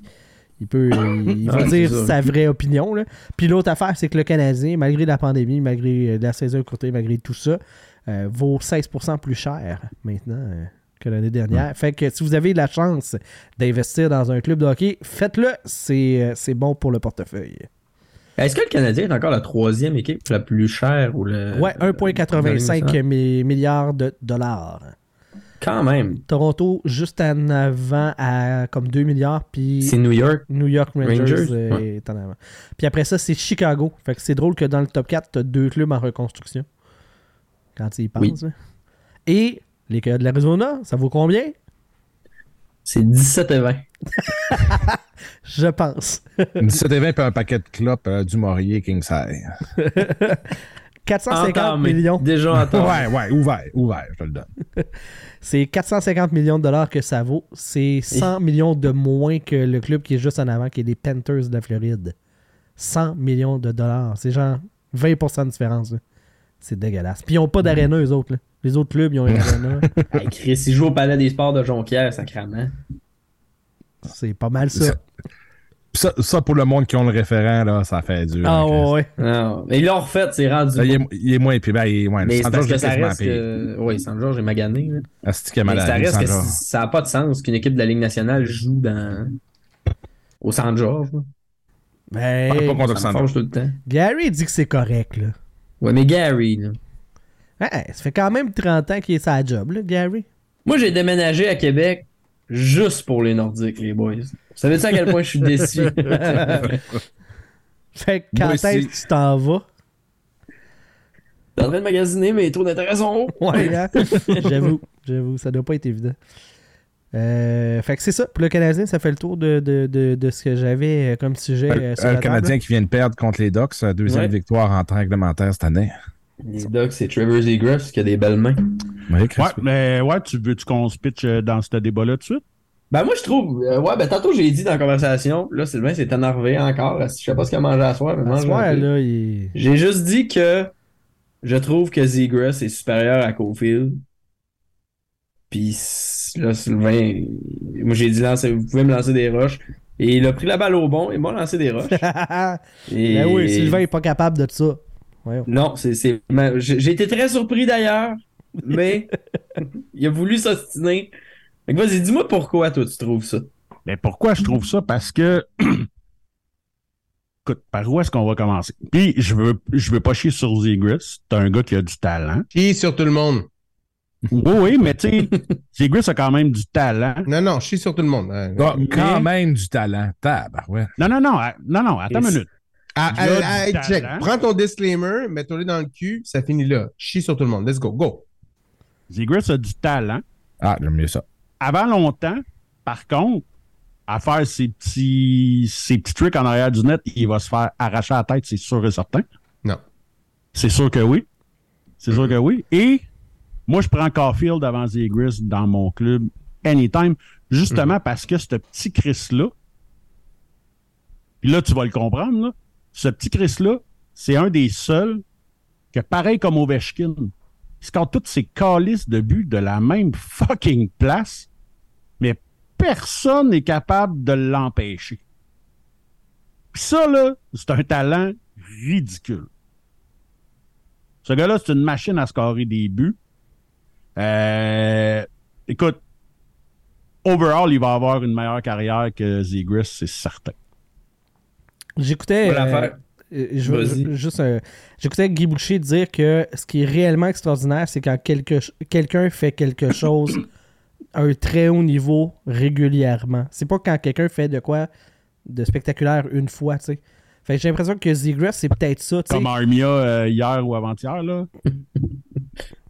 il peut il, il va Ouais, dire c'est ça. sa vraie opinion. là. Puis l'autre affaire, c'est que le Canadien, malgré la pandémie, malgré euh, la saison courtée, malgré tout ça, euh, vaut 16% plus cher maintenant euh, que l'année dernière. Fait que si vous avez la chance d'investir dans un club de hockey, faites-le, c'est, euh, c'est bon pour le portefeuille. Euh, Est-ce que le Canadien est encore la troisième équipe la plus chère ou le. Ouais, dans la 1,85 ligne mi- milliards de dollars. Quand même. Toronto, juste en avant à comme 2 milliards, puis... C'est New York. New York Rangers, Rangers, euh, ouais. est en avant. Puis après ça, c'est Chicago. Fait que c'est drôle que dans le top 4, t'as deux clubs en reconstruction. Quand tu y penses. Oui. hein. Et les Coyotes de l'Arizona, ça vaut combien? C'est 17 et 20. Je pense. 17 et 20 puis un paquet de clopes euh, du Maurier King Size. Ah. 450 Entamé. millions. Déjà entamé. Ouais, ouais, ouvert, ouvert, je te le donne. C'est 450 millions de dollars que ça vaut. C'est 100 millions de moins que le club qui est juste en avant, qui est les Panthers de la Floride. 100 millions de dollars. C'est genre 20% de différence. là. C'est dégueulasse. Puis ils Mm. n'ont pas d'aréna, eux autres. là. Les autres clubs, ils ont une aréna. Hey, Chris, il joue au Palais des Sports de Jonquière, sacrément. C'est pas mal ça. Pis Ça, ça, pour le monde qui ont le référent, là, ça fait dur. Ah hein, Chris. ouais, ouais. Non, mais ils l'ont refait, c'est rendu. Là, il, beau. est, il est moins pire. Ben, il est- ouais, mais le c'est San parce George que est ça quasiment reste pire. que... Oui, Saint-Georges, j'ai magané. là. Asti qu'il est Mais malade, ça le reste San que George. c- ça n'a pas de sens qu'une équipe de la Ligue nationale joue dans... au Saint-Georges. là. Ben, Pas contre le Ça San me George. fâche tout le temps. Gary dit que c'est correct. Là. Ouais, mais Gary, là. Ouais, ça fait quand même 30 ans qu'il est sa job, là, Gary. Moi, j'ai déménagé à Québec juste pour les Nordiques, les boys. Vous savez-tu à quel point je suis déçu? Fait que Moi quand aussi. est-ce que tu t'en vas? T'es en train de magasiner, mais les taux d'intérêt sont hauts. Ouais, hein? j'avoue, j'avoue, ça doit pas être évident. Euh, fait que c'est ça, pour le Canadien, ça fait le tour de, de, de, de ce que j'avais euh, comme sujet. euh, sur la Euh, le table. Canadien qui vient de perdre contre les Ducks, euh, deuxième Ouais. victoire en temps réglementaire cette année. Les Ducks, c'est Trevor Zegras qui a des belles mains. Oui, Ben, Chris. Ouais, mais ouais, tu veux-tu qu'on se pitche euh, dans ce débat-là tout de suite? Ben moi je trouve, euh, ouais, ben tantôt j'ai dit dans la conversation, là Sylvain s'est énervé encore, là, je sais pas ce qu'il a mangé à soir, mais À mange ce soir, un peu. là, il... J'ai juste dit que je trouve que Zegras est supérieur à Cofield. Puis c- là, Sylvain, moi j'ai dit lancez, vous pouvez me lancer des roches. Et il a pris la balle au bon et m'a lancé des roches. Et... Ben oui, Sylvain est pas capable de ça. Voyons. Non, c'est. c'est- ma- J'ai j'ai été très surpris d'ailleurs, mais il a voulu s'ostiner. Fait que vas-y, dis-moi pourquoi toi tu trouves ça. Mais pourquoi je trouve ça? Parce que. Écoute, par où est-ce qu'on va commencer? Puis, je veux, je veux pas chier sur Zegris. C'est un gars qui a du talent. Chie sur tout le monde. Oui, oui, mais tu sais, Zegris a quand même du talent. Non, non, chie sur tout le monde. Euh, Ah, Quand Mais- même du talent. Tabarouette. Non, non, non, ah, non, non, attends une Et- minute. ah, il y a ah, ah, du hey, talent. check. Prends ton disclaimer, mets-toi dans le cul, ça finit là. Chie sur tout le monde. Let's go, go. Zegris a du talent. Ah, j'aime mieux ça. Avant longtemps, par contre, à faire ses petits, ses petits tricks en arrière du net, il va se faire arracher la tête, c'est sûr et certain. Non. C'est sûr que oui. C'est sûr que oui. Et moi, je prends Caulfield avant Zegris dans mon club anytime, justement parce que ce petit Chris-là, puis là, tu vas le comprendre, là, ce petit Chris-là, c'est un des seuls que, pareil comme Ovechkin, il score toutes ses calices de buts de la même fucking place, mais personne n'est capable de l'empêcher. Puis ça, là, c'est un talent ridicule. Ce gars-là, c'est une machine à scorer des buts. Euh, écoute, overall, il va avoir une meilleure carrière que Zegris, c'est certain. J'écoutais. Voilà euh, l'affaire. euh, je veux- Vas-y. je- juste un- J'écoutais Guy Boucher dire que ce qui est réellement extraordinaire, c'est quand quelque ch- quelqu'un fait quelque chose à un très haut niveau régulièrement. C'est pas quand quelqu'un fait de quoi de spectaculaire une fois, tu sais. Fait que j'ai l'impression que Zegras, c'est peut-être ça, tu sais. Comme Armia euh, hier ou avant-hier, là.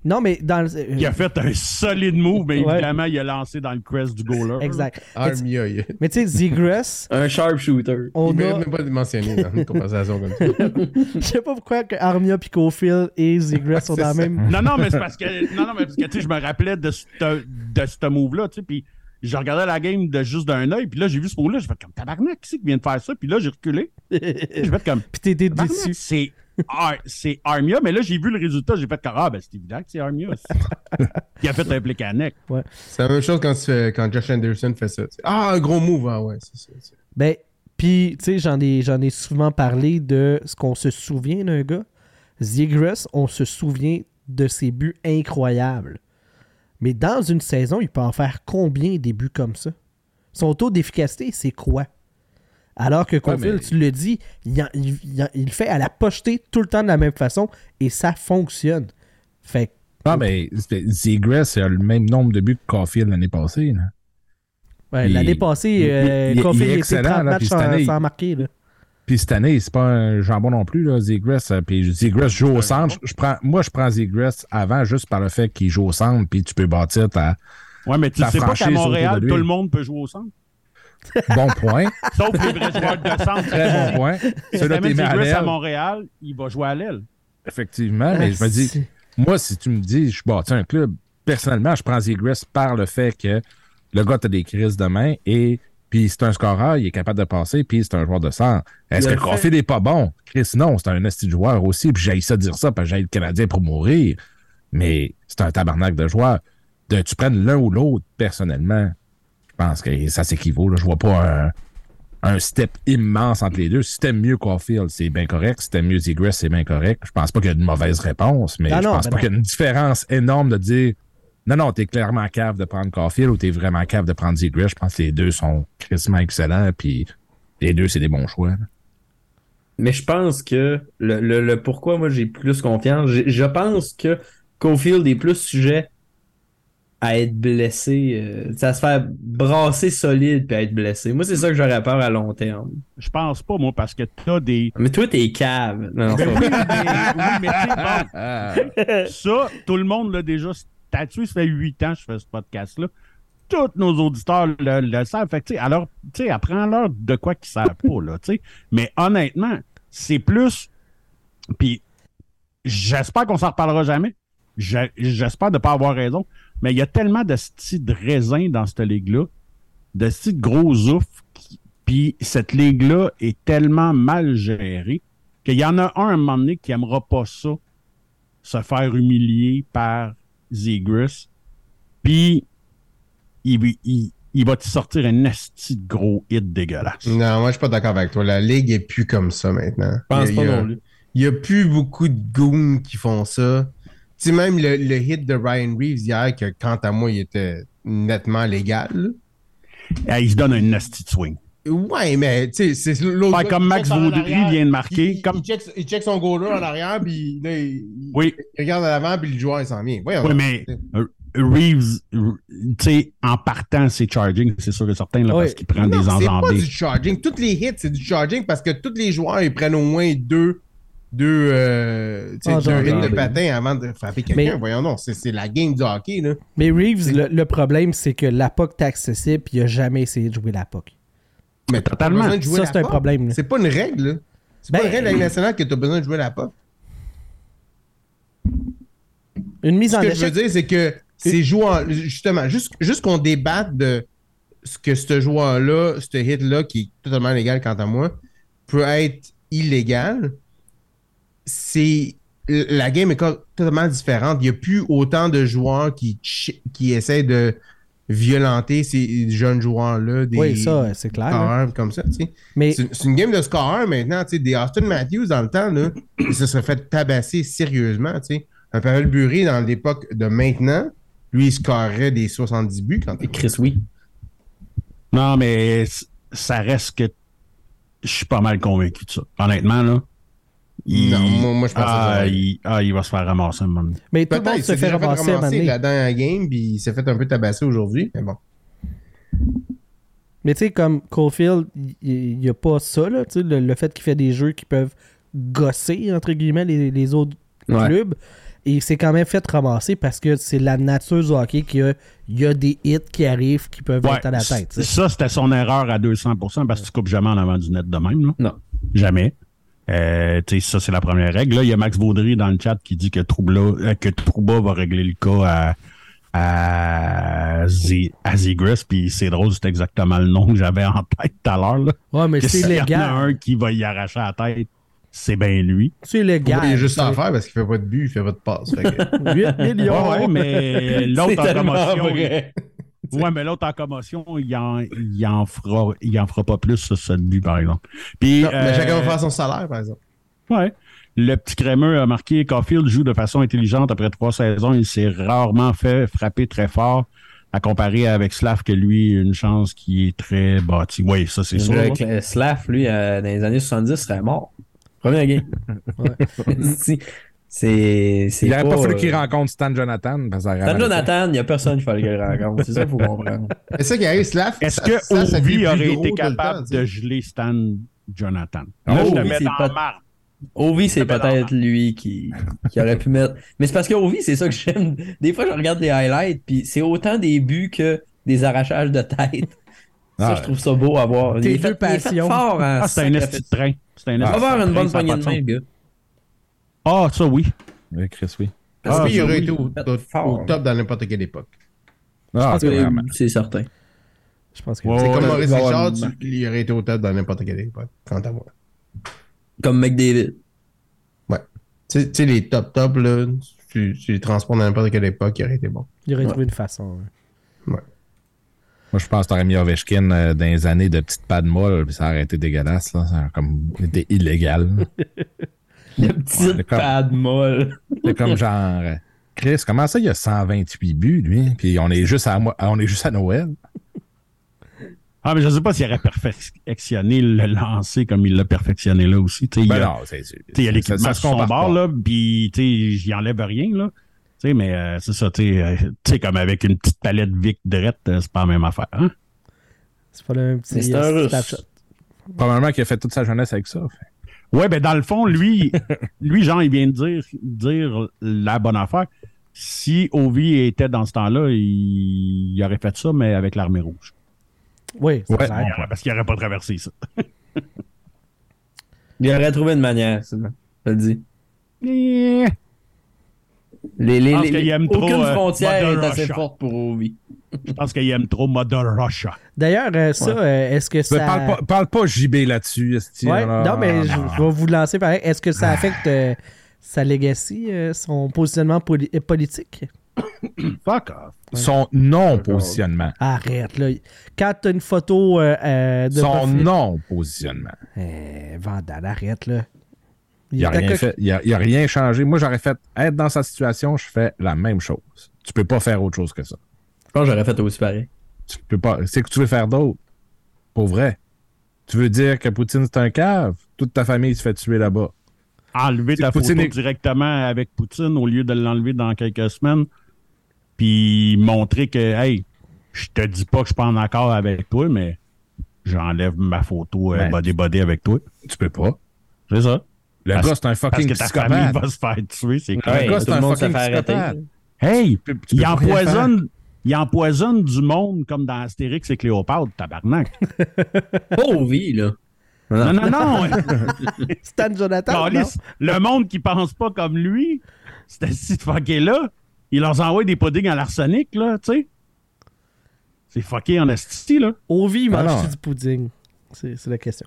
Non, mais dans le. euh, Il a fait un solide move, mais Ouais. évidemment, il a lancé dans le crest du goaler. Exact. Ah, Mais tu- Armia, il Mais tu sais, Zegras, Un sharpshooter. ne on a. même pas mentionné dans une conversation comme ça. Je sais pas pourquoi que Armia puis Cofield et Zegras sont Ah, C'est dans la ça. même. Non, non, mais c'est parce que, non, non, mais parce que tu sais, je me rappelais de ce de ce move-là, tu sais, puis je regardais la game de juste d'un œil, puis là, j'ai vu ce move-là, j'ai fait comme tabarnak, qui c'est qui vient de faire ça? Puis là, j'ai reculé, j'ai puis fait comme t'étais tabarnak, déçu. c'est Ar- c'est Armia, mais là, j'ai vu le résultat, j'ai fait comme ah, ben c'est évident que c'est Armia. Il a fait un plic à neck. C'est la même chose quand, tu fais- quand Josh Anderson fait ça. C'est, Ah, un gros move. Ah, ouais, c'est ça. c'est ça. Ben, puis, tu sais, j'en ai, j'en ai souvent parlé de ce qu'on se souvient d'un gars. Zegras, on se souvient de ses buts incroyables. Mais dans une saison, il peut en faire combien des buts comme ça? Son taux d'efficacité, c'est quoi? Alors que Cofield, mais- tu le dis, il, en- il- il en- il le fait à la pocheté tout le temps de la même façon et ça fonctionne. Fait que Non, Ah, mais Zegras a le même nombre de buts que Caulfield l'année passée. là. ouais, Il- l'année passée, il- euh, il- il est Caulfield était excellent, 30 là, matchs puis cette sans, année, sans marquer. là. Puis cette année, c'est pas un jambon non plus, là, Zegras. Euh, Puis Zegras joue au centre. Je- Je prends, moi, je prends Zegras avant juste par le fait qu'il joue au centre, puis tu peux bâtir ta Ouais, mais tu La sais pas qu'à franchise autour de Montréal, lui. tout le monde peut jouer au centre. bon point. Sauf les vrais joueurs de centre. Très bon point. Si tu Celui-là, t'es amènes mis à Zegras à l'aile. Montréal, il va jouer à l'aile. Effectivement, mais je me dis, moi, si tu me dis, je bâtis un club, personnellement, je prends Zegris par le fait que le gars a des crises de main et puis c'est un scoreur, il est capable de passer, puis c'est un joueur de sang. Est-ce Il que a le fait. Caulfield n'est pas bon? Chris, non, c'est un esti de joueur aussi, puis j'ai ça dire ça, parce que j'ai le Canadien pour mourir. Mais c'est un tabarnak de joueurs. De, tu prennes l'un ou l'autre, personnellement, je pense que ça s'équivaut. là. Je vois pas un, un step immense entre les deux. Si t'aimes mieux Caulfield, c'est bien correct. Si t'aimes mieux Zegris, c'est bien correct. Je pense pas qu'il y a de mauvaise réponse, mais Ah je non, pense ben pas non. qu'il y a une différence énorme de dire non, non, t'es clairement cave de prendre Caulfield ou t'es vraiment cave de prendre Zegris. Je pense que les deux sont crissement excellents, puis les deux, c'est des bons choix. là. Mais je pense que le, le, le pourquoi moi j'ai plus confiance, j'ai- je pense que Cofield est plus sujet à être blessé, euh, ça se fait brasser solide puis à être blessé. Moi, c'est ça que j'aurais peur à long terme. Je pense pas, moi, parce que t'as des. Mais toi, t'es cave. Non, non, c'est pas vrai. des- oui, mais tu sais, bon, Ça, tout le monde l'a déjà statué. Ça fait huit ans que je fais ce podcast-là. Tous nos auditeurs le, le savent. Fait que, tu sais, alors, tu sais, apprends-leur de quoi qu'ils savent pas, là, tu sais. Mais honnêtement, c'est plus... Puis, j'espère qu'on s'en reparlera jamais. Je- J'espère de ne pas avoir raison. Mais il y a tellement de styles de raisins dans cette ligue-là, de styles de gros ouf. qui- Puis, cette ligue-là est tellement mal gérée qu'il y en a un, à un moment donné, qui aimera pas ça se faire humilier par Zegris. Puis, il, il- il va te sortir un asti de gros hit dégueulasse. Non, moi, je suis pas d'accord avec toi. La ligue est plus comme ça maintenant. Je pense Il y pas a- non plus. Il y a plus beaucoup de goons qui font ça. Tu sais, même le, le hit de Ryan Reeves hier, que quant à moi, il était nettement légal. là. Eh, il se donne un asti de swing. Ouais, mais tu sais, c'est l'autre. Ouais, gars comme qui Max check en Vaudry arrière, vient de marquer, Il, comme- il check, il check son goaler en arrière, puis là, il, Oui, il regarde à l'avant, puis le joueur, il s'en vient. Voyons oui donc. mais euh, Reeves, euh, tu sais, en partant, c'est charging, c'est sûr et certain, là, Oui. parce qu'il prend Non, des c'est pas enjambées. du charging. Toutes les hits, c'est du charging parce que tous les joueurs, ils prennent au moins deux, deux, euh, tu sais, Ah, deux hits de enjambées. patin avant de frapper quelqu'un. Mais- Voyons donc, c'est c'est la game du hockey, là. Mais Reeves, le, le problème, c'est que la POC est accessible puis il a jamais essayé de jouer la POC. Mais t'as pas Totalement. besoin de jouer Ça, la c'est un puck. problème, là. C'est pas une règle, là. C'est Ben, pas une règle à la nationale que t'as besoin de jouer la pop. Une mise Ce en que je veux échec. dire, c'est que ces joueurs, justement, juste, juste qu'on débatte de ce que ce joueur-là, ce hit-là, qui est totalement légal quant à moi, peut être illégal, c'est. La game est co- totalement différente. Il n'y a plus autant de joueurs qui, chi- qui essaient de violenter ces jeunes joueurs-là, des Oui, ça, c'est hein. clair. là. scoreurs comme ça. tu sais. Mais Ah, C'est c'est une game de scoreur maintenant, tu sais, des Austin Matthews dans le temps, là, il se serait fait tabasser sérieusement, tu sais. Un Pavel Buré dans l'époque de maintenant, lui, il scorerait des 70 buts quand il Chris, oui. Non, mais c- ça reste que je suis pas mal convaincu de ça. Honnêtement, là. il- Non, moi- moi, je pense que ça ah, va. il, ah, il va se faire ramasser un moment. donné. Mais tout le Peut-être, monde il se s'est fait déjà fait ramasser à un moment ramasser donné. la dernière game, puis il s'est fait un peu tabasser aujourd'hui, mais bon. Mais tu sais, comme Caulfield, il n'y a pas ça, là, tu sais, le, le fait qu'il fait des jeux qui peuvent gosser, entre guillemets, les, les autres Ouais. clubs. Et il s'est quand même fait ramasser parce que c'est la nature du hockey qu'il y a, il y a des hits qui arrivent qui peuvent Ouais, être à la tête. tu sais. ça, c'était son erreur à 200% parce que tu coupes jamais en avant du net de même. Là. Non. Jamais. Euh, tu sais, ça, c'est la première règle. Là, il y a Max Vaudry dans le chat qui dit que Trouba, euh, que Trouba va régler le cas à, à, Z- à Zegris. Puis c'est drôle, c'est exactement le nom que j'avais en tête tout à l'heure. là. Ouais, mais Que c'est s'il y en a légal. un qui va y arracher la tête, c'est bien lui. C'est Pour moi, il y a légal. juste ça à faire parce qu'il fait pas de but, il fait pas de passe. fait que- 8 millions. Ouais, ouais, Euh, mais l'autre en tellement commotion. vrai. Ouais, mais l'autre en commotion, il en, il en fera, il en fera pas plus sur ce but, par exemple. Puis, Non, mais chacun euh, va faire son salaire, par exemple. Ouais. Le petit crémeux a marqué Caulfield joue de façon intelligente après trois saisons. Il s'est rarement fait frapper très fort à comparer avec Slav que lui, une chance qui est très bâtie. Oui, ça c'est sûr. Vrai que Slav, lui, euh, dans les années 70, serait mort. Premier game. Si. c'est. c'est Il n'aurait pas fallu euh, qu'il rencontre Stan Jonathan. parce que ça aurait Stan arrêté. Jonathan, il n'y a personne qu'il fallait qu'il rencontre. C'est ça qu'il faut comprendre. C'est ça qui arrive, Slav. Est-ce ça- que ça, ça devient Ovi plus aurait gros été tout le temps, capable tu sais. de geler Stan Jonathan? Là, Oh, je te oui, mets c'est dans pas- la marde. Ovi, c'est Ah, ben peut-être lui qui, qui aurait pu mettre. Mais c'est parce que Ovi, c'est ça que j'aime. Des fois, je regarde les highlights, puis c'est autant des buts que des arrachages de tête. Ça, Ah, je trouve ça beau à voir. Tes Il est fait- deux il est fait passions. fort en Ah, c'est un esti de sacrifice. train. C'est un Il esti va de avoir une train, bonne ça a pas poignée de de sens. main, le gars. Ah, ça oui. Oui, Chris, oui. Parce Ah, qu'il ben aurait oui. été au, au- au top dans n'importe quelle époque. Ah, Parce que clairement. C'est certain. Je pense que Ouais, C'est ouais, comme ouais. Maurice Ouais, ouais, Richard, ouais. tu- il aurait été au top dans n'importe quelle époque, quant à moi. Comme McDavid. Tu sais- tu sais, les top top, là, tu, tu les transportes dans n'importe quelle époque, il aurait été bon. il aurait trouvé une façon. hein. Moi, je pense que t'aurais mis Ovechkin euh, dans les années de petites pas de molle, puis ça aurait été dégueulasse. Là. Ça aurait comme été illégal. La petite Ouais, d'accord. pad molle. C'est comme genre, euh, Chris, comment ça, il y a 128 buts, lui? Puis on est juste à, mo- on est juste à Ben Noël. Ah, mais je sais pas s'il aurait perfectionné le lancer comme il l'a perfectionné là aussi. Tu sais, il Ben y a- non, c'est sûr. Tu sais, il y a l'équipement Ça- ça sur son compare bord, pas. là, puis tu sais, j'y enlève rien, là. Tu sais, mais euh, c'est ça, tu sais, euh, tu sais, comme avec une petite palette Vic Drette, euh, c'est pas la même affaire, hein? C'est pas le même petit, Mais c'est un euh, petit Russe. tap shot. Probablement qu'il a fait toute sa jeunesse avec ça. fait. Ouais, ben dans le fond, lui, lui, Jean, il vient de dire, dire la bonne affaire. Si Ovi était dans ce temps-là, il, il aurait fait ça, mais avec l'armée rouge. Oui, c'est Ouais. clair. Il aurait- Parce qu'il n'aurait pas traversé ça. Il aurait trouvé une manière, Sylvain. Je le dis. Eh, Les, les, Je pense les- qu'il aime aucune trop, euh, frontière Mother est assez Russia. forte pour Ovi. Je pense qu'il aime trop Mother Russia. D'ailleurs, euh, ça, euh, est-ce que ça. Ben, Parle, pas, parle pas JB là-dessus. esti, Ouais, là. non, mais je, je vais vous lancer pareil. Est-ce que ça affecte euh, sa legacy, euh, son positionnement poli- euh, politique? Fuck off. Son non-positionnement. Arrête, là. Quand t'as une photo euh, euh, de. Son profil- non-positionnement. Eh, Vandal, arrête, là. Il n'a était rien, co- fait- il a- il a rien changé. Moi, j'aurais fait être dans sa situation, je fais la même chose. Tu peux pas faire autre chose que ça. Je pense que j'aurais fait aussi pareil. Tu peux pas. C'est que tu veux faire d'autre. Pour vrai. Tu veux dire que Poutine, c'est un cave. Toute ta famille se fait tuer là-bas. Enlever C'est ta photo Poutine est- directement avec Poutine au lieu de l'enlever dans quelques semaines. Puis montrer que, hey, je te dis pas que je suis pas en accord avec toi, mais j'enlève ma photo euh, Ben, body-body avec toi. Tu peux pas. C'est ça. Le Parce- gars, c'est un Parce fucking que ta famille psychopathe. va se faire tuer, c'est Le clair. gars, c'est tout le un monde se fucking fait arrêter. psychopathe. Hey, Tu peux- tu il peux rien empoisonne, il empoisonne du monde comme dans Astérix et Cléopâtre, tabarnak. Pas Ovi, là. Non, non, non. Stan Jonathan. non? Calice, le monde qui pense pas comme lui, c'est assis de fucké là, il leur envoie des puddings à l'arsenic, là, tu sais. C'est fucké en esti, là. Ovi, il Ah, mange non. du pudding? C'est c'est la question.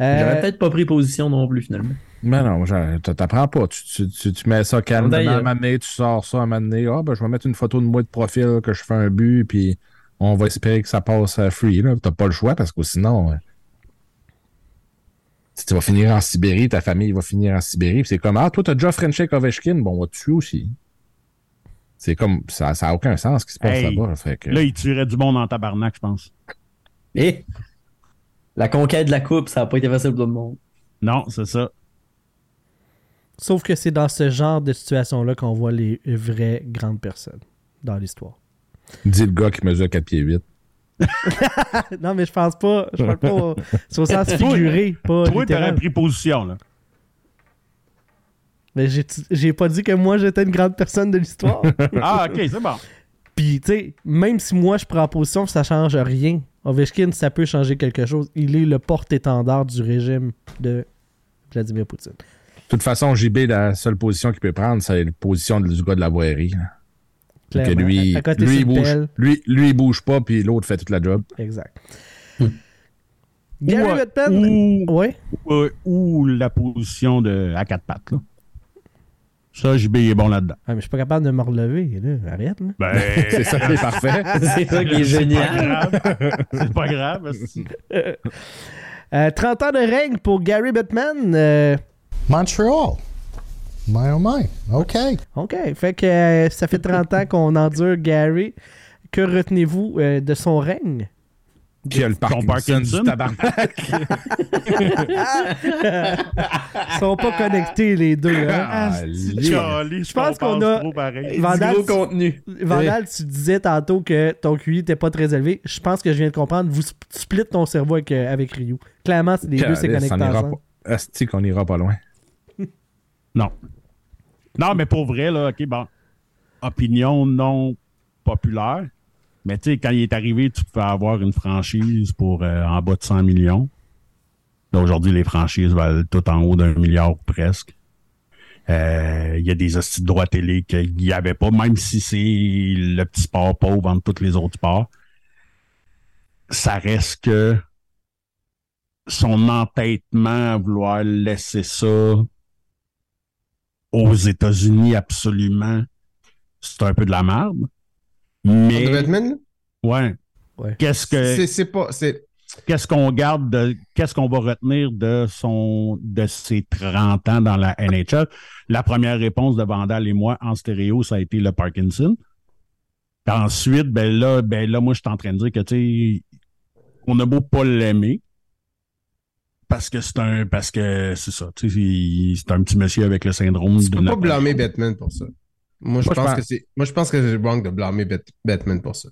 J'aurais Euh, peut-être pas pris position non plus, finalement. Mais non, je- t- t'apprends pas. Tu, tu, tu, tu mets ça calme. D'ailleurs. À un moment donné, tu sors ça à un moment donné. Ah, ben, je vais mettre une photo de moi de profil que je fais un but, puis on va espérer que ça passe euh, free. là. T'as pas le choix parce que sinon, euh, si tu vas finir en Sibérie, ta famille va finir en Sibérie. puis c'est comme, ah, toi, t'as déjà Frenchie Ovechkin. Bon, on va te tuer aussi. C'est comme, ça n'a aucun sens ce qui se passe Hey, là-bas. Fait que- Là, il tuerait du monde en tabarnak, je pense. Et Eh! la conquête de la coupe, ça n'a pas été facile pour le monde. Non, c'est ça. Sauf que c'est dans ce genre de situation-là qu'on voit les vraies grandes personnes dans l'histoire. Dis le gars qui mesure 4 pieds 8. non, mais je pense pas. Je parle pas au, c'est au sens figuré, pas Toi, t'aurais littéral. pris position, là. Mais j'ai- j'ai pas dit que moi, j'étais une grande personne de l'histoire. Ah, ok, c'est bon. Puis, tu sais, même si moi je prends position, ça change rien. Ovechkin, ça peut changer quelque chose. Il est le porte-étendard du régime de Vladimir Poutine. De toute façon, JB, la seule position qu'il peut prendre, c'est la position du gars de la voirie. là. que Clairement. lui, à, à côté, lui, c'est il une bouge, pelle. lui, lui, il bouge pas, puis l'autre fait toute la job. Exact. Gary Hmm. Ou, euh, Bettman. ou, Ouais. euh, ou la position de à quatre pattes, là. Ça, JB est bon là-dedans. Ah, mais je suis pas capable de me relever. Là. Arrête. Là. Ben, C'est ça, c'est parfait. C'est ça qui est c'est pas génial. grave. Ah, C'est pas grave. esti. Euh, 30 ans de règne pour Gary Bettman. Euh, Montreal. My oh my. Okay. OK. Fait que euh, ça fait 30 ans qu'on endure Gary. Que retenez-vous euh, de son règne? Qui a le Parkinson, Parkinson. du tabarnak. Ils sont pas connectés, les deux. hein? Ah, lire. Je pense qu'on a- Vandal, Du gros tu- contenu. Vandal, tu disais tantôt que ton QI n'était pas très élevé. Je pense que je viens de comprendre. Vous sp- tu splits ton cerveau avec, euh, avec Ryu. Clairement, c'est- les deux, c'est Caliste, connecté on ira ensemble. pas- Asti qu'on ira pas loin. Non. Non, mais pour vrai, là, OK, bon. Opinion non populaire. Mais tu sais, quand il est arrivé, tu pouvais avoir une franchise pour euh, en bas de 100 millions. Là, Aujourd'hui, les franchises valent tout en haut d'un milliard ou presque. Euh, Il y a des hosties de droits télé qu'il n'y avait pas, même si c'est le petit sport pauvre entre tous les autres sports. Ça reste que son entêtement à vouloir laisser ça aux États-Unis absolument, c'est un peu de la merde. Pour The Mais, Batman, là? ouais. Ouais. Qu'est-ce que C'est- c'est pas. C'est qu'est-ce qu'on garde de qu'est-ce qu'on va retenir de son de ses 30 ans dans la NHL? La première réponse de Vandal et moi en stéréo, ça a été le Parkinson. Puis Ensuite, ben là, ben là, moi, je suis en train de dire que tu sais, on a beau pas l'aimer. Parce que c'est un. Parce que c'est ça. tu sais, il- C'est un petit monsieur avec le syndrome tu de peux pas Napoléon. blâmer Batman pour ça. Moi, je Moi, je pense pense- que c'est. Moi, je pense que c'est wrong de blâmer Bat- Batman pour ça.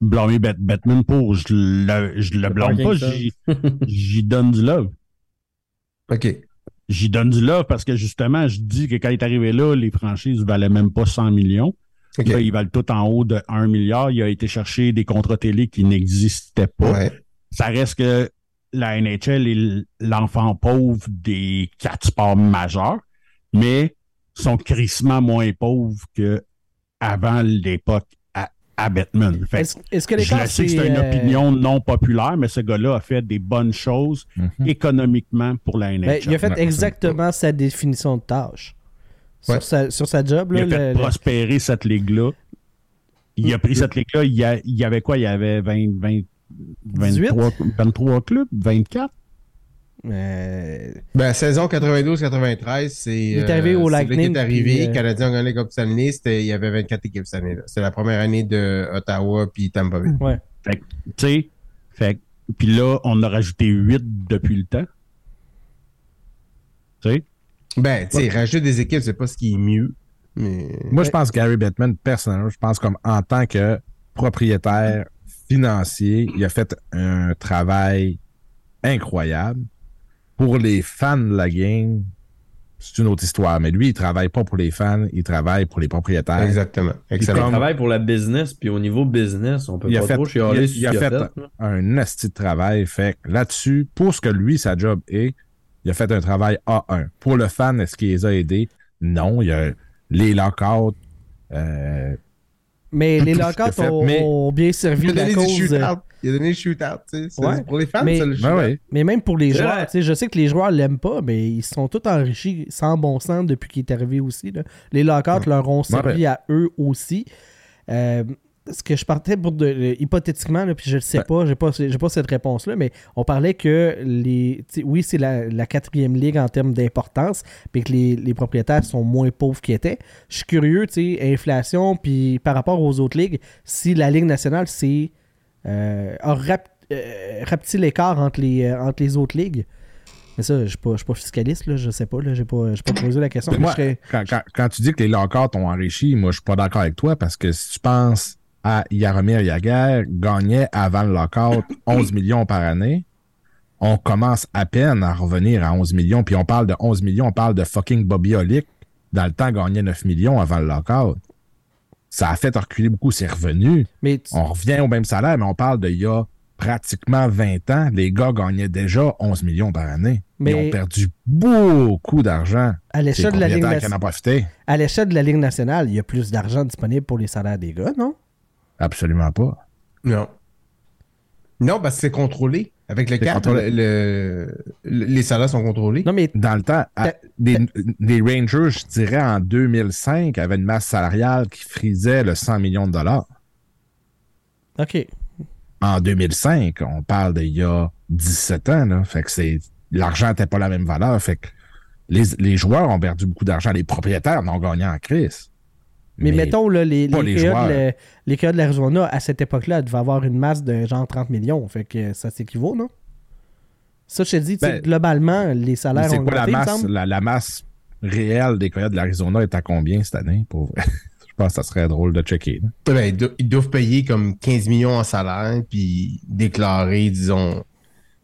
blâmer Bat- Batman pour. Je le, je le blâme pas. Parkinson. J'y j'y donne du love. OK. J'y donne du love parce que justement, je dis que quand il est arrivé là, les franchises valaient même pas 100 millions. OK. Là, ils valent tout en haut de 1 milliard. Il a été chercher des contrats télé qui n'existaient pas. Ouais. Ça reste que la NHL est l'enfant pauvre des quatre sports majeurs, mais sont crissement moins pauvres que avant l'époque à, à Batman. Fait que- Est-ce est-ce que je l'écart, le sais que c'est une euh, opinion non populaire, mais ce gars-là a fait des bonnes choses Mm-hmm. économiquement pour la NHL. ben, il a fait Ouais, c'est- exactement sa définition de tâche. Sur, Ouais. sa, sur sa job, là, Il a fait le- le- prospérer cette ligue-là. Il a pris cette ligue-là. Il y a- il y avait quoi? Il y avait 20, 20, 23, 23 clubs? 24? euh, Ben, saison 92-93, c'est. Il est arrivé au Lightning, Il est arrivé. puis, euh, Les Canadiens ont gagné la Coupe Stanley. c'était- Il y avait 24 équipes cette année-là. C'est la première année de Ottawa puis Tampa Bay. Tu sais? Fait que- Puis là, on a rajouté 8 depuis le temps. Tu sais? Ben, tu sais, rajouter des équipes, c'est pas ce qui est mieux. Mais. Moi, je pense que Gary Bettman, personnellement, je pense comme en tant que propriétaire financier, il a fait un travail incroyable. Pour les fans de la game, c'est une autre histoire. Mais lui, il travaille pas pour les fans, il travaille pour les propriétaires. Exactement. Il Excellent. travaille pour la business, puis au niveau business, on peut Il a pas fait- trop chialer il a- sur ce il a qu'il fait- Un asti de travail. Fait que là-dessus, pour ce que lui, sa job est, il a fait un travail A1. Pour le fan, est-ce qu'il les a aidés? Non. Il y a les lockouts. euh, mais les Tout ce lockouts qu'il a fait, ont, mais- ont bien Il servi a la donné des cause. euh, shootouts. Il a donné des shootouts, tu sais. C'est- Ouais. c'est Pour les fans, Mais- c'est le ben shootout. ouais. Mais même pour les C'est joueurs, vrai. tu sais, je sais que les joueurs l'aiment pas, mais ils se sont tous enrichis sans bon sens depuis qu'il est arrivé aussi. là. Les lockouts leur ont ben. servi à eux aussi. Euh, ce que je partais pour de, euh, hypothétiquement, là, puis je ne sais pas, j'ai pas, j'ai pas cette réponse-là, mais on parlait que les. tu sais, Oui, c'est la, la quatrième ligue en termes d'importance, puis que les, les propriétaires sont moins pauvres qu'ils étaient. Je suis curieux, tu sais, inflation, puis par rapport aux autres ligues, si la Ligue nationale c'est euh, a rap- euh, rapetissé l'écart entre les, euh, entre les autres ligues. Mais ça, je ne suis pas je suis pas fiscaliste, là, je sais pas, là, j'ai pas, j'ai pas posé la question. mais Ben, Moi, je serais- quand, quand- quand tu dis que les lockouts ont enrichi, moi, je suis pas d'accord avec toi parce que si tu penses à Yaromir Yaguer, gagnait avant le lockout 11 millions par année, on commence à peine à revenir à 11 millions. Puis on parle de 11 millions, on parle de fucking Bobby Olick. Dans le temps, gagnait 9 millions avant le lockout. Ça a fait reculer beaucoup ses revenus. mais tu- On revient au même salaire, mais on parle d'il y a pratiquement 20 ans. Les gars gagnaient déjà 11 millions par année. Mais- Ils ont perdu beaucoup d'argent. à C'est l'échelle de la Ligue propriétaires qui nationale. en ont profité. À l'échelle de la Ligue nationale, il y a plus d'argent disponible pour les salaires des gars, non? Absolument pas. Non. Non, parce que c'est contrôlé. Avec le C'est cap, contrôlé. le- le- les salaires sont contrôlés. Non, mais Dans le temps, à- des, des Rangers, je dirais en 2005, avaient une masse salariale qui frisait le 100 millions de dollars. OK. En 2005, on parle d'il y a 17 ans, là. Fait que c'est, l'argent n'était pas la même valeur. Fait que les, les joueurs ont perdu beaucoup d'argent. Les propriétaires n'ont gagné en crise. Mais, mettons, là, les, pas les, les PA joueurs. de la- les PA de l'Arizona, à cette époque-là, devaient avoir une masse de genre 30 millions. Fait que ça s'équivaut, non? Ça, je te dis, tu sais, Ben, globalement, les mais salaires c'est ont quoi la augmenté, il me masse, semble. la, la masse réelle des Coyotes de l'Arizona est à combien cette année? Pour vrai? je pense que ça serait drôle de checker. là. Ben, ils, do- ils doivent payer comme 15 millions en salaire, puis déclarer, disons,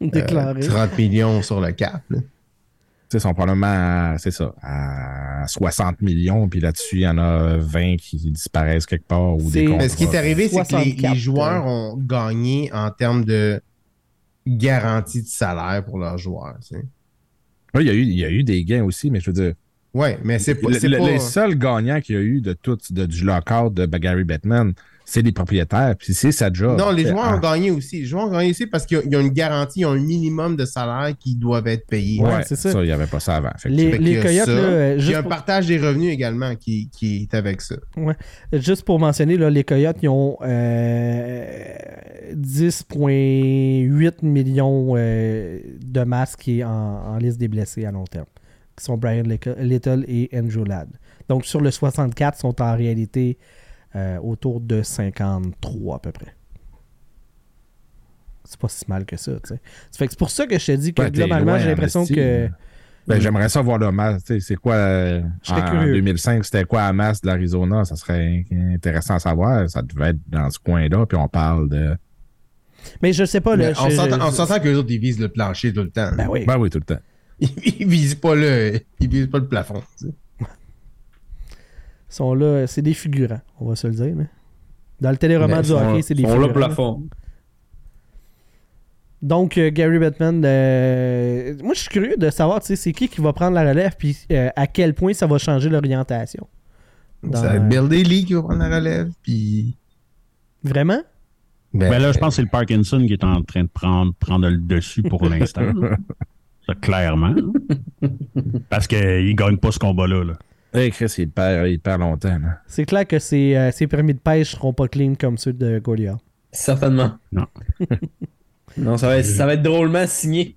euh, Déclaré. 30 millions sur le cap. là. Tu sais, sont probablement, à- c'est ça, à 60 millions, puis là-dessus, il y en a 20 qui disparaissent quelque part ou C'est- des contrats. Mais ce qui est arrivé, c'est que les- 64, les, joueurs ont gagné en termes de garantie de salaire pour leurs joueurs. tu sais. Ouais, il, y a eu, il y a eu des gains aussi, mais je veux dire, Ouais, mais c'est pas. Le- c'est le- pas- Les seuls gagnants qu'il y a eu de tout, de, du lockout de Gary Batman, c'est les propriétaires. Puis c'est sa job. Non, les C'est- joueurs ah, ont gagné aussi. Les joueurs ont gagné aussi parce qu'ils ont- ils ont une garantie, ils ont un minimum de salaire qui doivent être payés. Ouais, Ouais, c'est c'est ça. ça. Il n'y avait pas ça avant. Fait que- Les, Fait qu'il y les a Coyotes, ça. là, euh, Il y a juste, un pour, partage des revenus également qui, qui est avec ça. juste pour mentionner, là, les Coyotes, ils ont euh, 10,8 millions euh, de masques qui est en, en liste des blessés à long terme, qui sont Brian Lick- Little et Andrew Ladd. Donc, sur le 64, sont en réalité euh, autour de 53 à peu près. C'est pas si mal que ça, tu sais. Ça fait que C'est pour ça que je te dis que Ouais, t'es globalement, loin j'ai en l'impression esti, que. là. Ben, J'aimerais ça voir le masque. tu sais, C'est quoi euh, Je serais en curieux. 2005, c'était quoi la masse de l'Arizona? Ça serait intéressant à savoir. Ça devait être dans ce coin-là. Puis on parle de. Mais je sais pas, là. Mais on je- je- s'entend- on s'entend que les autres, ils visent le plancher tout le temps. Ben oui. Ben oui, tout le temps. Ils visent pas le, ils visent pas le plafond. tu sais. sont là, c'est des figurants, on va se le dire. mais Dans le téléroman Mais du hockey, c'est des On figurants. le plafond. Donc, euh, Gary Bettman, euh, moi, je suis curieux de savoir, tu sais, c'est qui qui va prendre la relève, puis euh, à quel point ça va changer l'orientation. Dans- Ça va être Bill Daly qui va prendre la relève, puis. Vraiment? Ben, Ben là, je pense que c'est le Parkinson qui est en train de prendre, prendre le dessus pour l'instant. Ça, clairement. Parce qu'il ne gagne pas ce combat-là. là. Hey, Chris, il perd, il perd longtemps. là. C'est clair que ces, euh, ces permis de pêche seront pas clean comme ceux de Goliath. Certainement. Non. non, ça va, être, ça va être drôlement signé.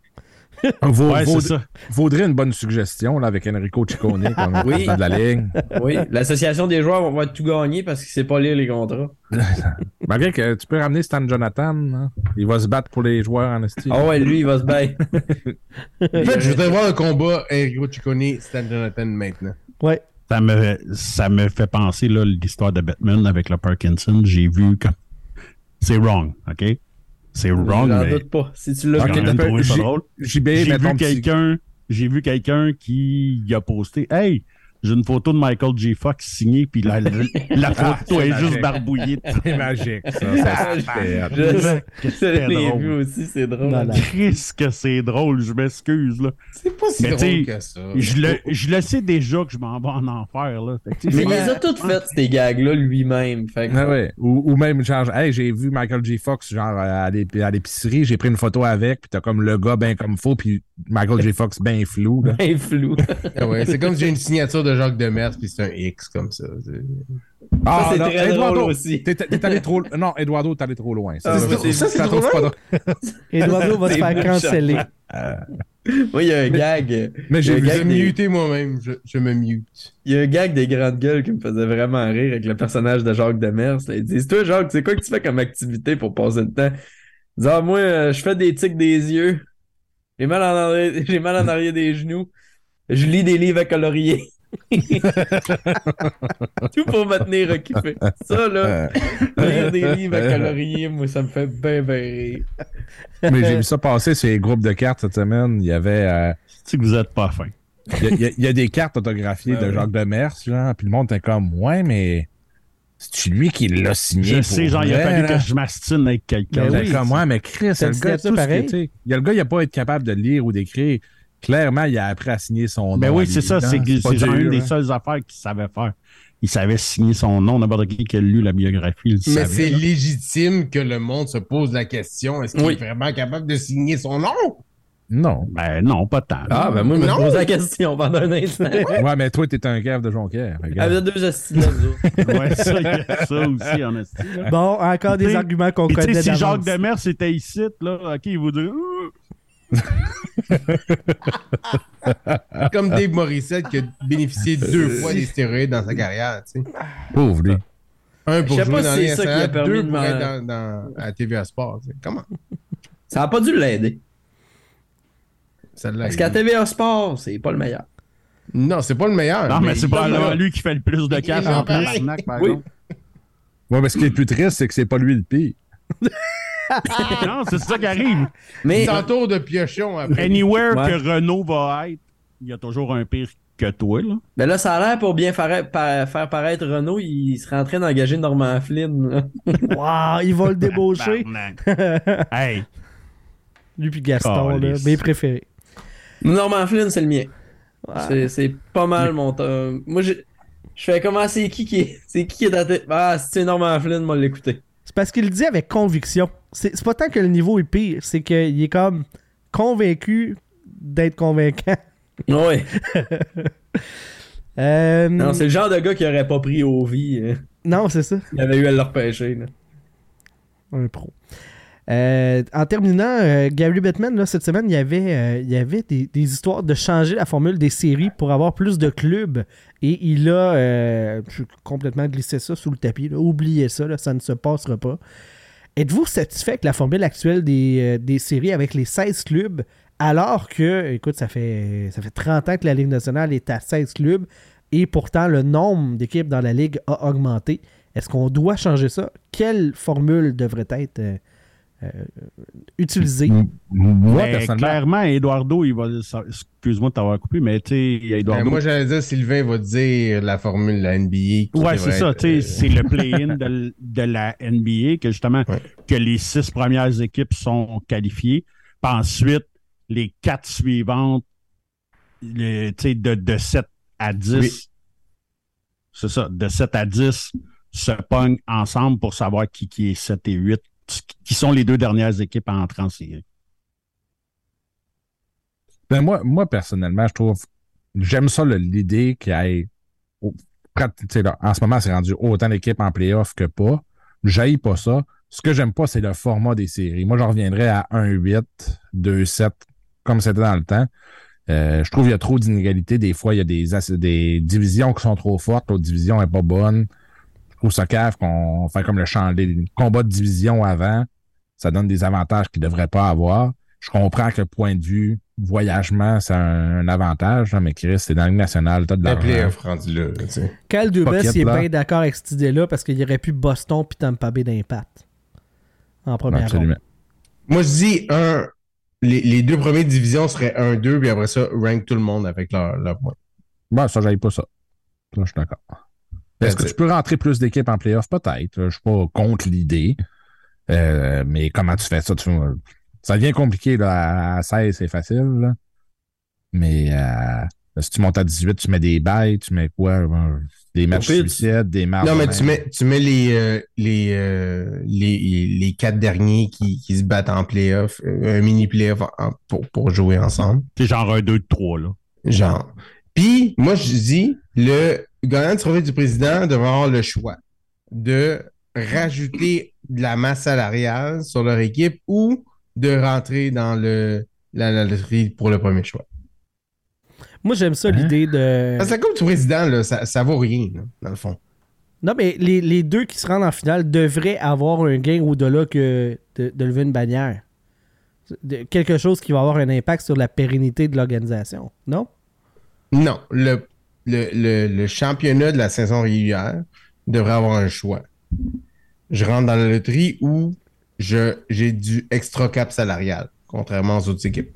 Vaut- Ouais, vaudrait- c'est ça. Vaudrait une bonne suggestion là, avec Enrico Ciccone comme Oui. président de la ligne. Oui, l'association des joueurs va- va tout gagner parce qu'il sait pas lire les contrats. Malgré que tu peux ramener Stan Jonathan, hein. il va se battre pour les joueurs en estime. Oh. Ah ouais, lui, il va se bailler. en euh, fait, je voudrais voir le combat Enrico Ciccone, Stan Jonathan maintenant. Ouais. Ça me, ça me fait penser là, l'histoire de Batman avec le Parkinson. J'ai vu comme. C'est wrong, OK? C'est wrong, J'en mais. doute pas. Si tu l'as J'ai Ok, quand même t'as trouvé pas- ça j'ai- drôle. JB, J'ai mettons petit- vu quelqu'un j'ai vu quelqu'un qui a posté Hey, j'ai une photo de Michael J. Fox signée, puis la, la- la photo c'est est magique. juste barbouillée. C'est magique, ça. Ah, ça se fait. Je, Ah, je C'était l'ai drôle. vu aussi, c'est drôle. Voilà. Chris, que c'est drôle, je m'excuse. là. C'est pas si Mais drôle t'sais, que ça. Je le, je le sais déjà que je m'en vais en enfer. Là. Fait que, tu sais, Mais il les a toutes faites, ces gags-là, lui-même. Fait que- Ah ouais. ou, ou même, genre, hey, j'ai vu Michael J. Fox genre, à l'ép- à l'épicerie, j'ai pris une photo avec, puis t'as comme le gars bien comme faux, puis Michael J. Fox bien flou. là. Ben flou. Ah ouais, c'est comme si j'ai une signature de Jacques Demers, puis c'est un X comme ça. tu sais. Ça, Ah, c'est non, très Eduardo, drôle aussi. T'es t'es allé trop Non, Eduardo, t'es allé trop loin. Ah, Ça, mais c'est- ça, c'est ça, trop trouve loin. pas drôle. Eduardo va se C'est faire beau, canceller. Moi, il y a un gag. Mais j'ai Le vu gars Je qui- vais me muter moi-même, je, je me mute. Il y a un gag des grandes gueules qui me faisait vraiment rire avec le personnage de Jacques Demers. Là. Ils disent Toi, Jacques, c'est quoi que tu fais comme activité pour passer le temps Il dit Ah, moi, euh, je fais des tics des yeux. J'ai mal, en arrière... j'ai mal en arrière des genoux. Je lis des livres à colorier. Tout pour me tenir occupé. Ça, là, lire des livres à colorier, moi, ça me fait bien, bien rire. Mais j'ai vu ça passer sur les groupes de cartes cette semaine. Il y avait. euh, c'est que vous êtes pas fin. Il y a- il y, a- il y a des cartes autographiées Ah de oui. Jacques Demers, genre, puis le monde était comme Ouais, mais c'est lui qui l'a signé. Je pour sais, genre, il a vrai, fallu là. que je m'astine avec quelqu'un. Ben J'étais oui. comme ouais, mais Chris, T'as le dit ça gars, tout ce que- pareil? tu sais, il y a le gars, il n'a pas été capable de lire ou d'écrire. Clairement, il a appris à signer son nom. Ben oui, à c'est lui, ça. hein. C'est pas c'est genre dur, une des hein. seules affaires qu'il savait faire. Il savait signer son nom, n'importe qui qui a lu la biographie. Il le Mais savait, c'est là. légitime que le monde se pose la question est-ce qu'il Oui. est vraiment capable de signer son nom Non. Ben non, pas tant. Ah, ben moi, je me me pose pose la question pendant un instant. Ouais, mais toi, t'es un gaffe de Jonquière. regarde. Avec deux astuces. Ouais, ça, il y a ça aussi, en esti, là. Bon, encore des Puis- arguments qu'on Puis tu connaît sais, si Jacques d'avance. Demers était ici, là, OK, il vous dirait... Ouh! Comme Dave Morissette qui a bénéficié deux fois des stéroïdes dans Euh, sa carrière. tu sais. Pauvre, lui. Un pour Je sais pas jouer dans si les c'est ça qui SNL, a permis deux de pour m'en- être dans, dans- à TVA Sport. tu sais. Comment Ça n'a pas dû l'aider. Celle-là. Parce qu'à il- TVA Sport, c'est pas le meilleur. Non, c'est pas le meilleur. Non, mais c'est Ah, il- probablement lui qui fait le plus de Il cash est en plus. pareil. Snack, par Oui. contre. Ouais, mais ce qui est le plus triste, c'est que c'est pas lui le pire. Non, c'est ça qui arrive. Il Mais s'entoure de piochons après. Anywhere Ouais. que Renault va être, il y a toujours un pire que toi, là. ben là, ça a l'air pour bien faire, pa- faire paraître Renault, il serait en train d'engager Norman Flynn. là. Waouh, ils vont le débaucher. Tabarnak. hey, Lui puis Gaston, là, Calice. mes préférés. Norman Flynn, c'est le mien. Ouais. C'est- C'est pas mal mon temps. Moi, je, je fais comment c'est qui qui est, c'est qui qui est à tête. Ah, c'est Norman Flynn, moi, l'écouter. C'est parce qu'il le dit avec conviction. C'est c'est pas tant que le niveau est pire, c'est qu'il est comme convaincu d'être convaincant. Ouais. Euh, Non, c'est le genre de gars qui aurait pas pris au vie. hein. non, c'est ça. Il avait eu à le repêcher. là. Un pro. Euh, en terminant, euh, Gary Bettman, là, cette semaine, il y avait, euh, il y avait des, des histoires de changer la formule des séries pour avoir plus de clubs. Et il a euh, complètement glissé ça sous le tapis. là. Oubliez ça, là, ça ne se passera pas. Êtes-vous satisfait que la formule actuelle des, euh, des séries avec les 16 clubs, alors que, écoute, ça fait, ça fait 30 ans que la Ligue nationale est à 16 clubs et pourtant le nombre d'équipes dans la Ligue a augmenté? Est-ce qu'on doit changer ça? Quelle formule devrait être euh, euh, utilisée? M- Moi, Mais personnellement, clairement, Eduardo, il va. ça- Excuse-moi de t'avoir coupé, mais tu sais, Ben, Eduardo. moi, j'allais dire, Sylvain va dire la formule de la NBA. qui Ouais, devrait c'est ça. être, tu sais, euh, C'est le play-in de, l- de la NBA que justement Ouais. que les six premières équipes sont qualifiées. Puis ensuite, les quatre suivantes, le- tu sais, de, de 7 à 10, Oui. c'est ça, de 7 à 10 se pognent ensemble pour savoir qui, qui est 7 et 8, qui sont les deux dernières équipes à entrer en série. ben, moi, moi, personnellement, je trouve. J'aime ça le- l'idée qu'il y ait. au- prat- tu sais, là, en ce moment, c'est rendu autant d'équipes en playoff que pas. J'aille pas ça. Ce que j'aime pas, c'est le format des séries. Moi, j'en reviendrais à 1-8, 2-7, comme c'était dans le temps. Euh, je trouve qu'il y a trop d'inégalités. Des fois, il y a des, ass- des divisions qui sont trop fortes, l'autre division est pas bonne. Je trouve ça cave qu'on fait comme le champ, les combats de division avant. Ça donne des avantages qu'ils ne devraient pas avoir. Je comprends que le point de vue voyagement, c'est un, un avantage, hein, mais Chris, c'est dans la Ligue nationale, t'as de la l'argent. playoff rendu là. tu sais. Cal Dubas Pocket, il est là. bien d'accord avec cette idée-là parce qu'il aurait pu Boston puis Tampa Bay d'impact en première Absolument. ronde. Moi, je dis un. Les, les deux premières divisions seraient 1-2, puis après ça, rank tout le monde avec leur, leur point. Bon, Ben, ça, j'aille pas ça. Ça, je suis d'accord. Est-ce que That's tu peux rentrer plus d'équipes en playoff? Peut-être. Je suis pas contre l'idée. Euh, mais comment tu fais ça? Tu- Ça devient compliqué. Là. À 16, c'est facile. là. Mais euh, si tu montes à 18, tu mets des bails, tu mets quoi? euh, Des matchs pire, tu- suicides, des matchs. non, mais tu mets, tu mets les, euh, les, euh, les, les quatre derniers qui, qui se battent en playoff, euh, un mini playoff en- pour, pour jouer ensemble. C'est genre un 2 de 3, là. Genre. Puis, moi, je dis, le gagnant du trophée du président devrait avoir le choix de rajouter de la masse salariale sur leur équipe ou de rentrer dans le, la, la loterie pour le premier choix. Moi, j'aime Hein? ça l'idée de. Parce que la Coupe du président, là, ça, ça vaut rien, là, dans le fond. Non, mais les, les deux qui se rendent en finale devraient avoir un gain au-delà que de, de lever une bannière. De- quelque chose qui va avoir un impact sur la pérennité de l'organisation. Non? Non, le, le, le, le championnat de la saison régulière devrait avoir un choix. Je rentre dans la loterie ou je, j'ai du extra cap salarial, contrairement aux autres équipes.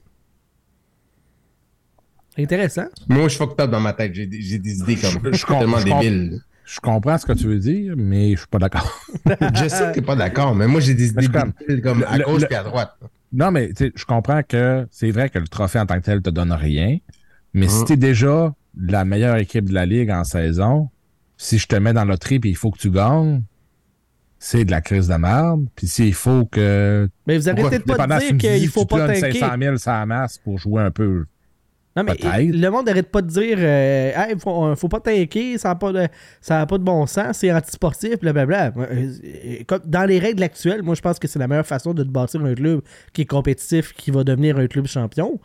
Intéressant. Mais moi, je suis fucked up dans ma tête. J'ai, des- j'ai des idées comme Je- je com- tellement je com- débiles. Je comprends ce que tu veux dire, mais je suis pas d'accord. Je sais que t'es pas d'accord, mais moi, j'ai des Mais idées je comprends. débiles comme à Le- gauche le- puis à droite. Non, mais tu sais, je comprends que c'est vrai que le trophée en tant que tel te donne rien, mais si Mm. tu es déjà la meilleure équipe de la ligue en saison, si je te mets dans la loterie et il faut que tu gagnes, c'est de la crise de merde. Puis s'il faut que. Mais vous arrêtez de pas dépendant de si tu dire me dis qu'il que faut tu te pas donnes tanker. 500 000 sans masse pour jouer un peu. Non, mais Peut-être. le monde n'arrête pas de dire euh, Hey, faut, faut pas tanker, ça n'a pas, de- ça a pas de bon sens, c'est antisportif, blablabla. Euh, euh, comme Dans les règles actuelles, moi, je pense que c'est la meilleure façon de te bâtir un club qui est compétitif, qui va devenir un club champion.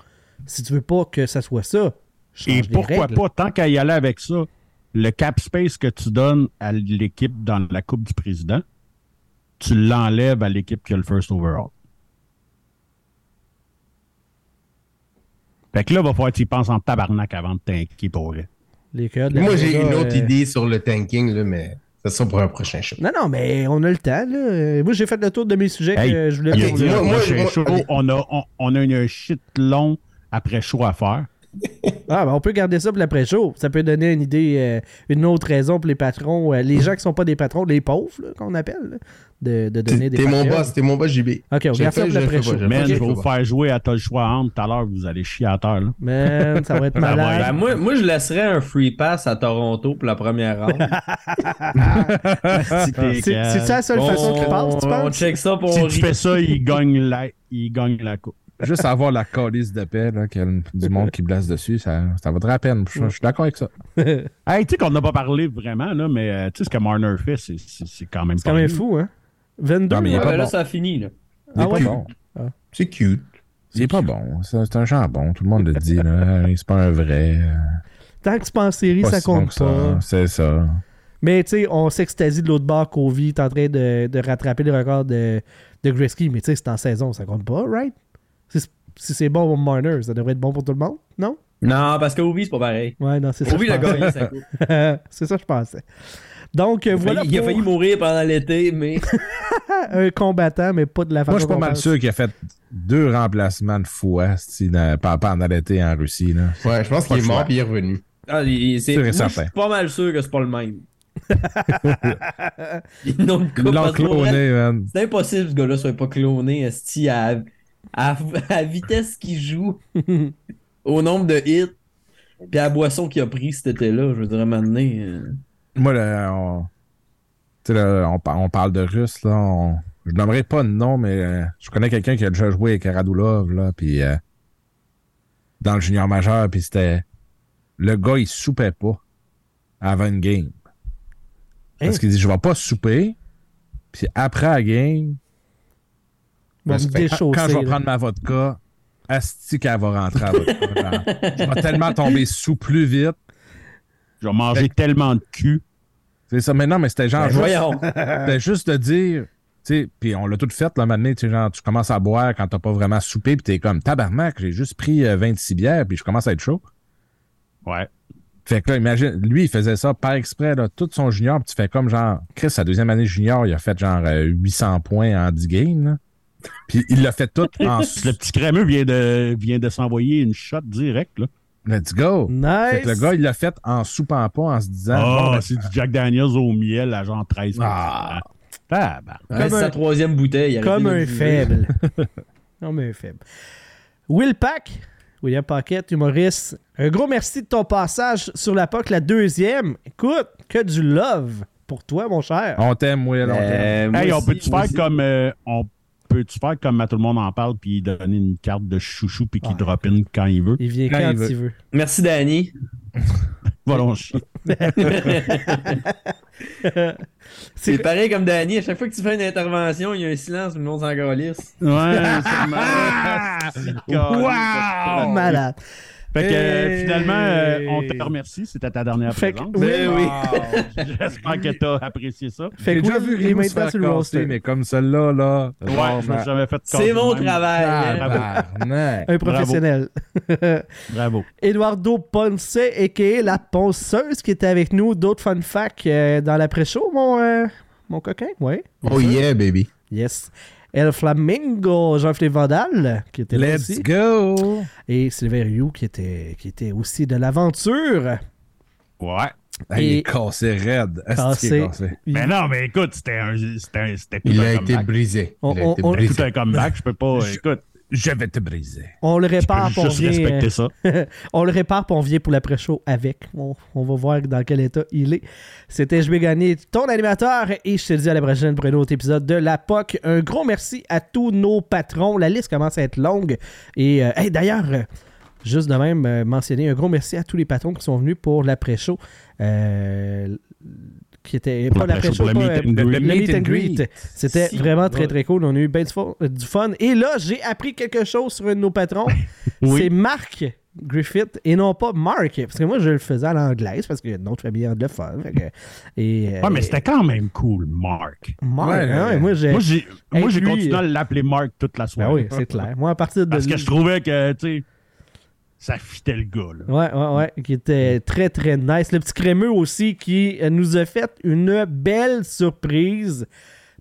Si tu veux pas que ça soit ça, change Et les pourquoi règles. pas, tant qu'à y aller avec ça, le cap space que tu donnes à l'équipe dans la Coupe du Président, tu l'enlèves à l'équipe qui a le first overall. Fait que là, va falloir que tu y penses en tabarnak avant de t'inquiéter pour vrai. Les cœurs de la Moi, j'ai Liga, une autre euh, idée sur le tanking, là, mais ça sera pour un prochain show. Non, non, mais on a le temps. Là. Euh, Moi, j'ai fait le tour de mes sujets Hey, que je voulais Il y a- parler. il y a moi- un moi, prochain moi- show, ok. on a, on, on a une shit long après show à faire. Ah, ben, on peut garder ça pour l'après-show. Ça peut donner une idée, euh, une autre raison pour les patrons, euh, les gens qui sont pas des patrons, les pauvres, là, qu'on appelle, là, de, de donner des T'es t'es mon Patreons. boss, t'es mon boss, JB. Ok, on Je le garde ça fais, pour je le fais l'après-show. pas, je le Man, fais je vais pas. vous faire jouer à T'as le choix entre tout à l'heure, vous allez chier à terre. Là. Man, ça va être va malade. être- Ben, moi, moi, je laisserais un free pass à Toronto pour la première ronde. Si t'es- Ah, C'est- C'est ça la seule Bon, façon qu'il passe, tu On penses? check ça pour euh, Si on tu rit. fais ça, il gagne la, il gagne la coupe. Juste avoir la calice de paix, là, qu'il y a du monde qui blesse dessus, ça, ça vaudrait la peine. Je, je suis d'accord avec ça. Hey, tu sais qu'on n'a pas parlé vraiment, là, mais euh, tu sais ce que Marner fait, c'est- c'est c'est quand même C'est quand pas même mieux. fou, hein? euh, 22, Non, mais il est Ah, pas ben là, bon. ça finit. Là. Il est Ah pas ouais? bon. C'est cute. Il est pas bon. C'est c'est un jambon. Tout le monde le dit. là. C'est pas un vrai. tant que c'est pas en série, Pas ça si bon compte que pas. C'est ça. Mais tu sais, on s'extasie de l'autre bord qu'Ovi est en train de, de rattraper le record de, de Gretzky, mais tu sais, c'est en saison, ça compte pas, right? Si- Si c'est bon pour Marner, ça devrait être bon pour tout le monde, non? Non, parce que Ovi, c'est pas pareil. Ouais, non, c'est ça. Ovi, je il a pensais. gagné sa coupe. c'est ça, je pensais. Donc, euh, Il a voilà failli- Ben, il a pour failli mourir pendant l'été, mais. un combattant, mais pas de la façon Moi, je suis pas qu'on mal pense. sûr qu'il a fait deux remplacements de fois si, dans- par- pendant l'été en Russie. Là. Ouais, je pense Pas qu'il le est mort choix. puis il est revenu. Ah, il- il- c'est Sûr et moi, certain. Je suis pas mal sûr que c'est pas le même. Ils n'ont une coupe, Ils l'ont parce que pour vrai, cloné, man. C'est impossible, ce gars-là, soit pas cloné, esti, à, à, à la vitesse qu'il joue, au nombre de hits, puis à la boisson qu'il a pris cet été-là, je veux dire, à un moment donné, euh, Moi, là, on, tu sais, là, on, par- on parle de Russe. Là, on- je nommerai pas de nom, mais euh, je connais quelqu'un qui a déjà joué avec Radulov. Là, puis, euh, dans le junior majeur, puis c'était. Le gars, il soupait pas avant une game. Parce Hein? qu'il dit Je vais pas souper. Puis après la game, Ils vont me Respect. Ah, Quand- déchausser, Quand je vais là. prendre ma vodka, asti qu'elle va rentrer à vodka. genre. je vais tellement tomber sous plus vite. Je vais manger tellement de cul. C'est ça. Mais non, mais c'était genre ben, juste, voyons. c'était juste de dire. tu sais, Puis on l'a tout fait, là, maintenant, tu sais, genre, tu commences à boire quand t'as pas vraiment soupé, puis t'es comme tabarnak, j'ai juste pris euh, 26 bières, puis je commence à être chaud. Ouais. Fait que là, imagine, lui, il faisait ça par exprès, là, tout son junior, puis tu fais comme genre, Chris, sa deuxième année junior, il a fait genre euh, 800 points en 10 games, là. Puis il l'a fait tout en. Le petit crémeux vient de, vient de s'envoyer une shot direct. Là. Let's go! Fait Nice! que le gars, il l'a fait en soupant pas, en se disant. Ah, bon, ben, c'est du Jack Daniels au miel à genre 13 Ah. Ah, ben. Ouais, c'est sa troisième bouteille. arrêtez Comme de un juger. faible. Comme un faible. Will Pack, William Paquette, humoriste, un gros merci de ton passage sur la POC, la deuxième. Écoute, que du love pour toi, mon cher. on t'aime, Will, on t'aime. Euh, moi Hey, on aussi, peut-tu moi faire aussi. comme. euh, on peut-tu faire comme à tout le monde en parle, puis donner une carte de chouchou, puis qu'il drop in quand il veut? Il vient quand quand il il veut. Merci, Danny. Va donc chier. C'est- C'est pareil comme Danny, à chaque fois que tu fais une intervention, il y a un silence, tout le monde s'en calisse. Ouais, c'est malade. C'est Wow! Ah, calme. Malade. Fait que euh, Hey! finalement, euh, on te remercie. C'était ta dernière Fait que, présence. Will, J'espère que t'as apprécié ça. fait que J'ai déjà Will vu est Rimo se maintenant faire sur le casser, roster. mais comme celle-là, là. Ouais, je me suis jamais fait C'est casser mon de même. travail. hein. Ah, Tabarnak. Un professionnel. Bravo. Eduardo Ponce, a.k.a. la ponceuse qui était avec nous. D'autres fun facts euh, dans l'après-show, mon, euh, mon coquin, ouais. Oh yeah, baby. Yes. El Flamingo, Jean-Philippe Vandal, qui était là Let's aussi. go! Et Sylvain Rioux, qui était, qui était aussi de l'aventure. Ouais. Hey, il Et- est cassé raide. Asti qu'il est cassé. Il- Mais non, mais écoute, c'était un, c'était un, c'était tout Il a un été comeback. brisé. On- Il a on- été on- brisé. Tout un comeback, je peux pas. Écoute, Je vais te briser. On le je peux répare, puis on juste respecter vient, ça. on le répare, puis on vient pour l'après-show avec. On, on va voir dans quel état il est. C'était Je vais gagner ton animateur et je te dis à la prochaine pour un autre épisode de La POC. Un gros merci à tous nos patrons. La liste commence à être longue. Et euh, hey, d'ailleurs, euh, juste de même euh, mentionner un gros merci à tous les patrons qui sont venus pour l'après-show. Euh, qui était Pour pas l'après-show, l'après-show, pas, pour le meet euh, and le greet. meet and greet. C'était Si. vraiment très Ouais. très cool. On a eu ben du, fo- euh, du fun. Et là, j'ai appris quelque chose sur un de nos patrons. Oui. C'est Marc Griffith et non pas Mark. Parce que moi, je le faisais à l'anglaise parce qu'il y a une autre famille anglophone. Fait que- et, euh, Ouais, mais c'était quand même cool, Mark. Mark. Ouais, hein, ouais. et moi, j'ai. Moi, j'ai Hey, moi, j'ai lui, continué euh, à l'appeler Mark toute la soirée. Ben oui, c'est clair. Moi, à partir de. Parce que je trouvais que, tu sais, ça fitait le gars, là. Ouais, ouais, ouais, qui était très, très nice. Le petit crémeux aussi qui euh, nous a fait une belle surprise.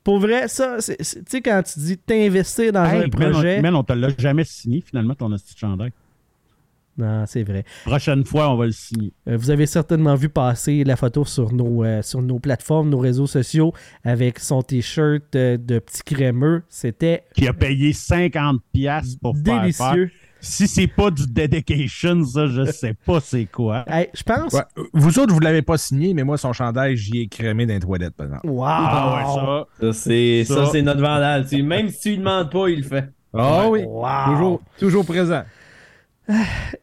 Pour vrai, ça, c'est- c'est- tu sais, quand tu dis t'investir dans Hey, un man, projet, on- man, on te l'a jamais signé, finalement, ton petit chandail. Non, c'est vrai. Prochaine fois, on va le signer. Euh, Vous avez certainement vu passer la photo sur nos, euh, sur nos plateformes, nos réseaux sociaux, avec son t-shirt euh, de petit crémeux. C'était Qui a payé 50$ piastres pour faire faire délicieux. Si c'est pas du dedication, ça, je sais pas c'est quoi. Hey, je pense. Ouais. Vous autres, vous l'avez pas signé, mais moi, son chandail, j'y ai crémé dans les toilettes, par exemple. Wow! Ah Ça, c'est Ça. ça, c'est notre vandale. Tu sais, Même si tu lui demandes pas, il le fait. Ah oui, Wow. toujours, toujours présent.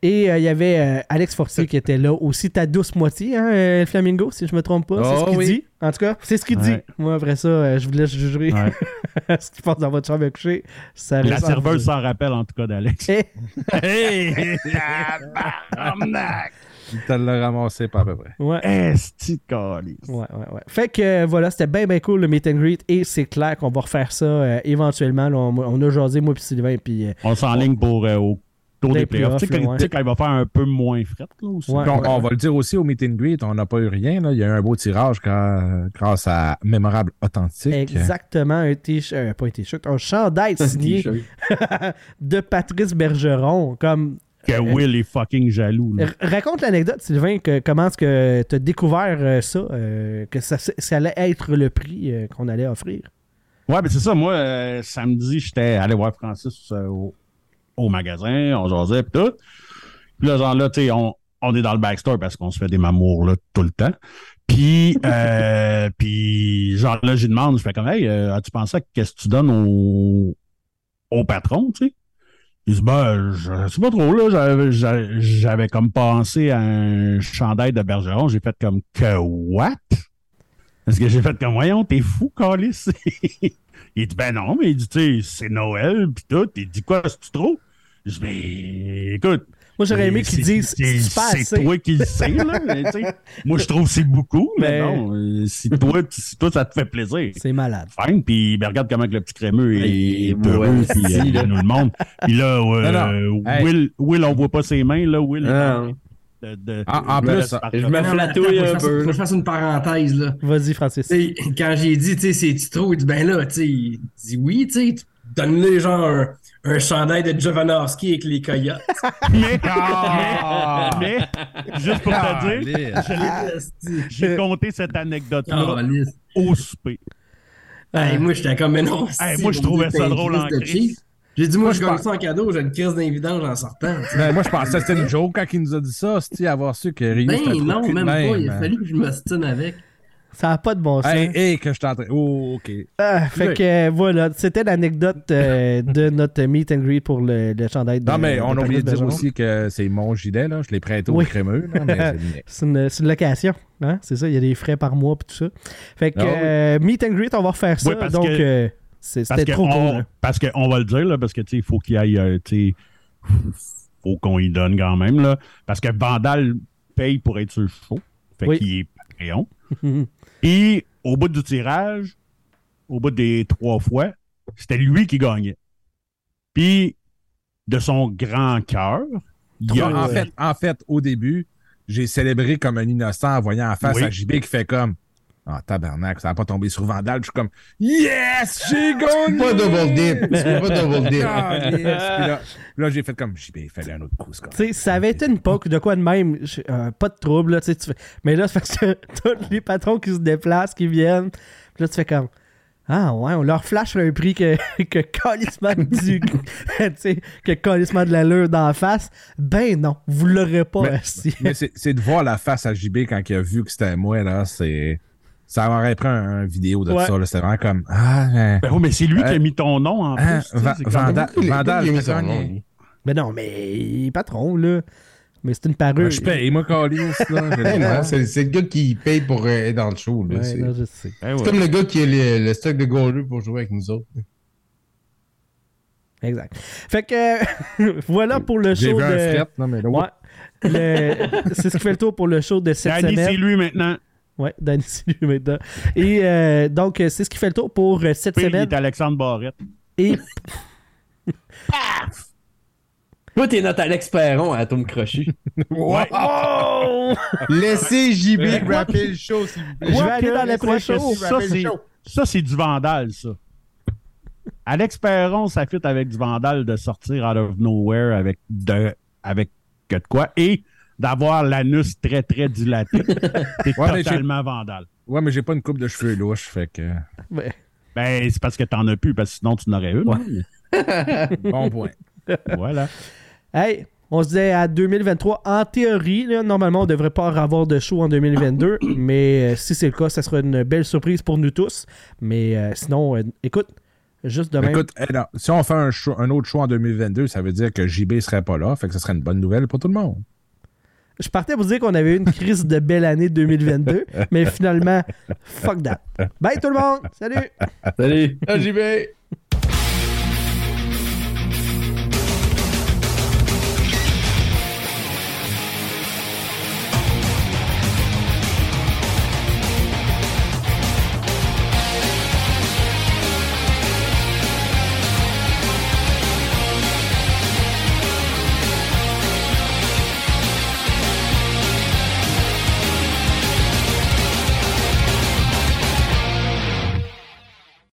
Et euh, il y avait euh, Alex Fortier qui était là aussi, ta douce moitié, hein, euh, le Flamingo, si je me trompe pas. C'est Oh ce qu'il oui. dit. En tout cas, c'est ce qu'il Ouais. dit. Moi, après ça, euh, je vous laisse juger Ouais. ce qui passe dans votre chambre à coucher. Ah, Ça ça, ouais. La reste- serveuse s'en rappelle, en tout cas, d'Alex. Eh, hey! Il te l'a ramassé par à peu près. ouais. Esti de calice. Ouais, ouais, ouais. Fait que euh, voilà, c'était bien, bien cool le meet and greet et c'est clair qu'on va refaire ça euh, éventuellement. Là, on, on a jasé, moi puis Sylvain, puis euh, On s'enligne pour euh, au tour Des des playoffs. Tu sais, playoffs, quand- ouais. tu sais, quand il va faire un peu moins fret, là, aussi. Ouais. Puis on, on va le dire aussi au meet and greet, on n'a pas eu rien. là. Il y a eu un beau tirage gra- grâce à Mémorable Authentique. exactement un t-shirt, euh, pas un t-shirt, un chandail signé T-shirt. de Patrice Bergeron. Comme Que euh, Will est fucking jaloux. là. R- raconte l'anecdote, Sylvain, que comment est-ce que tu as découvert euh, ça, euh, que ça, ça allait être le prix euh, qu'on allait offrir. Ouais, mais c'est ça. Moi, euh, samedi, j'étais allé voir Francis euh, au, au magasin, on jasait pis tout. Puis là, genre là, tu sais, on, on est dans le backstore parce qu'on se fait des mamours là tout le temps. Puis, euh, puis genre là, j'y demande, je fais comme, hey, euh, as-tu pensé à qu'est-ce que tu donnes au, au patron, tu sais? Il dit, ben, je sais pas trop, là, j'avais- j'avais j'avais comme pensé à un chandail de Bergeron, j'ai fait comme, que what? Parce que j'ai fait comme, voyons, t'es fou, Calis. il dit, ben non, mais il dit, tu sais, c'est Noël, pis tout. Il dit, quoi, c'est-tu trop? Je dis, ben, écoute. Moi, j'aurais aimé qu'ils c'est- disent c'est- c'est pas C'est assez. toi qui le sais, là. mais tu sais, Moi, je trouve que c'est beaucoup, mais, Mais- non. euh, Si toi, tu- si toi, ça te fait plaisir. C'est malade. Fine, puis ben, regarde comment que le petit crémeux est, Il est est heureux, beau, puis si, euh, il là. nous le monde. Puis là, euh, Non, non. Hey. Will, Will, on voit pas ses mains, là, Will. Ah. de- de- En- en de- plus, de- ça- Je me Non, mais attends, flatouille faut que je un fasse- peu. faut que Je fasse une parenthèse, là. Vas-y, Francis. Tu sais, quand j'ai dit, tu sais, c'est trop, il dit, ben là, tu sais, il dit oui, tu sais, donne-le genre un, un chandail de Jovanovski avec les coyotes. Mais, Ah! mais, mais, juste pour te dire, Caliste. Ah. Ah, j'ai compté cette anecdote-là Caliste. au souper. Hey, moi, j'étais comme, mais non. Ah. Hey, si, moi, je on trouvais dit, ça t'as une drôle crise en de crise. cheap. J'ai dit, moi, je je gagne pense- ça en cadeau, j'ai une crise d'invidence en sortant. Ben, moi, je pensais que c'était une joke quand il nous a dit ça. cest avoir su que Ryu Ben c'était un trou de non, cul de même pas. Il a hein. fallu que je m'ostine avec. Ça n'a pas de bon sens. Hey, hey, que je t'entraîne. Oh, OK. Ah, fait que euh, voilà, c'était l'anecdote euh, de notre meet and greet pour le, le chandail de Ben, Non, mais de on a oublié Patrice de dire Bergeron. aussi que c'est mon gilet, là. Je l'ai prêté au Oui. crémeux, là, mais c'est- C'est une, c'est une location, hein? c'est ça, il y a des frais par mois et tout ça. Fait que Ah oui. euh, meet and greet, on va refaire ça. Oui, parce donc, que- euh, c'est- Parce c'était que, trop on, cool. hein. parce que on va le dire, là, parce que tu sais, il faut qu'il aille. euh, tu sais, faut qu'on y donne quand même. Là, parce que Vandal paye pour être sur le show. Fait Oui. qu'il est Patreon. Et au bout du tirage, au bout des trois fois, c'était lui qui gagnait. Puis, de son grand cœur, il a Non, en, fait, en fait, au début, j'ai célébré comme un innocent en voyant en face Oui. à JB qui fait comme Ah, tabarnak, ça n'a pas tombé sur Vandal. Je suis comme Yes, j'ai Ah, gagné! Pas double dip. Tu peux pas double dip. Ah, yes. Puis là, puis là, j'ai fait comme JB, il fallait un autre coup. ce gars. Tu sais, ça avait été une poque de quoi de même, je- euh, pas de trouble, là, tu sais, tu fais- mais là, c'est parce que tous les patrons qui se déplacent, qui viennent, puis là, tu fais comme. Ah ouais, on leur flash un prix que, que calissement du. tu sais, que calissement de l'allure d'en face. Ben non, vous l'aurez pas Mais- assis. Mais c'est c'est de voir la face à JB quand il a vu que c'était moi, là, c'est. Ça m'aurait pris un, un vidéo de Ouais. ça, là. C'était vraiment comme Ah, hein, Ben oui, mais c'est lui qui a mis ton nom en hein, plus. tu sais, Va- c'est comme- Vandal, Pourquoi il- pourquoi Vandal, il a mis t'as son nom, gagné. lui? Mais non, mais patron, là. Mais c'est une parure. Ah, Ben, Je paye, moi, Calis, là. Eh non, c'est c'est le gars qui paye pour euh, être dans le show. là. Ouais, c'est non, je sais. Ben c'est ouais. comme le gars qui a le, le stock de Gordu pour jouer avec nous autres. Exact. Fait que voilà pour le J'ai show vu un de. fret, non, mais là, Ouais. Le- C'est ce qui fait le tour pour le show de cette Danny, semaine. c'est lui maintenant. Ouais, Danny Silu maintenant. Et euh, donc, euh, c'est ce qui fait le tour pour euh, cette Puis, il semaine. est Alexandre Barrette. Et Toi, t'es notre Alex Perron à Tom Crochu. Ouais. Laissez JB rapper le show, s'il vous plaît. je vais aller dans la l'après-show. Ça, c'est- ça, c'est du vandal, ça. Alex Perron s'affite avec du vandal de sortir out of nowhere avec, de, avec que de quoi et d'avoir l'anus très, très dilaté. T'es Ouais, mais j'ai- totalement vandale. Ouais, mais j'ai pas une coupe de cheveux louche, fait que. Ben, Ben, c'est parce que t'en as plus, parce que sinon tu n'aurais une. Bon point. Voilà. Hey, on se disait à 2023, en théorie, là, normalement, on devrait pas avoir de show en 2022, mais euh, si c'est le cas, ça sera une belle surprise pour nous tous. Mais euh, sinon, euh, écoute, juste demain. Écoute, eh non, si on fait un, show- un autre show en 2022, ça veut dire que JB serait pas là, fait que ce serait une bonne nouvelle pour tout le monde. Je partais pour dire qu'on avait eu une crise de belle année 2022, mais finalement, fuck that. Bye tout le monde! Salut! Salut! Ah, JB!